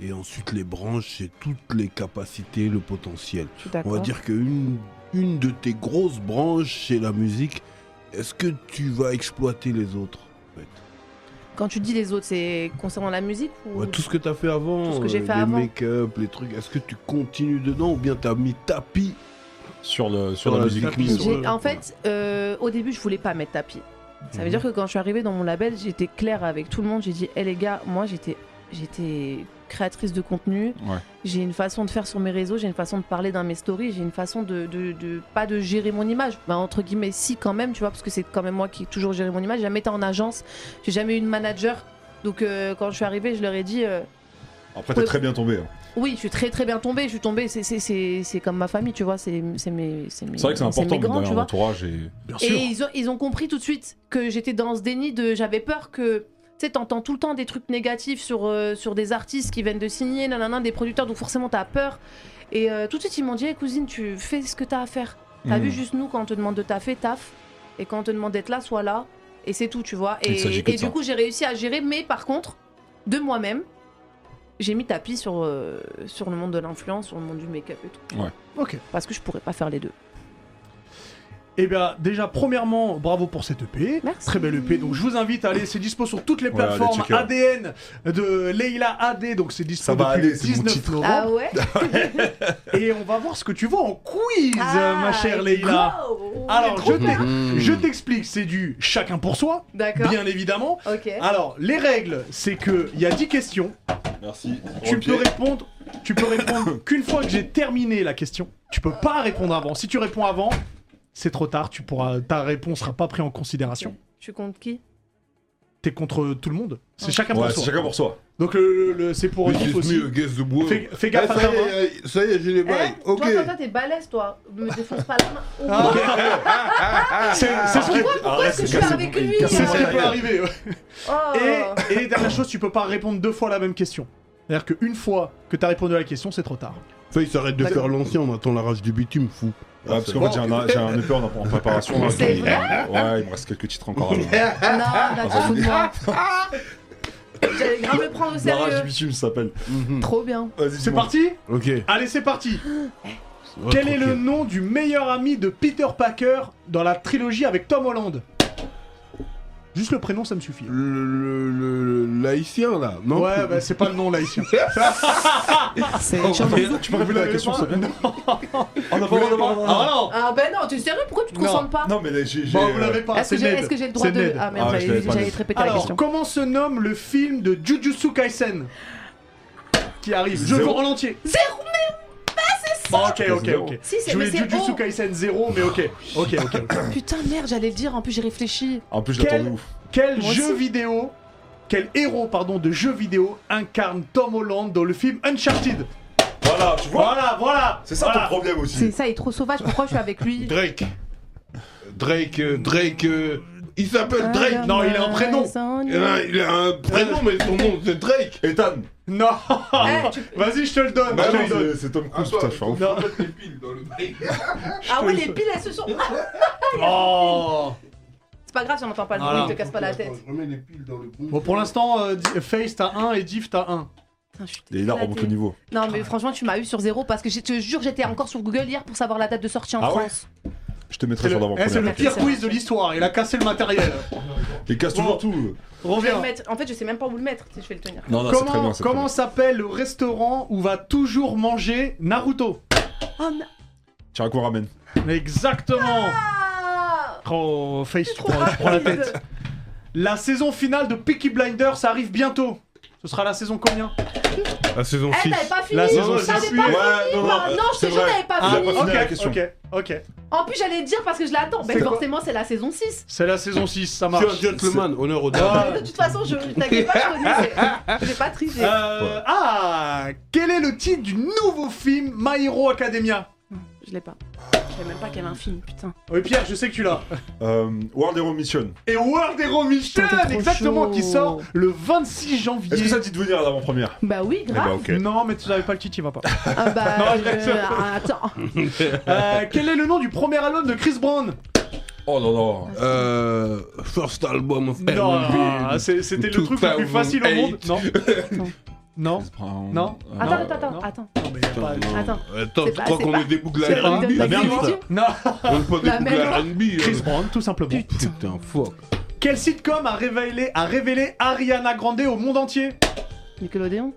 Et ensuite, les branches, c'est toutes les capacités, le potentiel.
suis d'accord.
On va dire qu'une une de tes grosses branches, c'est la musique. Est-ce que tu vas exploiter les autres en fait
Quand tu dis les autres, c'est concernant la musique ou...
Ouais, Tout ce que tu as fait avant,
Mmh. Tout ce que j'ai
euh,
fait
les
avant.
make-up, les trucs, est-ce que tu continues dedans ou bien tu as mis tapis
sur, le, sur, la musique.
J'ai- En fait, euh, au début, je voulais pas mettre tapis. Ça veut
Mhm.
dire que quand je suis arrivée dans mon label, j'étais claire avec tout le monde. J'ai dit, hé les gars, moi j'étais, j'étais créatrice de contenu.
Ouais.
J'ai une façon de faire sur mes réseaux, j'ai une façon de parler dans mes stories, j'ai une façon de, de- de- pas de gérer mon image. Bah, entre guillemets, si quand même, tu vois, parce que c'est quand même moi qui ai toujours géré mon image. J'ai jamais été en agence, j'ai jamais eu de manager. Donc euh, quand je suis arrivée, je leur ai dit. euh,
Après, t'es très bien tombé. hein.
oui, je suis très très bien tombée. Je suis tombée, c'est- c'est- c'est c'est comme ma famille, tu vois. C'est c'est mes, c'est mes,
C'est vrai que c'est important
mes
d'avoir
grands, tu
un
vois.
entourage et.
Et ils ont, ils ont compris tout de suite que j'étais dans ce déni de. J'avais peur que. Tu sais, t'entends tout le temps des trucs négatifs sur, euh, sur des artistes qui viennent de signer, nanana, des producteurs, donc forcément t'as peur. Et euh, tout de suite, ils m'ont dit Hey, cousine, tu fais ce que t'as à faire. T'as
Mhm.
Mm.
vu juste nous, quand on te demande de taffer, taf. Et quand on te demande d'être là, sois là. Et c'est tout, tu vois.
Il
Et,
s'agit que
et
de
du
ça.
coup, j'ai réussi à gérer, mais par contre, de moi-même, j'ai mis tapis sur, euh, sur le monde de l'influence, sur le monde du make-up et tout.
Ouais.
Ok.
Parce que je pourrais pas faire les deux.
Eh bien, déjà, premièrement, bravo pour cette EP. Très belle EP. Donc, je vous invite à aller, c'est dispo sur toutes les
Ouais, allez
plateformes
checker.
ADN de Leila AD. Donc, c'est dispo
Ça va
depuis
aller,
le
c'est mon
19
titre.
novembre.
Ah ouais Ah,
Et on va voir ce que tu vois en quiz, ma chère
let's
Leila.
go
Alors, je
Mmh.
t'ex- je t'explique, c'est du chacun pour soi,
D'accord.
bien évidemment.
Ok.
Alors, les règles, c'est que il y a 10 questions.
Merci.
Tu peux répondre, tu peux répondre qu'une fois que j'ai terminé la question. Tu peux pas répondre avant. Si tu réponds avant, c'est trop tard. Tu pourras, ta réponse sera pas prise en considération.
Je suis contre qui
T'es contre tout le monde. C'est chacun
Ouais,
pour
c'est
soi.
chacun pour soi.
Donc le, le- le- c'est pour
Mais
Odif
c'est
aussi.
mieux, guess the world.
Fais, fais gaffe
Eh,
à
ça
ta
y
main.
est, eh, Ça y est, j'ai les bails. Ok.
hein. Toi, toi, toi, t'es balèze, toi. Me défonce pas la main. Au
Ah.
moins.
C'est c'est
Ah,
ce qui
Pourquoi, pourquoi est-ce que je suis avec lui euh
C'est ce qui peut arriver. ouais.
Oh.
Et, et dernière chose, tu peux pas répondre deux fois la même question. C'est-à-dire qu'une fois que t'as répondu à la question, c'est trop tard.
Enfin, il s'arrête de faire l'ancien, on attend la rage du bitume, fou.
Ouais, parce qu'en fait, j'ai un, j'ai un EP en, en préparation. là, qui- Ouais, il me reste quelques titres encore. à jouer.
Non, d'accord, moi J'allais grave le prendre au
La rage
sérieux.
du bitume, ça s'appelle.
Trop bien.
C'est parti
Ok.
Allez, c'est parti Quel est le nom du meilleur ami de Peter Packer dans la trilogie avec Tom Holland Juste le prénom, ça me suffit.
Le, le, le- le- l'haïtien, là, non
Ouais, bah c'est pas le nom là ici.
C'est
Tu peux répéter la question, s'il te plaît Oh non,
Vous l'avez
non,
pas
non, non,
Ah, non.
Ah ben non, tu es sérieux Pourquoi tu te concentres pas
Non, mais là, j'ai.
Bon,
j'ai,
vous
euh,
l'avez pas,
Est-ce que
c'est
j'ai-
Ned.
est-ce que j'ai le droit
C'est
de-
Ned.
Ah, merde, Ah ouais, j'avais- je l'avais pas j'allais dit. te répéter la
Alors,
question.
comment se nomme le film de Jujutsu Kaisen Qui arrive Je veux
Zéro.
en entier
Zéro, mais. Bah, c'est ça
Ok, ok, ok.
Si, c'est-
Je voulais
mais c'est
Jujutsu
O.
Kaisen 0, mais ok. Ok, ok, ok.
Putain, merde, j'allais le dire. En plus, j'ai réfléchi.
En plus, je
Quel-
l'attends de ouf.
Quel
Moi
jeu
aussi.
vidéo, quel héros pardon de jeu vidéo incarne Tom Holland dans le film Uncharted
Voilà, tu vois
Voilà, voilà.
C'est ça
voilà.
ton problème aussi.
C'est ça, il est trop sauvage. Pourquoi je suis avec lui
Drake. Drake, euh, Drake. euh, il s'appelle Drake.
Non, il a un prénom.
Il a, il a un
Euh.
prénom, mais son nom, c'est Drake.
Ethan.
Non.
Eh, tu-
Vas-y, je te le donne.
Bah
je te
oui,
le donne.
c'est- c'est Tom Cruise, putain, je suis un ouf.
Non.
Ah ouais, les piles, elles se sont.
Oh.
C'est pas grave si on n'entend pas le
Voilà.
bruit, te casse pas la tête.
Je remets les piles dans le bon.
Bon, pour l'instant, euh, Di- Face t'as 1 et Div t'as 1.
Et là, remonte le niveau.
Non, mais franchement, tu m'as eu sur zéro parce que je te jure, j'étais encore sur Google hier pour savoir la date de sortie en
Ah ouais
France.
Je te mettrai sur
Eh,
l'avant-première.
c'est le
t'inquiète.
pire quiz de l'histoire. Il a cassé le matériel.
Il casse toujours tout.
Je vais le
Reviens.
mettre- En fait, je sais même pas où le mettre si je vais le tenir.
Non, non, Ah, c'est très
Comment,
bien. c'est très
comment s'appelle le restaurant où va toujours manger Naruto
Oh non
bien. Tiens, qu'on ramène.
Exactement.
Ah
Oh, Face, tu
trop
prends, tu prends la
rapide.
tête. La saison finale de Peaky Blinders arrive bientôt. Ce sera la saison combien
La saison
Eh,
6.
t'avais pas fini
La saison
T'avais
six.
pas fini
Ouais, non, non,
bah,
euh,
Non, je te
c'est
jure,
vrai.
t'avais pas
Ah,
fini
pas fini la
ok,
question.
ok, ok.
En plus, j'allais le dire parce que je l'attends.
C'est
Ben
quoi
forcément, c'est la saison 6.
C'est la saison 6, ça
Je
marche.
suis un gentleman, honneur aux dames.
Ah.
De toute façon, je t'inquiète pas, je connaissais. J'ai pas triché.
Euh, ah Quel est le titre du nouveau film My Hero Academia
Je l'ai pas. Je savais même pas qu'il y avait un film, putain.
Oui, Pierre, je sais que tu l'as.
Euh, World Hero Mission.
Et World Hero Mission,
Putain, t'es trop
exactement,
chaud.
qui sort le 26 janvier.
Est-ce que ça te dit de venir à l'avant-première
Bah oui,
Eh
grave.
bah, ok.
Non, mais tu n'avais pas le titre, il ben, va pas.
Ah bah.
Non, je
euh,
l'assure.
Attends.
Euh, quel est le nom du premier album de Chris Brown
Oh non, non.
Euh, first album of
Non, c'est- c'était le truc le plus facile au monde. Non. Non.
Ah,
Non.
Attends,
Non,
attends, attends,
non.
attends.
Non, mais y a pas-
Attends.
Attends,
C'est
Euh, tu
pas-
crois
c'est
qu'on
pas-
est des boucles
C'est pas
à
une
R&B
date
La merde,
d'exécution
Non.
La
On est pas des boucles à
merde.
R&B.
Chris
hein.
Brown, tout simplement.
Putain, fuck.
Quelle sitcom a révélé, a révélé Ariana Grande au monde entier
Nickelodeon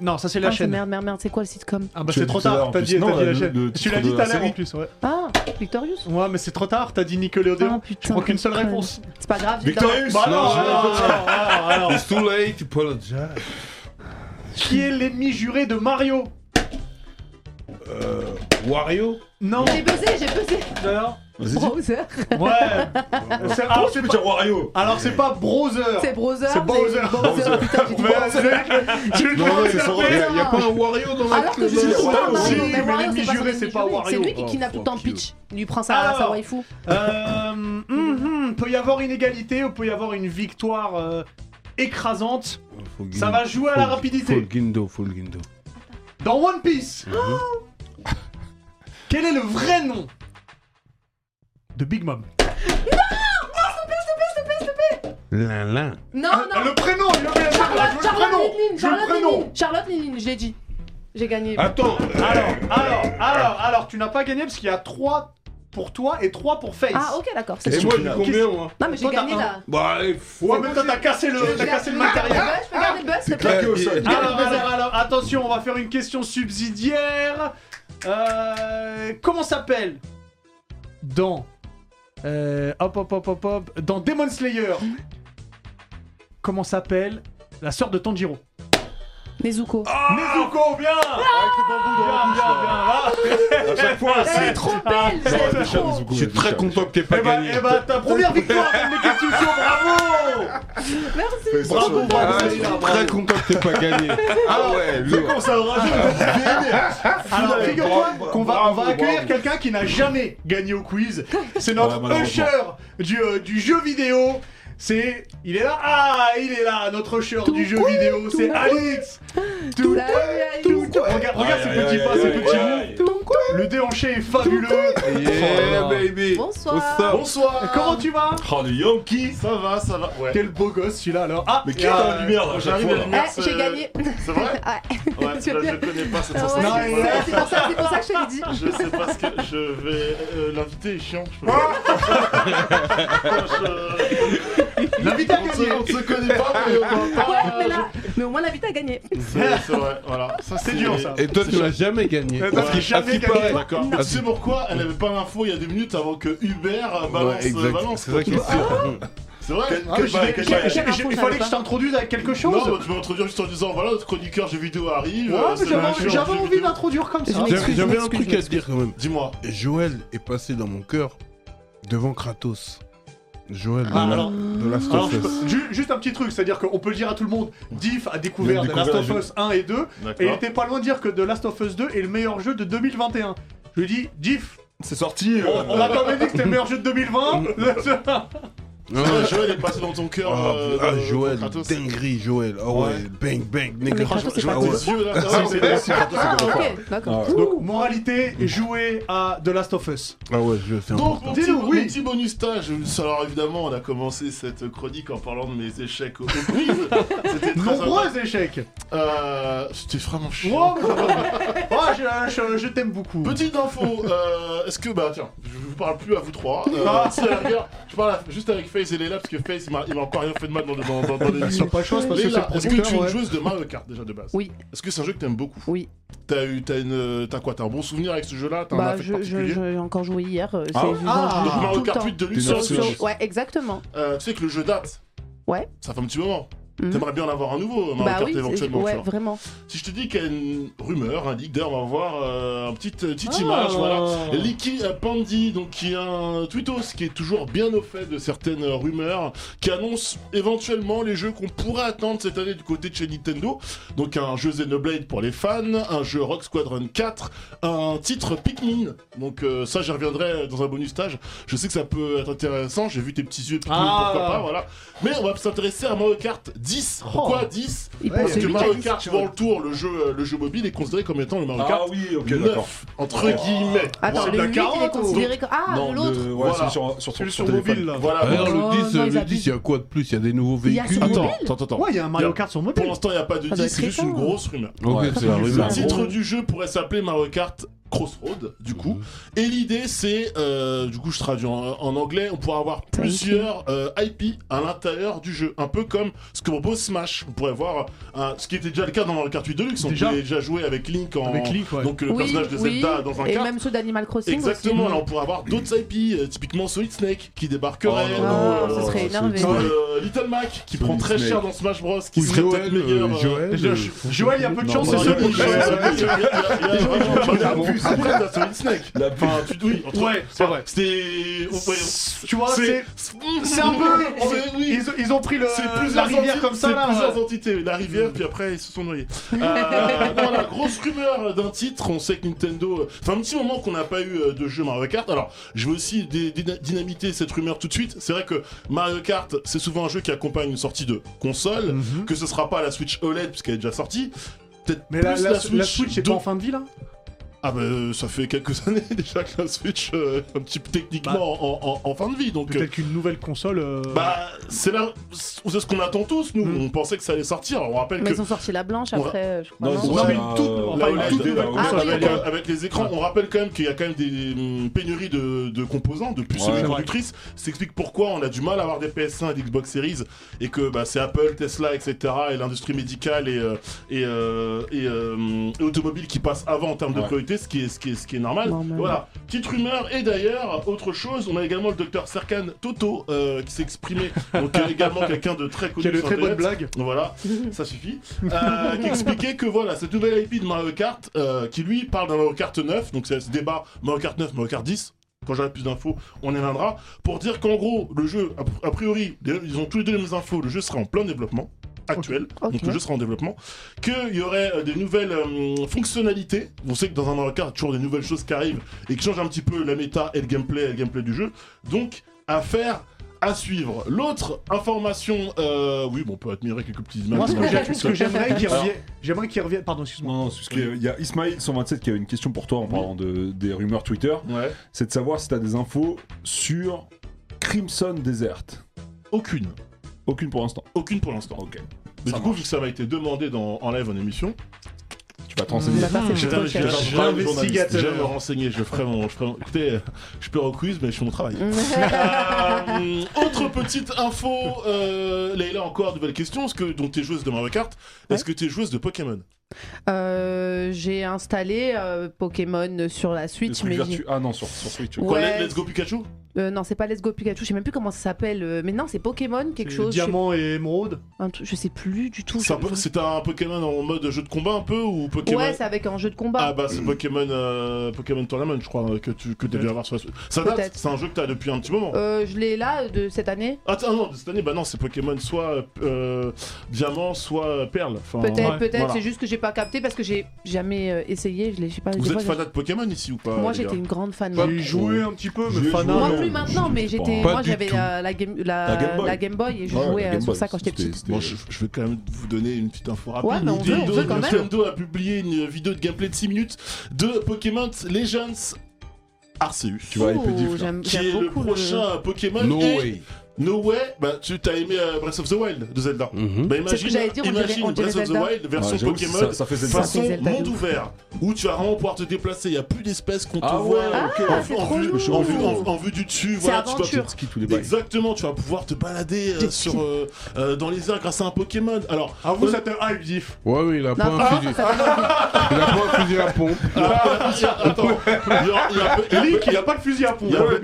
Non, ça c'est
Ah,
la
c'est
chaîne.
Merde, merde, merde, c'est quoi le sitcom
Ah bah
Tu
c'est
l'as
trop
dit tout à l'heure,
tard,
en
t'as
plus.
dit,
Non,
t'as dit
le-
la
le-
chaîne.
le
tu
titre
l'as dit
de
tout
la
à l'heure
série.
en plus, ouais.
Ah, Victorious
Ouais, mais c'est trop tard, t'as dit Nickelodeon.
Ah, putain,
je crois qu'une seule
putain.
réponse.
C'est pas grave, j'ai
Victorious
Bah non,
Non,
non, non, non, non, non, non.
It's too late, apologize.
Qui est l'ennemi juré de Mario
Euh, Wario
Non,
J'ai buzzé, j'ai buzzé.
non.
Vas-y, dis.
Browser.
Ouais. C'est- alors,
Comment
c'est
tu peux
pas,
dire Wario
alors c'est pas Browser.
C'est Browser.
C'est Bowser.
Bowser. Putain, j'ai dit
Mais
Bowser.
je- je le
Non, non,
prononce
mais
la
c'est
paix.
vrai.
Y'a pas un Wario dans la
Alors que je suis
c'est
tout le temps
Wario,
Mario, mais
mais
Wario,
l'ennemi
c'est pas
juré,
son
c'est
ennemi
pas
juré.
Wario.
C'est lui qui
Oh,
kidnappe tout le temps
fuck you.
Peach. Il lui prend sa,
Alors.
sa waifu.
Euh, mhm, peut y avoir une égalité ou peut y avoir une victoire euh, écrasante. Ça va jouer à la rapidité.
Folgindo, Folgindo.
Dans One Piece, quel est le vrai nom de Big Mom
Lin, lin.
Non, non.
Ah, Euh, Le prénom, il a mis la
Charlotte,
je veux le prénom,
Charlotte Lilin,
je veux
Charlotte
le prénom. Ah.
Lilin, Charlotte Lilin, je l'ai dit. J'ai gagné.
Attends,
Alors, alors, alors, alors, tu n'as pas gagné parce qu'il y a 3 pour toi et 3 pour Face.
Ah, ok, d'accord. c'est
et
sûr.
moi j'ai combien moi
Non, mais j'ai
toi, t'as
gagné
un.
là.
Bah, allez, faut.
Ouais, mais toi, t'as cassé le, t'as cassé le matériel. Ah,
Je peux garder le buzz, s'il te plaît Ah,
Claqué au sol.
Alors, alors, alors, attention, on va faire une question subsidiaire. Euh, comment s'appelle dans Euh, hop, hop, hop, hop, hop. Dans Demon Slayer, comment s'appelle la sœur de Tanjiro
Nezuko.
Ah, Nezuko, bien Bien, Ah, bien, bien,
À chaque fois,
Elle est trop
Ah,
belle
Non,
j'aime
elle est chère,
trop.
Nezuko, elle est chère.
Eh bah, eh bah, ta première victoire dans mes questions, bravo
Merci
Mais ça,
Bravo,
c'est-
bravo,
Ah,
c'est
je suis
bravo.
très content que t'aies pas gagné. Ah ouais,
Vu
lourd.
qu'on s'en rajoute, Ah. Alors,
Bravo,
figure-toi qu'on va, on va
bravo,
accueillir
bravo.
quelqu'un qui n'a jamais gagné au quiz. C'est notre
Ouais, malheureusement.
usher du, euh, du jeu vidéo. C'est. Il est là Ah, il est là, notre usher du jeu vidéo. C'est Alex Tout tout- Regarde regarde
Aïe,
ses
aïe,
petits
aïe,
pas, ses
aïe, aïe,
petits mots. Le déhanché est fabuleux.
Yeah, baby.
Bonsoir.
What's up
Bonsoir. Comment tu vas
Oh, le Yankee
Ça va, ça va. Quel beau gosse celui-là alors. Ah,
Mais qui
il y
est
a-
dans la lumière, là, à chaque
J'arrive
fois,
à la
là.
lumière,
Eh,
c'est-
J'ai gagné.
C'est
Ouais.
vrai Ouais, là, je connais pas cette
Ah ouais,
sensation.
c'est- c'est pour ça- c'est pour ça que je te l'ai dit.
Je sais pas ce que je vais. euh, L'invité est chiant, je peux pas.
L'invité
a gagné On se connaît pas, mais on va
Ah Ouais, mais là, mais au moins la vie t'a gagné.
C'est c'est vrai, voilà. Ça,
C'est dur, ça.
Et toi, tu l'as jamais gagné.
Ouais,
Parce qu'il- à ce qu'il paraît.
D'accord.
À
Tu
ce-
sais pourquoi Elle avait pas l'info il y a deux minutes avant que Uber euh, balance.
Ouais,
euh,
exact.
balance
C'est
quoi,
ça qui
tu
est
vois.
sûr.
C'est vrai
Quel-
Ah,
quel
j'ai-
bah,
bail,
j'ai-
quel bail.
j'ai- j'ai-
Il fallait que je t'introduise avec quelque chose.
Non, bah, tu m'introduis juste en disant voilà, notre chroniqueur jeu vidéo arrive.
Ouais,
euh,
mais
c'est
j'avais-
le jeu
j'avais
vidéo.
envie d'introduire comme ça.
J'avais- J'avais un truc à te dire quand même.
Dis-moi.
Joël est passé dans mon cœur devant Kratos. Joël
Ah,
de, la-
alors-
de Last
Alors,
of
je
Us.
peux- ju- juste un petit truc, c'est-à-dire qu'on peut le dire à tout le monde, Diff a découvert
Il a
The Last of
découvert
Us 1 et 2,
D'accord.
Ah.
et il était pas loin de dire que The Last of Us 2 est le meilleur jeu de 2021. Je lui dis, Diff,
C'est sorti. euh,
on a quand même dit que c'était le meilleur jeu de 2020
Ah, Joël est passé dans ton cœur.
Euh, Ah,
euh,
ah,
dans-
Joël,
dans Kratos.
dinguerie Joël. Ah ouais, bang bang, nigga.
Kratos, c'est
Ah
pas
ouais.
tes yeux, là.
Ah,
Ah,
c'est-
ok,
c'est Kratos, c'est comme ça. Ah ouais.
Donc, moralité, jouer à The Last of Us.
Ah ouais, je vais faire
Donc, mon petit,
Dis-nous, oui.
mon petit bonus stage. euh, Alors, évidemment, on a commencé cette chronique en parlant de mes échecs au au quiz. C'était très
Nombreux échecs
Euh. C'était vraiment
chiant. je, je- je t'aime beaucoup.
Petite info, euh, est-ce que bah tiens, je vous parle plus à vous trois. euh,
Ah.
si à la rigueur, je parle à- juste avec Face et Leila parce que Face il m'a il m'a encore rien fait de mal dans, le- dans, dans, dans les
Bah, sur pas de chance, parce que
Leila,
c'est le
Est-ce que tu es
producteur,
une
ouais.
joueuse de Mario Kart déjà de base
Oui.
Est-ce que c'est un jeu que t'aimes beaucoup
Oui.
T'as eu, t'as une, euh, t'as quoi T'as un bon souvenir avec ce jeu-là T'as un
Bah,
affect
je- je-
particulier
j'ai encore joué hier. euh,
Ah
c'est
ouais
vivant,
Ah.
je joue
Donc, Mario
tout le
Kart
temps.
8 Deluxe sur
Sur-
Switch.
Ouais, exactement.
Euh, Tu sais que le jeu date.
Ouais. Mm.
Ça fait un petit moment. T'aimerais bien en avoir un nouveau Mario
Bah
Kart
oui, c'est-
éventuellement.
ouais,
tu vois.
vraiment.
Si je te dis qu'il y a une rumeur, indique d'ailleurs, on va voir euh, un petit, euh, petite
Ah.
image. Voilà. Licky Pandy, donc qui est un tweetos qui est toujours bien au fait de certaines euh, rumeurs, qui annonce éventuellement les jeux qu'on pourrait attendre cette année du côté de chez Nintendo. Donc un jeu Xenoblade pour les fans, un jeu Rock Squadron 4, un titre Pikmin. Donc euh, ça, j'y reviendrai dans un bonus stage. Je sais que ça peut être intéressant. J'ai vu tes petits yeux Pikmin,
Ah.
pourquoi pas, voilà. Mais on va s'intéresser à Mario Kart 10. Pourquoi 10
Il pense
Parce
que
que
lui,
Mario
t'as dit,
Kart
tu vois.
World Tour, le jeu, euh, le jeu mobile, est considéré comme étant le Mario
Ah
Kart
oui, ok,
neuf,
d'accord.
entre guillemets.
Attends,
C'est
le
de la
huit, il est
carotte,
considéré
donc.
comme- Ah,
Non,
l'autre.
le-
Ouais,
Voilà.
celui sur, sur,
Celui
sur
sur
téléphone.
mobile, là.
D'ailleurs,
Oh,
le 10,
non,
euh,
ils
le 10, il y a quoi de plus Il y a des nouveaux
Il y a
véhicules
sur mobile Attends, attends, attends.
Ouais, il y a un Mario
Il y a-
Kart sur mobile.
Pour l'instant, il n'y a pas de
Ah,
Ça doit
10,
être
c'est juste
récent.
une grosse rumeur.
Ok,
Ouais.
c'est la rumeur.
Le titre du jeu pourrait s'appeler Mario Kart Crossroad, du coup.
Mhm.
Et l'idée, c'est, euh, du coup, je traduis en, en anglais, on pourra avoir plusieurs euh, IP à l'intérieur du jeu. Un peu comme ce que propose Smash. On pourrait voir euh, ce qui était déjà le cas dans Mario Kart 8 Deluxe. On
Déjà.
pouvait déjà jouer avec Link en.
Avec Link, ouais.
Donc le
Oui,
personnage de
oui,
Zelda dans un
Et
kart.
même ceux d'Animal Crossing.
Exactement,
aussi.
là on pourrait avoir d'autres IP, euh, typiquement Solid Snake qui débarquerait,
Oh, non,
ou,
non,
euh,
ce serait énervé.
euh, Little Mac qui prend très
Snake.
cher dans Smash Bros, qui
Ou
serait
Joël,
peut-être meilleur.
euh,
euh,
Joël,
je-
euh,
je-
Joël, il y a peu de
Non,
chance,
bah,
c'est celui
Joël,
qui-
Joël,
Joël,
il y a- il y a- il y a- il y a- il y a-
Joël,
il y a- Après, t'as Solid Snake. Enfin, tu- oui, entre-
Ouais, c'est vrai.
C'était. on- ouais, on-
Tu vois, c'est c'est un peu.
c'est- oui.
Ils, ils ont pris le,
C'est
Euh, la
plusieurs
rivière
enti-
comme ça
c'est
là.
plusieurs entités, la rivière, puis après ils se sont noyés. Euh, non, la grosse rumeur d'un titre, on sait que Nintendo. euh, Enfin, un petit moment qu'on n'a pas eu euh, de jeu Mario Kart. Alors, je veux aussi dé- dé- dynamiter cette rumeur tout de suite. C'est vrai que Mario Kart, c'est souvent un jeu qui accompagne une sortie de console,
Mhm.
que ce sera pas la Switch OLED, puisqu'elle est déjà sortie. Peut-être
Mais
plus
la, la- la
Switch,
Switch, est pas
donc-
en fin de vie là
ah bah euh, ça fait quelques années déjà que la Switch euh, un petit peu techniquement
Bah.
en, en- en- en fin de vie donc euh,
Peut-être qu'une nouvelle console. euh,
bah c'est là c'est ce qu'on attend tous nous on pensait que ça allait sortir on rappelle
Mais
que
ils ont sorti la blanche
Ouais.
après, euh, je crois.
Non, ils ont
Non,
sorti
mais
la-
toute-
la
enfin, une
OLED,
toute
la
nouvelle
OLED.
console
Ah oui,
avec,
ok.
euh, avec les écrans. On rappelle quand même qu'il y a quand même des hum, pénuries de, de composants, de puces
Ouais.
semi
Ouais.
conductrices. Ça explique pourquoi on a du mal à avoir des PS1 et des Xbox Series et que bah, c'est Apple, Tesla, etc. et l'industrie médicale et, euh, et, euh, et, euh, et automobile qui passent avant en termes de
Ouais.
priorité. fait, ce qui est, ce qui est, ce qui est normal.
Normal.
Voilà, petite rumeur. Et d'ailleurs, autre chose, on a également le docteur Serkan Toto euh, qui s'est exprimé. Donc, euh, également quelqu'un de très connu.
Qui a de
sur
très bonnes
Internet. Voilà, ça suffit. Euh, qui expliquait que voilà, cette nouvelle IP de Mario Kart, euh, qui lui parle d'un Mario Kart 9, donc c'est ce débat Mario Kart 9, Mario Kart 10. Quand j'aurai plus d'infos, on y viendra. Pour dire qu'en gros, le jeu, a pr- a priori, d'ailleurs, ils ont tous les deux les mêmes infos, le jeu sera en plein développement actuel, donc le jeu sera en développement, qu'il y aurait euh, des nouvelles euh, fonctionnalités. On sait que dans un Mario Kart, il y a toujours des nouvelles choses qui arrivent et qui changent un petit peu la méta et le gameplay, et le gameplay du jeu. Donc, à faire, à suivre. L'autre information, euh, oui, bon, on peut admirer quelques petites images.
Moi, ce que j'ai-
Comme
ce
ça.
que j'aimerais qu'il
Alors,
revienne. J'aimerais qu'il revienne. Pardon, excuse-moi.
Non, non, c'est parce qu'il y a Ismail 127 qui a une question pour toi en parlant de, des rumeurs Twitter. C'est de savoir si t'as des infos sur Crimson Desert.
Aucune.
Aucune pour l'instant.
Aucune pour l'instant.
Ok.
Mais du coup, vu que ça m'a été demandé dans, en live en émission,
tu vas te renseigner.
Je
Mmh.
je- je- je-
L'investigateur.
je- Je vais me renseigner, je ferai mon. Je ferai mon- Écoutez, euh, je pleure au quiz, mais je fais mon travail.
Mm.
Euh, autre petite info, euh, Leïla, encore, nouvelle question. Est-ce que, donc, t'es joueuse de Mario Kart, est-ce que t'es joueuse de Pokémon
Euh, j'ai installé euh, Pokémon sur la Switch, mais
Vertu- Ah non, sur, sur Switch.
Ouais. Quoi, Let-
Let's Go Pikachu
Euh, non, c'est pas Let's Go Pikachu, je sais même plus comment ça s'appelle, euh, mais non, c'est Pokémon quelque chose. je sais-
Diamant et émeraude
un truc- Je sais plus du tout.
C'est un peu- c'est un Pokémon en mode jeu de combat un peu ou Pokémon
Ouais, c'est avec un jeu de combat.
Ah bah c'est Pokémon euh, Pokémon Tournament je crois euh, que tu que t'as dû avoir sur la Switch. Ça date,
Mm. Peut-être.
c'est un jeu que t'as depuis un petit moment.
Euh, je l'ai là de cette année.
Attends non, de cette année bah non, c'est Pokémon soit euh, euh, diamant soit euh, perle. Enfin,
Peut-être,
ouais,
peut-être,
voilà.
c'est juste que j'ai pas capté parce que j'ai jamais euh, essayé, je l'ai je sais pas. des
Vous
fois,
êtes
je-
fanat de Pokémon ici ou pas
Moi
les
j'étais
gars
une grande fan.
J'ai
ouais.
joué un petit peu, mais
Moi
fanat,
euh,
non.
plus maintenant, mais j'étais,
Pas
moi
du
j'avais
tout.
la, la game, la,
La Game Boy.
la Game Boy et je
Ouais,
jouais
la
euh,
Game
sur
Boy,
ça quand j'étais petite.
Bon, je, je vais quand même vous donner une petite info rapide.
Ouais, mais on veut, on
Nintendo,
veut quand même.
Nintendo a publié une vidéo de gameplay de 6 minutes de Pokémon Legends Arceus.
Tu vois, il peut dire,
Ouh, j'aime-
Qui
j'aime
est le
beaucoup le-
prochain Pokémon.
No
et-
way.
No Way, bah tu t'as aimé euh, Breath of the Wild de Zelda.
Mhm.
Bah
Mm. C'est ce que
imagine,
j'allais dire, on dirait-
imagine
on dirait
Breath of the
Zelda.
Wild version
Ouais, j'avoue,
Pokémon,
ça- ça fait Zelda.
façon
Ça fait Zelda de
monde
ouf.
ouvert, où tu vas vraiment pouvoir te déplacer, il n'y a plus d'espèces qu'on
Ah
te
ouais,
voit
ok.
en,
Ah, c'est
en
trop
vue,
lourd.
en vue- en- en vue du dessus,
C'est
voilà, tu
aventure.
dois-
Ski, tous les bails.
Exactement, tu vas pouvoir te balader euh, sur, euh, euh, dans les airs grâce à un Pokémon. Alors, euh,
à vous ça te hype, Diff
Ouais, oui, il a pas
Non, ah,
un fusil. Il a pas un fusil à pompe.
Attends, il y a- il y a- il y a-
Link, il a pas de fusil à pompe.
Il y a- ouais,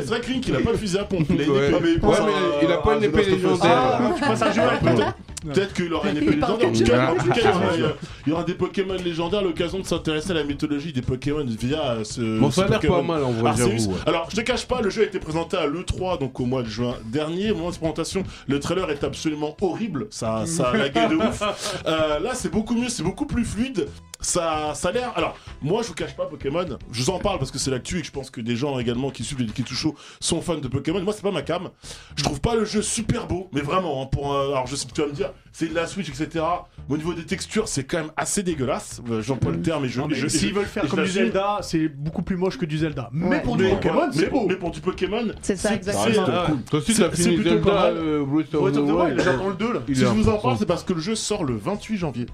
c'est vrai que Link, il a pas le fusil à pompe. Il a une
Ouais.
épée, mais il pense
Ouais, mais
à-
il a pas
à
une
The
épée
Last of Us.
légendaire.
Ah, tu penses à un jeu à Peut-être- Peut-être qu'il aura une épée
Il parle
légendaire. En tout cas,
comme
en tout cas,
ça.
il y aura- il y aura- il y aura des Pokémon légendaires, l'occasion de s'intéresser à la mythologie des Pokémon via euh, ce.
Bon, ça a
ce
l'air
Pokémon
pas mal, en vrai,
Arceus.
j'avoue, ouais.
Alors, je te cache pas, le jeu a été présenté à l'E3, donc au mois de juin dernier. Au moment de cette présentation, le trailer est absolument horrible. Ça, ça a lagué de ouf. Euh, là, c'est beaucoup mieux, c'est beaucoup plus fluide. Ça, ça a l'air. Alors, moi, je vous cache pas Pokémon. Je vous en parle parce que c'est l'actu et que je pense que des gens également qui suivent les Liquides Show sont fans de Pokémon. Moi, c'est pas ma cam. Je trouve pas le jeu super beau, mais vraiment. hein, pour un- Alors, je sais que tu vas me dire, c'est de la Switch, etc. Mais au niveau des textures, c'est quand même assez dégueulasse. Euh, J'emploie le terme, et je.
Non,
et
mais
je- et
S'ils
je-
veulent
et
faire
je
comme du
l'assume.
Zelda, c'est beaucoup plus moche que du Zelda. Mais pour du
Ouais.
Pokémon,
Mais
c'est
pour-
beau.
Mais pour du Pokémon,
C'est ça, exactement.
c'est-
Ah,
ouais.
cool. Toi aussi, t'as
C'est-
fini
c'est plutôt
Zelda,
pas mal.
euh, Breath of
Breath
the
of the
Wild.
Wild, j'attends le 2 là.
Il
Si
est
je vous en
important.
parle, c'est parce que le jeu sort le 28 janvier.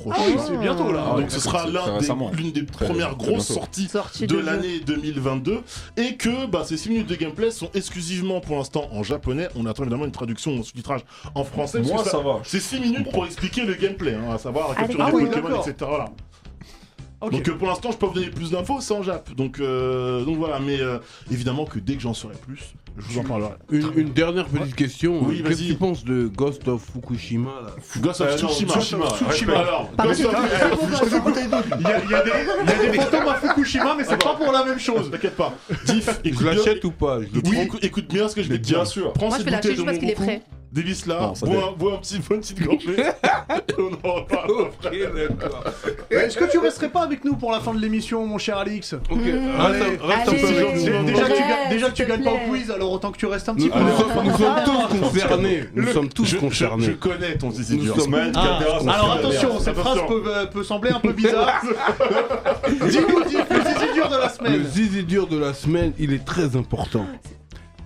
Prochain.
Ah oui, c'est bientôt, là.
Donc ce sera
C'est
l'un
récemment.
des- l'une des
Très-
premières
très
grosses
bientôt.
sorties
Sortie
de
de jeu.
l'année 2022 et que bah, ces 6 minutes de gameplay sont exclusivement pour l'instant en japonais. On attend évidemment une traduction en sous-titrage en français. parce
Moi,
que
ça va.
C'est 6 minutes pour expliquer le gameplay, hein, à savoir
Avec-
capturer
Ah
les
oui,
Pokémon,
d'accord.
etc. Voilà. Donc euh, pour l'instant, je peux vous donner plus d'infos, c'est en Jap. Donc, euh, donc voilà, mais euh, évidemment que dès que j'en saurai plus, je vous en parlerai.
Une, une dernière petite question.
Oui,
Qu'est-ce que
vas-y.
tu penses de Ghost of Fukushima là
Ghost of Tsushima. Tsushima. Alors,
Pardon,
Ghost of-
putain,
Eh,
mais
je-
Il y a- il y a des- il y a des fantômes à Fukushima, mais c'est pas pour la même chose.
T'inquiète pas. Diff,
Je l'achète ou pas Je le
Écoute- écoute- écoute bien ce que je vais te dire.
Bien sûr.
Prends
Moi,
cette
je vais l'acheter
bouteille de
juste parce qu'il est
Moroku,
frais.
Dévisse-la,
Non, ça
bois, bois un petit, bois une petite gorgée. et on en reparle.
Eh, Est-ce que tu resterais pas avec nous pour la fin de l'émission, mon cher Alix Ok.
Ah, ça- reste un peu gentil.
Déjà que tu,
Reste,
gagnes- déjà que tu
s'il te
gagnes pas au
plaît.
quiz, alors autant que tu restes un petit
Nous,
peu.
nous sommes, nous sommes tous concernés. Nous
Le-
sommes tous concernés.
Ah, je connais ton zizi
Nous
dur.
sommes
Smaël
tous
Ah,
concernés.
alors attention, cette
Attention.
phrase peut, euh, peut sembler un peu bizarre. Dis-nous, dis le zizi dur de la
Le
semaine.
zizi dur de la semaine, il est très important.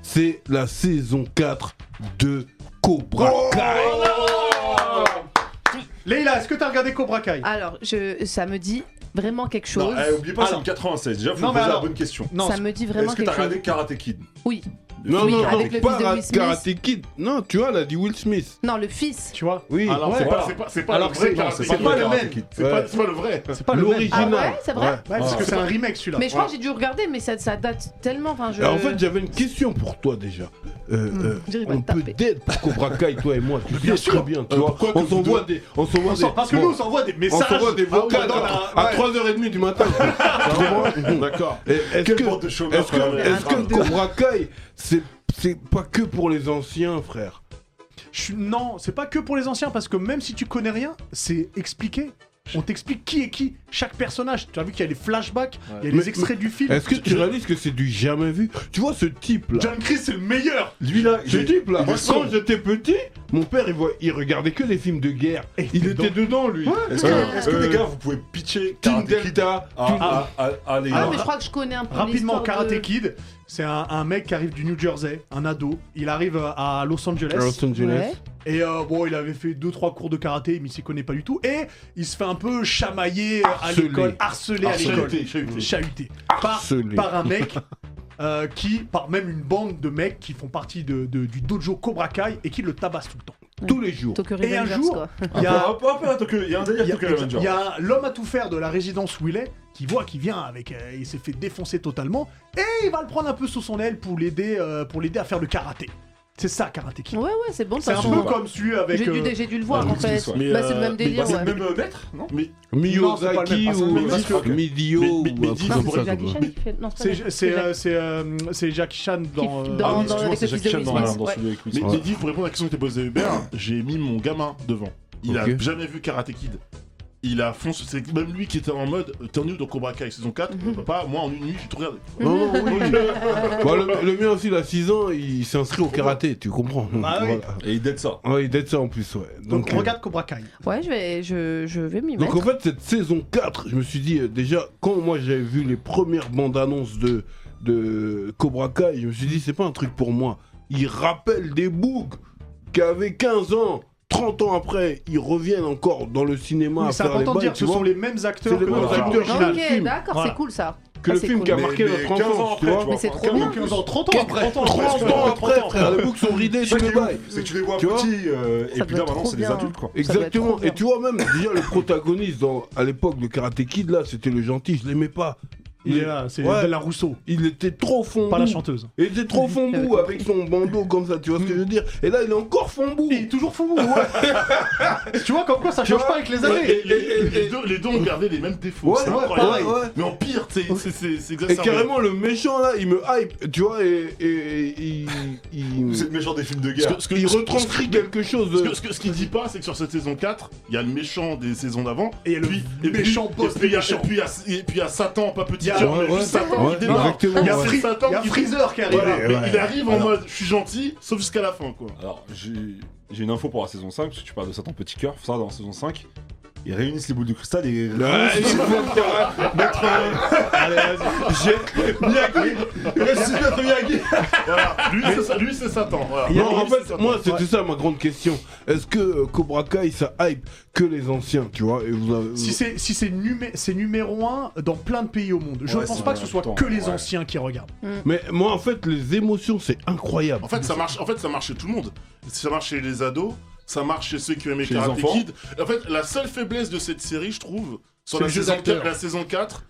C'est la saison 4 de Cobra
Oh
Kai.
Leïla, est-ce que t'as regardé Cobra Kai
Ah.
Alors, je, ça me dit vraiment quelque
Non,
chose.
eh, oubliez pas, c'est le 96. Déjà, vous
Non,
me
mais
posez la
alors-
bonne question.
Non, Ça me dit vraiment
Est-ce que
quelque
t'as regardé
chose.
Karate Kid
Oui.
de
Non,
film
non,
Karate
non,
Kid.
pas Ra- Karate Kid. Non, tu vois, elle a dit Will Smith.
Non, le fils.
Tu vois
Oui,
Alors, c'est pas- c'est pas- c'est pas le vrai Karate Kid. C'est pas- c'est pas le vrai. C'est pas le même.
Ah
l'original. Ah.
ouais, c'est vrai
Ouais,
parce que c'est un remake celui-là.
Mais je pense que j'ai dû regarder, mais ça, ça date tellement. Enfin, je...
Alors, En fait, j'avais une question pour toi déjà. Euh,
Hmm.
euh,
je dirais pas
on
de
peut
taper.
d'être pour Cobra Kai, toi et moi. Tu
bien
bien
sûr.
sûr, bien. Tu
Euh,
vois,
pourquoi
on
que
s'envoie
vous-
des, on s'envoie
On
des.
s'en- parce que nous, on s'envoie des messages.
On s'envoie des
Ah ouais,
vocales
dans la-
à
ouais.
3h30 du matin. D'accord. Est-ce que, est-ce que, est-ce que Cobra Kai, c'est c'est pas que pour les anciens, frère
Je suis- Non, c'est pas que pour les anciens, parce que même si tu connais rien, c'est expliqué. On t'explique qui est qui, chaque personnage. Tu as vu qu'il y a les flashbacks, il y a
Mais-
les extraits du film.
Est-ce que tu
Je-
réalises que c'est du jamais vu Tu vois ce type là
John Chris, c'est le meilleur
Lui là, ce type là,
il est
quand
sombre.
j'étais petit, mon père il, voit, il regardait que les films de guerre. il était dedans lui.
Est-ce que, est-ce que les gars, vous pouvez pitcher
Team
Karate Kid
Delta,
à-
Team-
à- à- à les
Ah,
gars
mais je crois que je connais un peu.
Rapidement,
l'histoire
Karate
de-
Kid, c'est un, un mec qui arrive du New Jersey, un ado. Il arrive euh, à Los Angeles.
À Los Angeles.
Et euh, bon, il avait fait 2-3 cours de karaté, mais il s'y connaît pas du tout. Et il se fait un peu chamailler euh, à
Harcelé.
l'école, harcelé à
Harcelé.
l'école.
Chahuté, chahuté.
Par-
Harcelé.
par un mec euh, qui, par même une bande de mecs qui font partie de, de- du dojo Cobra Kai et qui le tabasse tout le temps.
Tous les jours.
Tokyo
Et un
Revengers,
jour,
quoi.
Ah,
il y
bah,
a
Hop, hop, hop, Tokyo- il y a un délire
il y a-
Tokyo Revenger.
il y a l'homme à tout faire de la résidence où il est qui voit qu'il vient avec, euh, il s'est fait défoncer totalement et il va le prendre un peu sous son aile pour l'aider, euh, pour l'aider à faire le karaté. C'est ça, karaté Kid.
Ouais, ouais, c'est bon. de
C'est un
façon,
peu
bah,
comme celui avec.
J'ai
euh,
dû, j'ai dû le voir
Will
en fait.
Smith, ouais.
Bah,
Mais,
c'est le
euh,
même
mais
délire.
c'est le
ouais.
même,
euh, maître, non
Mais
Miyazaki
Non, c'est pas le même.
ou
Ah, c'est le même.
Midio
Mais-
ou
mais- mais
un
dis-
truc comme
c'est
ça.
Jackie
quoi.
Chan qui fait. Non, c'est
C'est
pas Jackie-
c'est,
Jackie-
euh, c'est, euh, c'est Jackie Chan dans.
Qui-
euh,
dans-
Ah oui,
dans-
excuse-moi,
avec le
c'est
fils de
Jack
Will
Chan dans la-
Smith.
dans
ouais.
celui avec Will
Mais
Smith.
mais dis, pour répondre à la question que t'as posée Hubert, j'ai mis mon gamin devant. Il a
Ok.
jamais vu Karate Kid. Il a foncé, c'est même lui qui était en mode euh, T'es nous dans Cobra Kai saison 4,
Mhm.
papa, moi en une nuit j'ai tout regardé. euh,
Non, non, oui, oui. Bah, le, le mien aussi, il a 6 ans, il s'inscrit au karaté, tu comprends
Bah oui.
Et il date ça.
Voilà. Ouais, il date ça en plus, ouais.
Donc,
Donc, euh,
regarde Cobra Kai.
Ouais, je vais, je, je vais m'y
donc
mettre.
en fait, cette saison 4, je me suis dit, euh, déjà, quand moi j'avais vu les premières bandes annonces de, de Cobra Kai, je me suis dit, c'est pas un truc pour moi. Il rappelle des bougs qui avaient 15 ans, 30 ans après, ils reviennent encore dans le cinéma.
Oui,
à
c'est
faire les
important de
bails,
dire que
tu
ce
vois.
sont les mêmes
C'est
acteurs
les
que
mêmes
dans le film
acteurs
original.
original.
Ok, d'accord,
Voilà.
c'est cool ça.
que
Ah,
le
c'est
film
cool.
qui a
Mais-
marqué
mais
notre
15 ans
enfance, tu
après,
vois.
tu vois.
Mais c'est trop
15
bien.
ans,
15 ans, 30 ans après.
30 ans après, frère, les boucs sont ridés,
C'est ça
tu
qui
les
est
bails.
ouf, c'est que tu les vois
Tu vois
petits euh, et puis là
Ça doit être
maintenant
trop
c'est des
bien.
adultes quoi.
Ça doit être
Exactement.
trop
Et tu vois même déjà le protagoniste dans, à l'époque de Karate Kid là, c'était le gentil, je l'aimais pas.
Il est là, c'est
Ouais.
Bella Rousseau,
Il était trop fond.
pas la chanteuse.
Il était trop fond bout avec son bandeau comme ça, tu vois ce que je veux dire Et là, il est encore fond bout.
Il est toujours fou, ouais. tu vois, comme quoi ça change pas avec les années.
Les, les- les deux, les deux ont gardé les mêmes défauts.
Ouais,
c'est
ouais,
incroyable.
pareil, ouais.
Mais en pire, c'est c'est- c'est- c'est
Et
exacerbé.
carrément, le méchant là, il me hype, tu vois, et, et- et- il, il-
C'est le méchant des films de
Ce
guerre.
que- ce que-
il
ce que-
retranscrit quelque chose.
Ce
de-
que- ce que- ce qu'il dit pas, c'est que sur cette saison 4, il y a le méchant des saisons d'avant.
Et il y a le
puis-
méchant
et puis-
boss
et puis
des
il y a-
méchants.
Et puis il y a- et puis il y a Satan, pas petit
Il y a-
Dieu, mais
Ouais,
juste
ouais,
Satan
ouais,
qui démarre.
exactement,
Il y a
ouais.
Free Satan
Il y a
qui-
Freezer qui arrive.
Voilà,
là.
mais il arrive en mode je suis gentil, sauf jusqu'à la fin quoi.
Alors j'ai j'ai une info pour la saison 5 parce que tu parles de Satan Petit Cœur, ça dans la saison 5 ils réunissent les boules de cristal et
Ouais, il faut que- mettre un- Allez, vas-y. J'ai- Miyagi. Récite notre Miyagi.
Voilà, lui c'est ça- lui, c'est Satan. voilà.
Non,
Lui,
en
c'est
fait,
Satan.
moi, c'était ça ma grande question. Est-ce que euh, Cobra Kai, ça hype que les anciens, tu vois et vous avez-
Si c'est si c'est numé- c'est numéro 1 dans plein de pays au monde. Je
Ouais,
pense
c'est
pas
vrai,
que ce soit
tout le
que
temps,
les
ouais.
anciens qui regardent.
Mais moi, en fait, les émotions, c'est incroyable.
En fait, ça marche. En fait, ça marche chez tout le monde. Ça marche chez les ados. Ça marche chez ceux qui aiment
Chez les
Karate
enfants.
Kid. En fait, la seule faiblesse de cette série, je trouve,
C'est
sur la
le jeu
saison,
d'acteur.
4, la saison 4,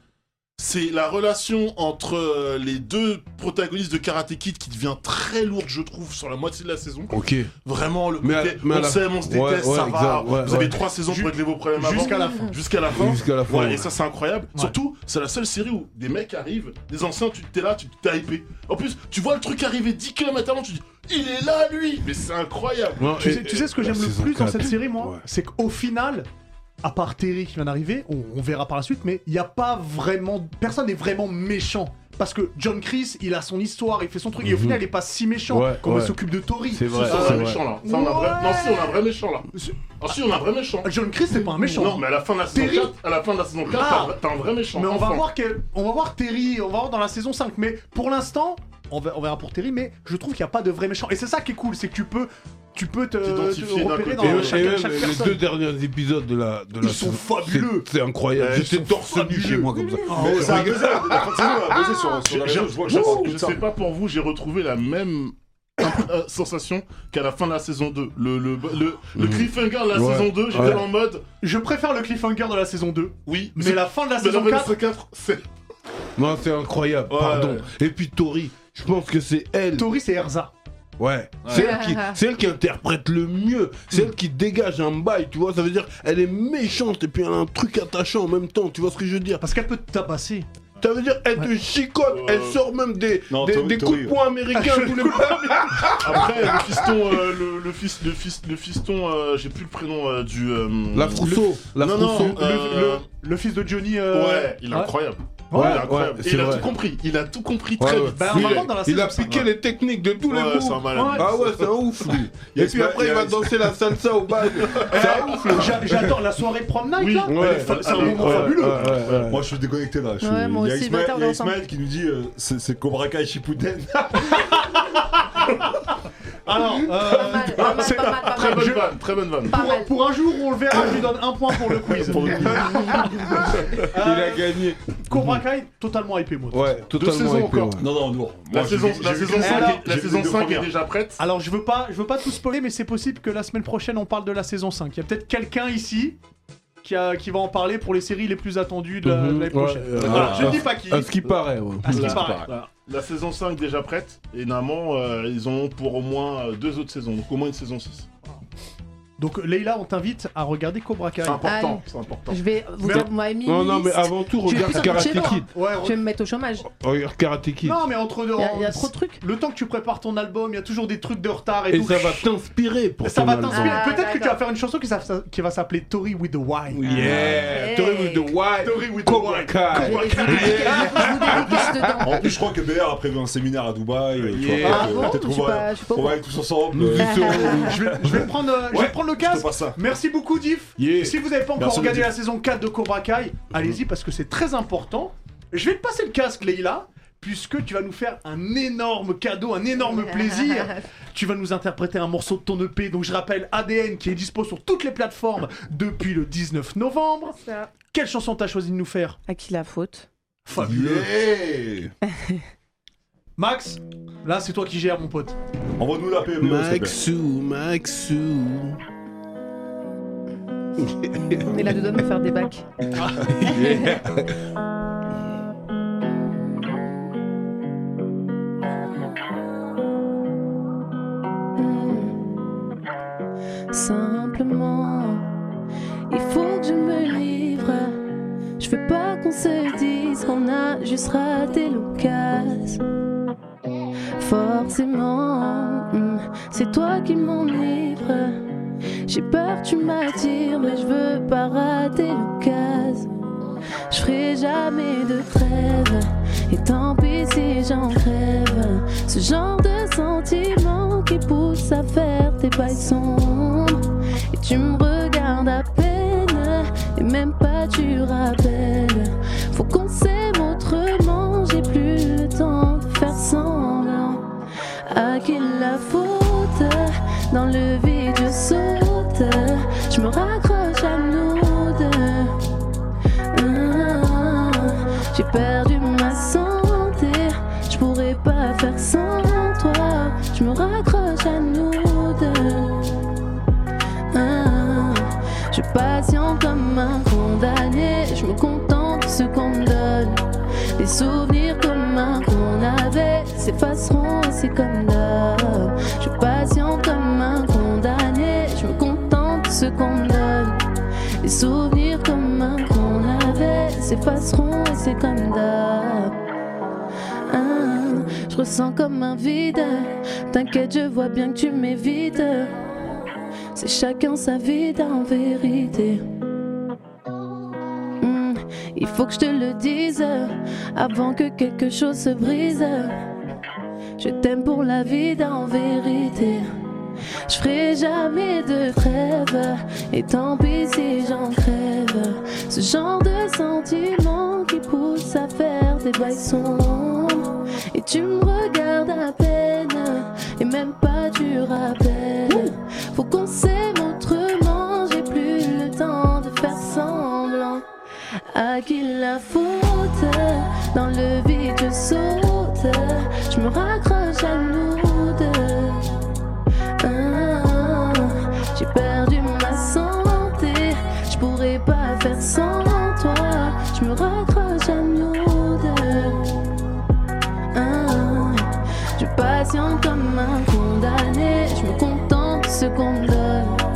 c'est la relation entre euh, les deux protagonistes de Karate Kid qui devient très lourde, je trouve, sur la moitié de la saison.
Ok.
Vraiment, le
Mais à-
côté,
mais à
on
la-
s'aime, on se
Ouais,
déteste,
ouais,
ça va.
exact, ouais,
Ah
Vous avez
ouais.
trois saisons pour régler vos problèmes avant.
Jusqu'à la fin.
Jusqu'à la fin.
Jusqu'à la fin,
Voilà,
ouais.
Hein Et ça, c'est incroyable.
Ouais.
Surtout, c'est la seule série où des mecs arrivent, des anciens, tu t'es là, tu t'es hypé. En plus, tu vois le truc arriver 10 km avant, tu dis oh, Il est là, lui Mais c'est incroyable
Non,
Tu
et-
sais, tu sais ce que
la
j'aime le
saison
plus dans
4,
cette série, moi
ouais.
C'est qu'au final, à part Terry qui vient d'arriver, on, on verra par la suite, mais il n'y a pas vraiment. Personne n'est vraiment méchant. Parce que John Chris, il a son histoire, il fait son truc, et au
Mhm.
final, il n'est pas si méchant
Ouais,
quand
ouais.
il s'occupe de Tori.
C'est vrai.
Ça, on a
c'est
un
vrai.
méchant là. Ça, on a un vrai-
Ouais.
Non, si, on a un vrai méchant là. Ah, si, on a un vrai méchant.
John Chris, c'est pas un méchant.
Non, mais à la fin de la saison
Terry.
4, à la fin de la saison 4,
Ah.
t'as un- t'as un vrai méchant.
Mais on va,
enfant.
voir quel- on va voir Terry, on va voir dans la saison 5. Mais pour l'instant, on, ver- on verra pour Terry, mais je trouve qu'il n'y a pas de vrai méchant. Et c'est ça qui est cool, c'est que tu peux tu peux te,
T'identifier
te
d'un
repérer
côté.
dans
Et,
chacun-
et même
chaque
les
personne.
deux derniers épisodes de la. De la
Ils sont
saison,
fabuleux.
c'est- C'est incroyable.
Ouais, ils
J'étais
sont
torse nu chez moi comme ça.
Mais ça a
regarde-
buzzé, la saison a buzzé sur- sur la
J'ai-
réseau, je vois que
j'ai-
ça parle
j'ai-
que de ça. Je sais pas pour vous, j'ai retrouvé la même euh, sensation qu'à la fin de la saison 2. Le, le, le, le
Mm.
cliffhanger de la
Ouais.
saison 2, j'étais
Ouais.
en mode.
Je préfère le cliffhanger de la saison 2.
Oui,
Mais la fin de la
mais
saison
fin de
4,
c'est.
Non, c'est incroyable,
Ouais.
pardon. Et puis Tori, je pense que c'est elle.
Tori, c'est Erza.
Ouais, c'est elle, qui, c'est elle qui interprète le mieux, c'est elle qui dégage un bail, tu vois, ça veut dire elle est méchante et puis elle a un truc attachant en même temps, tu vois ce que je veux dire
Parce qu'elle peut te tabasser.
Ça veut dire elle te chicote, elle sort même des,
Non,
des,
Tori-
des coups
Tori,
de poing
Ah,
américains
je-
tous les matins.
Après, le fiston, euh, le, le fils, le fils, le fiston, euh, j'ai plus le prénom euh, du. euh,
La Frousseau,
le-
la
non,
Frousseau.
non, euh,
Le, le fils de Johnny. euh,
Ouais, il est
ouais.
incroyable.
Ouais,
il est incroyable.
ouais,
Et
c'est
il a
vrai.
tout compris. Il a tout compris
Ouais,
très
ouais.
vite.
Bah,
Lui,
normalement,
il
dans la
a- il
saison
a piqué les techniques de tous les
Ouais,
mots.
c'est un malade. Bah,
Ouais.
Ah ouais, c'est un ouf lui.
Il y a
Et
Isma-
puis
il
après
y
il
a
va
Isma-
danser la salsa au bal. C'est un ouf le
J'a- J'adore la soirée prom night
Oui.
là.
Ouais.
Elle est fa- c'est un moment
Ouais,
fabuleux.
ouais, ouais, ouais.
Moi je suis déconnecté là. Je suis-
Ouais, moi
il y a
aussi,
Ismaël-
bâtard,
il y a
on est ensemble.
hein.
Ismaël qui nous dit euh, c'est c'est Cobra Kai Shippuden.
Alors,
Pas
euh,
mal, pas mal, pas mal, pas
Très
mal.
bonne vanne, très bonne vanne.
Pas
pour,
mal.
pour un jour où on le verra, je lui donne un point pour le quiz.
Il a gagné.
Cobra Kai, totalement hypé moi.
Ah. Ouais, totalement
saisons
hypé,
encore.
ouais.
Non, non, non.
La
Moi,
saison,
j'ai vu-
la
j'ai vu
saison
que-
5,
Alors-
est, la
j'ai vu
saison
les deux
5 est
premières.
déjà prête.
Alors je veux pas, je veux pas tout spoiler, mais c'est possible que la semaine prochaine on parle de la saison 5. Il y a peut-être quelqu'un ici qui, a- qui va en parler pour les séries les plus attendues de la- de
Mhm,
l'année
ouais,
prochaine.
euh,
Voilà,
euh,
je ne dis pas qui.
À ce qui paraît, ouais.
À ce qui
Voilà.
paraît.
Voilà. La saison 5 déjà prête. Et normalement, euh, ils ont pour au moins euh, deux autres saisons. Donc au moins une saison 6.
Donc Leïla, on t'invite à regarder Cobra Kai.
C'est important,
Allez.
c'est important.
Je vais vous
Mais-
dire, moi, Emily,
Non, non, mais
je
avant tout,
vais
regarde
plus sortir de
Karate
chez moi.
Kid.
Ouais, re-
vais me mettre au chômage.
Regarde Karate Kid.
Non, mais entre deux,
Il y, a- il y a trop de trucs.
le temps que tu prépares ton album, il y a toujours des trucs de retard et,
Et
tout.
ça va t'inspirer pour
Ça
ton
va
album.
t'inspirer.
Ah,
Peut-être que tu vas
d'accord.
faire une chanson qui, s'a- qui va s'appeler Tori with the Wine.
Oh, Yeah,
Hey.
Tori with the white,
Tori with the
Cobra
Wine.
Je
Kai.
vais les éduquer, je vous dédicace dedans.
En plus, je crois que BR a prévu un séminaire à Dubaï. euh, tu vois,
Yeah.
Ah bon
peut-être
Je
qu'on
suis
va-
pas- je suis pas au
on va
courant.
aller tous ensemble.
Nous
euh,
y serons.
Je vais, je vais prendre, euh, je vais prendre le
je
casque.
te passe ça.
Merci beaucoup Diff.
Yeah.
Si vous n'avez pas encore
Merci,
regardé
Diff.
la saison 4 de Cobra Kai, allez-y parce que c'est très important. Je vais te passer le casque Leïla, puisque tu vas nous faire un énorme cadeau, un énorme plaisir. tu vas nous interpréter un morceau de ton EP, donc je rappelle ADN qui est dispo sur toutes les plateformes depuis le 19 novembre.
Ça.
Quelle chanson t'as choisi de nous faire
À qui la faute
Fabuleux.
Yeah
Max, là c'est toi qui gères mon pote.
Envoie-nous la PME, s'il te plaît.
Maxou, Maxou.
On est là dedans de me faire des bacs.
Yeah.
Simplement, il faut que je me livre. Je veux pas qu'on se dise qu'on a juste raté l'occasion. Forcément, hmm, c'est toi qui m'enivre. J'ai peur, tu m'attires, mais je veux pas rater l'occasion. Je ferai jamais de trêve, et tant pis si j'en crève. Ce genre de sentiment qui pousse à faire des bails sombres. Et tu me regardes à peine, et même pas tu rappelles. Faut qu'on s'aime autrement, j'ai plus le temps de faire semblant. À qui la faute Dans le vide, je saute. Je me raccroche à nous deux. Ah, J'ai perdu ma santé, je pourrais pas faire sans toi. Je me raccroche à nous deux. Ah, Je patiente comme un condamné, je me contente de ce qu'on me donne. Les souvenirs communs qu'on avait s'effaceront, c'est comme d'hab. Je patiente comme un condamné, je me contente de ce qu'on me donne. Les souvenirs communs qu'on avait s'effaceront et c'est comme d'hab. Ah, je ressens comme un vide. T'inquiète, je vois bien que tu m'évites. C'est chacun sa vie en vérité. Hmm, il faut que je te le dise avant que quelque chose se brise. Je t'aime pour la vie en vérité. Je ferai jamais de trêve, et tant pis si j'en crève. Ce genre de sentiment qui pousse à faire des bails sombres. Et tu me regardes à peine, et même pas tu rappelles. Faut qu'on s'aime autrement, j'ai plus le temps de faire semblant. À qui la faute Dans le vide je saute, je me raccroche à nous deux. Ah, j'ai perdu ma santé, je pourrais pas faire sans toi, je me raccroche à nous deux. Ah, je patiente comme un condamné, je me contente de ce qu'on me donne.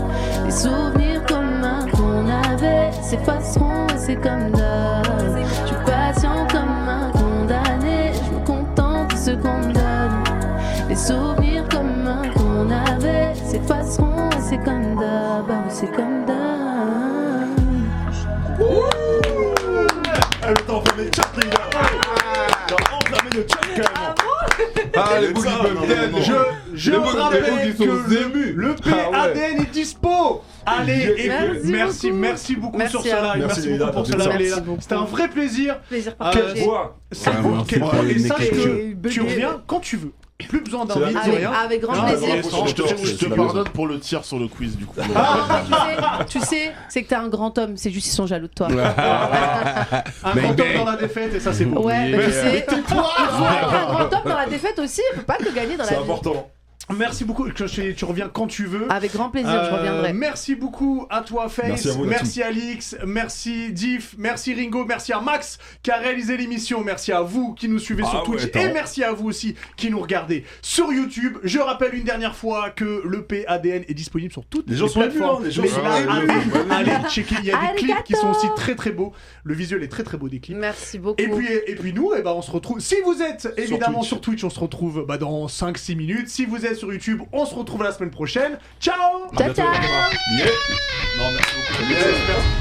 Les souvenirs comme un qu'on avait s'effaceront et c'est comme d'hab. Je suis patient comme un condamné, je me contente de ce qu'on me donne. Les souvenirs comme un qu'on avait s'effaceront et c'est comme d'hab. Bah oui, c'est comme d'hab.
Elle est enflammée de chat, les gars. Elle est enflammée de chat, carrément.
Ah, les
Ça,
boogies
non,
peuvent
non,
bien, non.
non, non.
Je
Les boogies- les
rappelle que
boogies sont
le,
émus.
le
Ah ouais.
PADN est dispo Allez,
Yes.
écoute, merci,
Merci beaucoup.
merci beaucoup
Merci
sur
à
cela,
vous.
merci,
Merci, Leïla,
beaucoup pour
d'être
cela,
là.
Leïla.
Merci beaucoup.
C'était un vrai plaisir.
Plaisir
Euh,
partagé.
Ça-
Ouais, merci
quel
pour
poids.
les
Et sache
mecs
que
et
tu
tout.
reviens quand tu veux. Plus besoin d'un
C'est la
vide,
maison.
de rien.
Avec-
avec grand
Non,
plaisir.
non, non, Je te,
C'est la
Ah, je te
maison.
pardonne pour le tir sur le quiz du coup.
Tu sais, c'est que t'es un grand homme, c'est juste qu'ils sont jaloux de toi.
Un grand homme dans la défaite, et ça c'est beau.
Ouais, mais tu sais, il faut être un grand homme dans la défaite aussi, il peut pas te gagner dans la vie.
Merci beaucoup. que je- Tu reviens quand tu veux.
Avec grand plaisir, je
Euh,
reviendrai.
Merci beaucoup à toi, Face.
Merci à vous, la
merci Alix. Merci Diff. Merci Ringo. Merci à Max qui a réalisé l'émission. Merci à vous qui nous suivez sur
Ah
Twitch.
ouais, attends.
et merci à vous aussi qui nous regardez sur YouTube. Je rappelle une dernière fois que le PADN est disponible sur toutes les,
Les gens sont émus,
plateformes.
hein, les gens
Mais
sont
là,
émus.
allez, allez checker. Il y a des
Arigato.
clips qui sont aussi très très beaux. Le visuel est très très beau des clips.
Merci beaucoup.
Et puis, et puis nous, eh ben, on se retrouve. Si vous êtes évidemment sur Twitch, on se retrouve bah, dans 5-6 minutes. Si vous êtes sur YouTube, on se retrouve la semaine prochaine. Ciao
Ciao, ciao.
Yeah. Non, merci beaucoup.
Yes.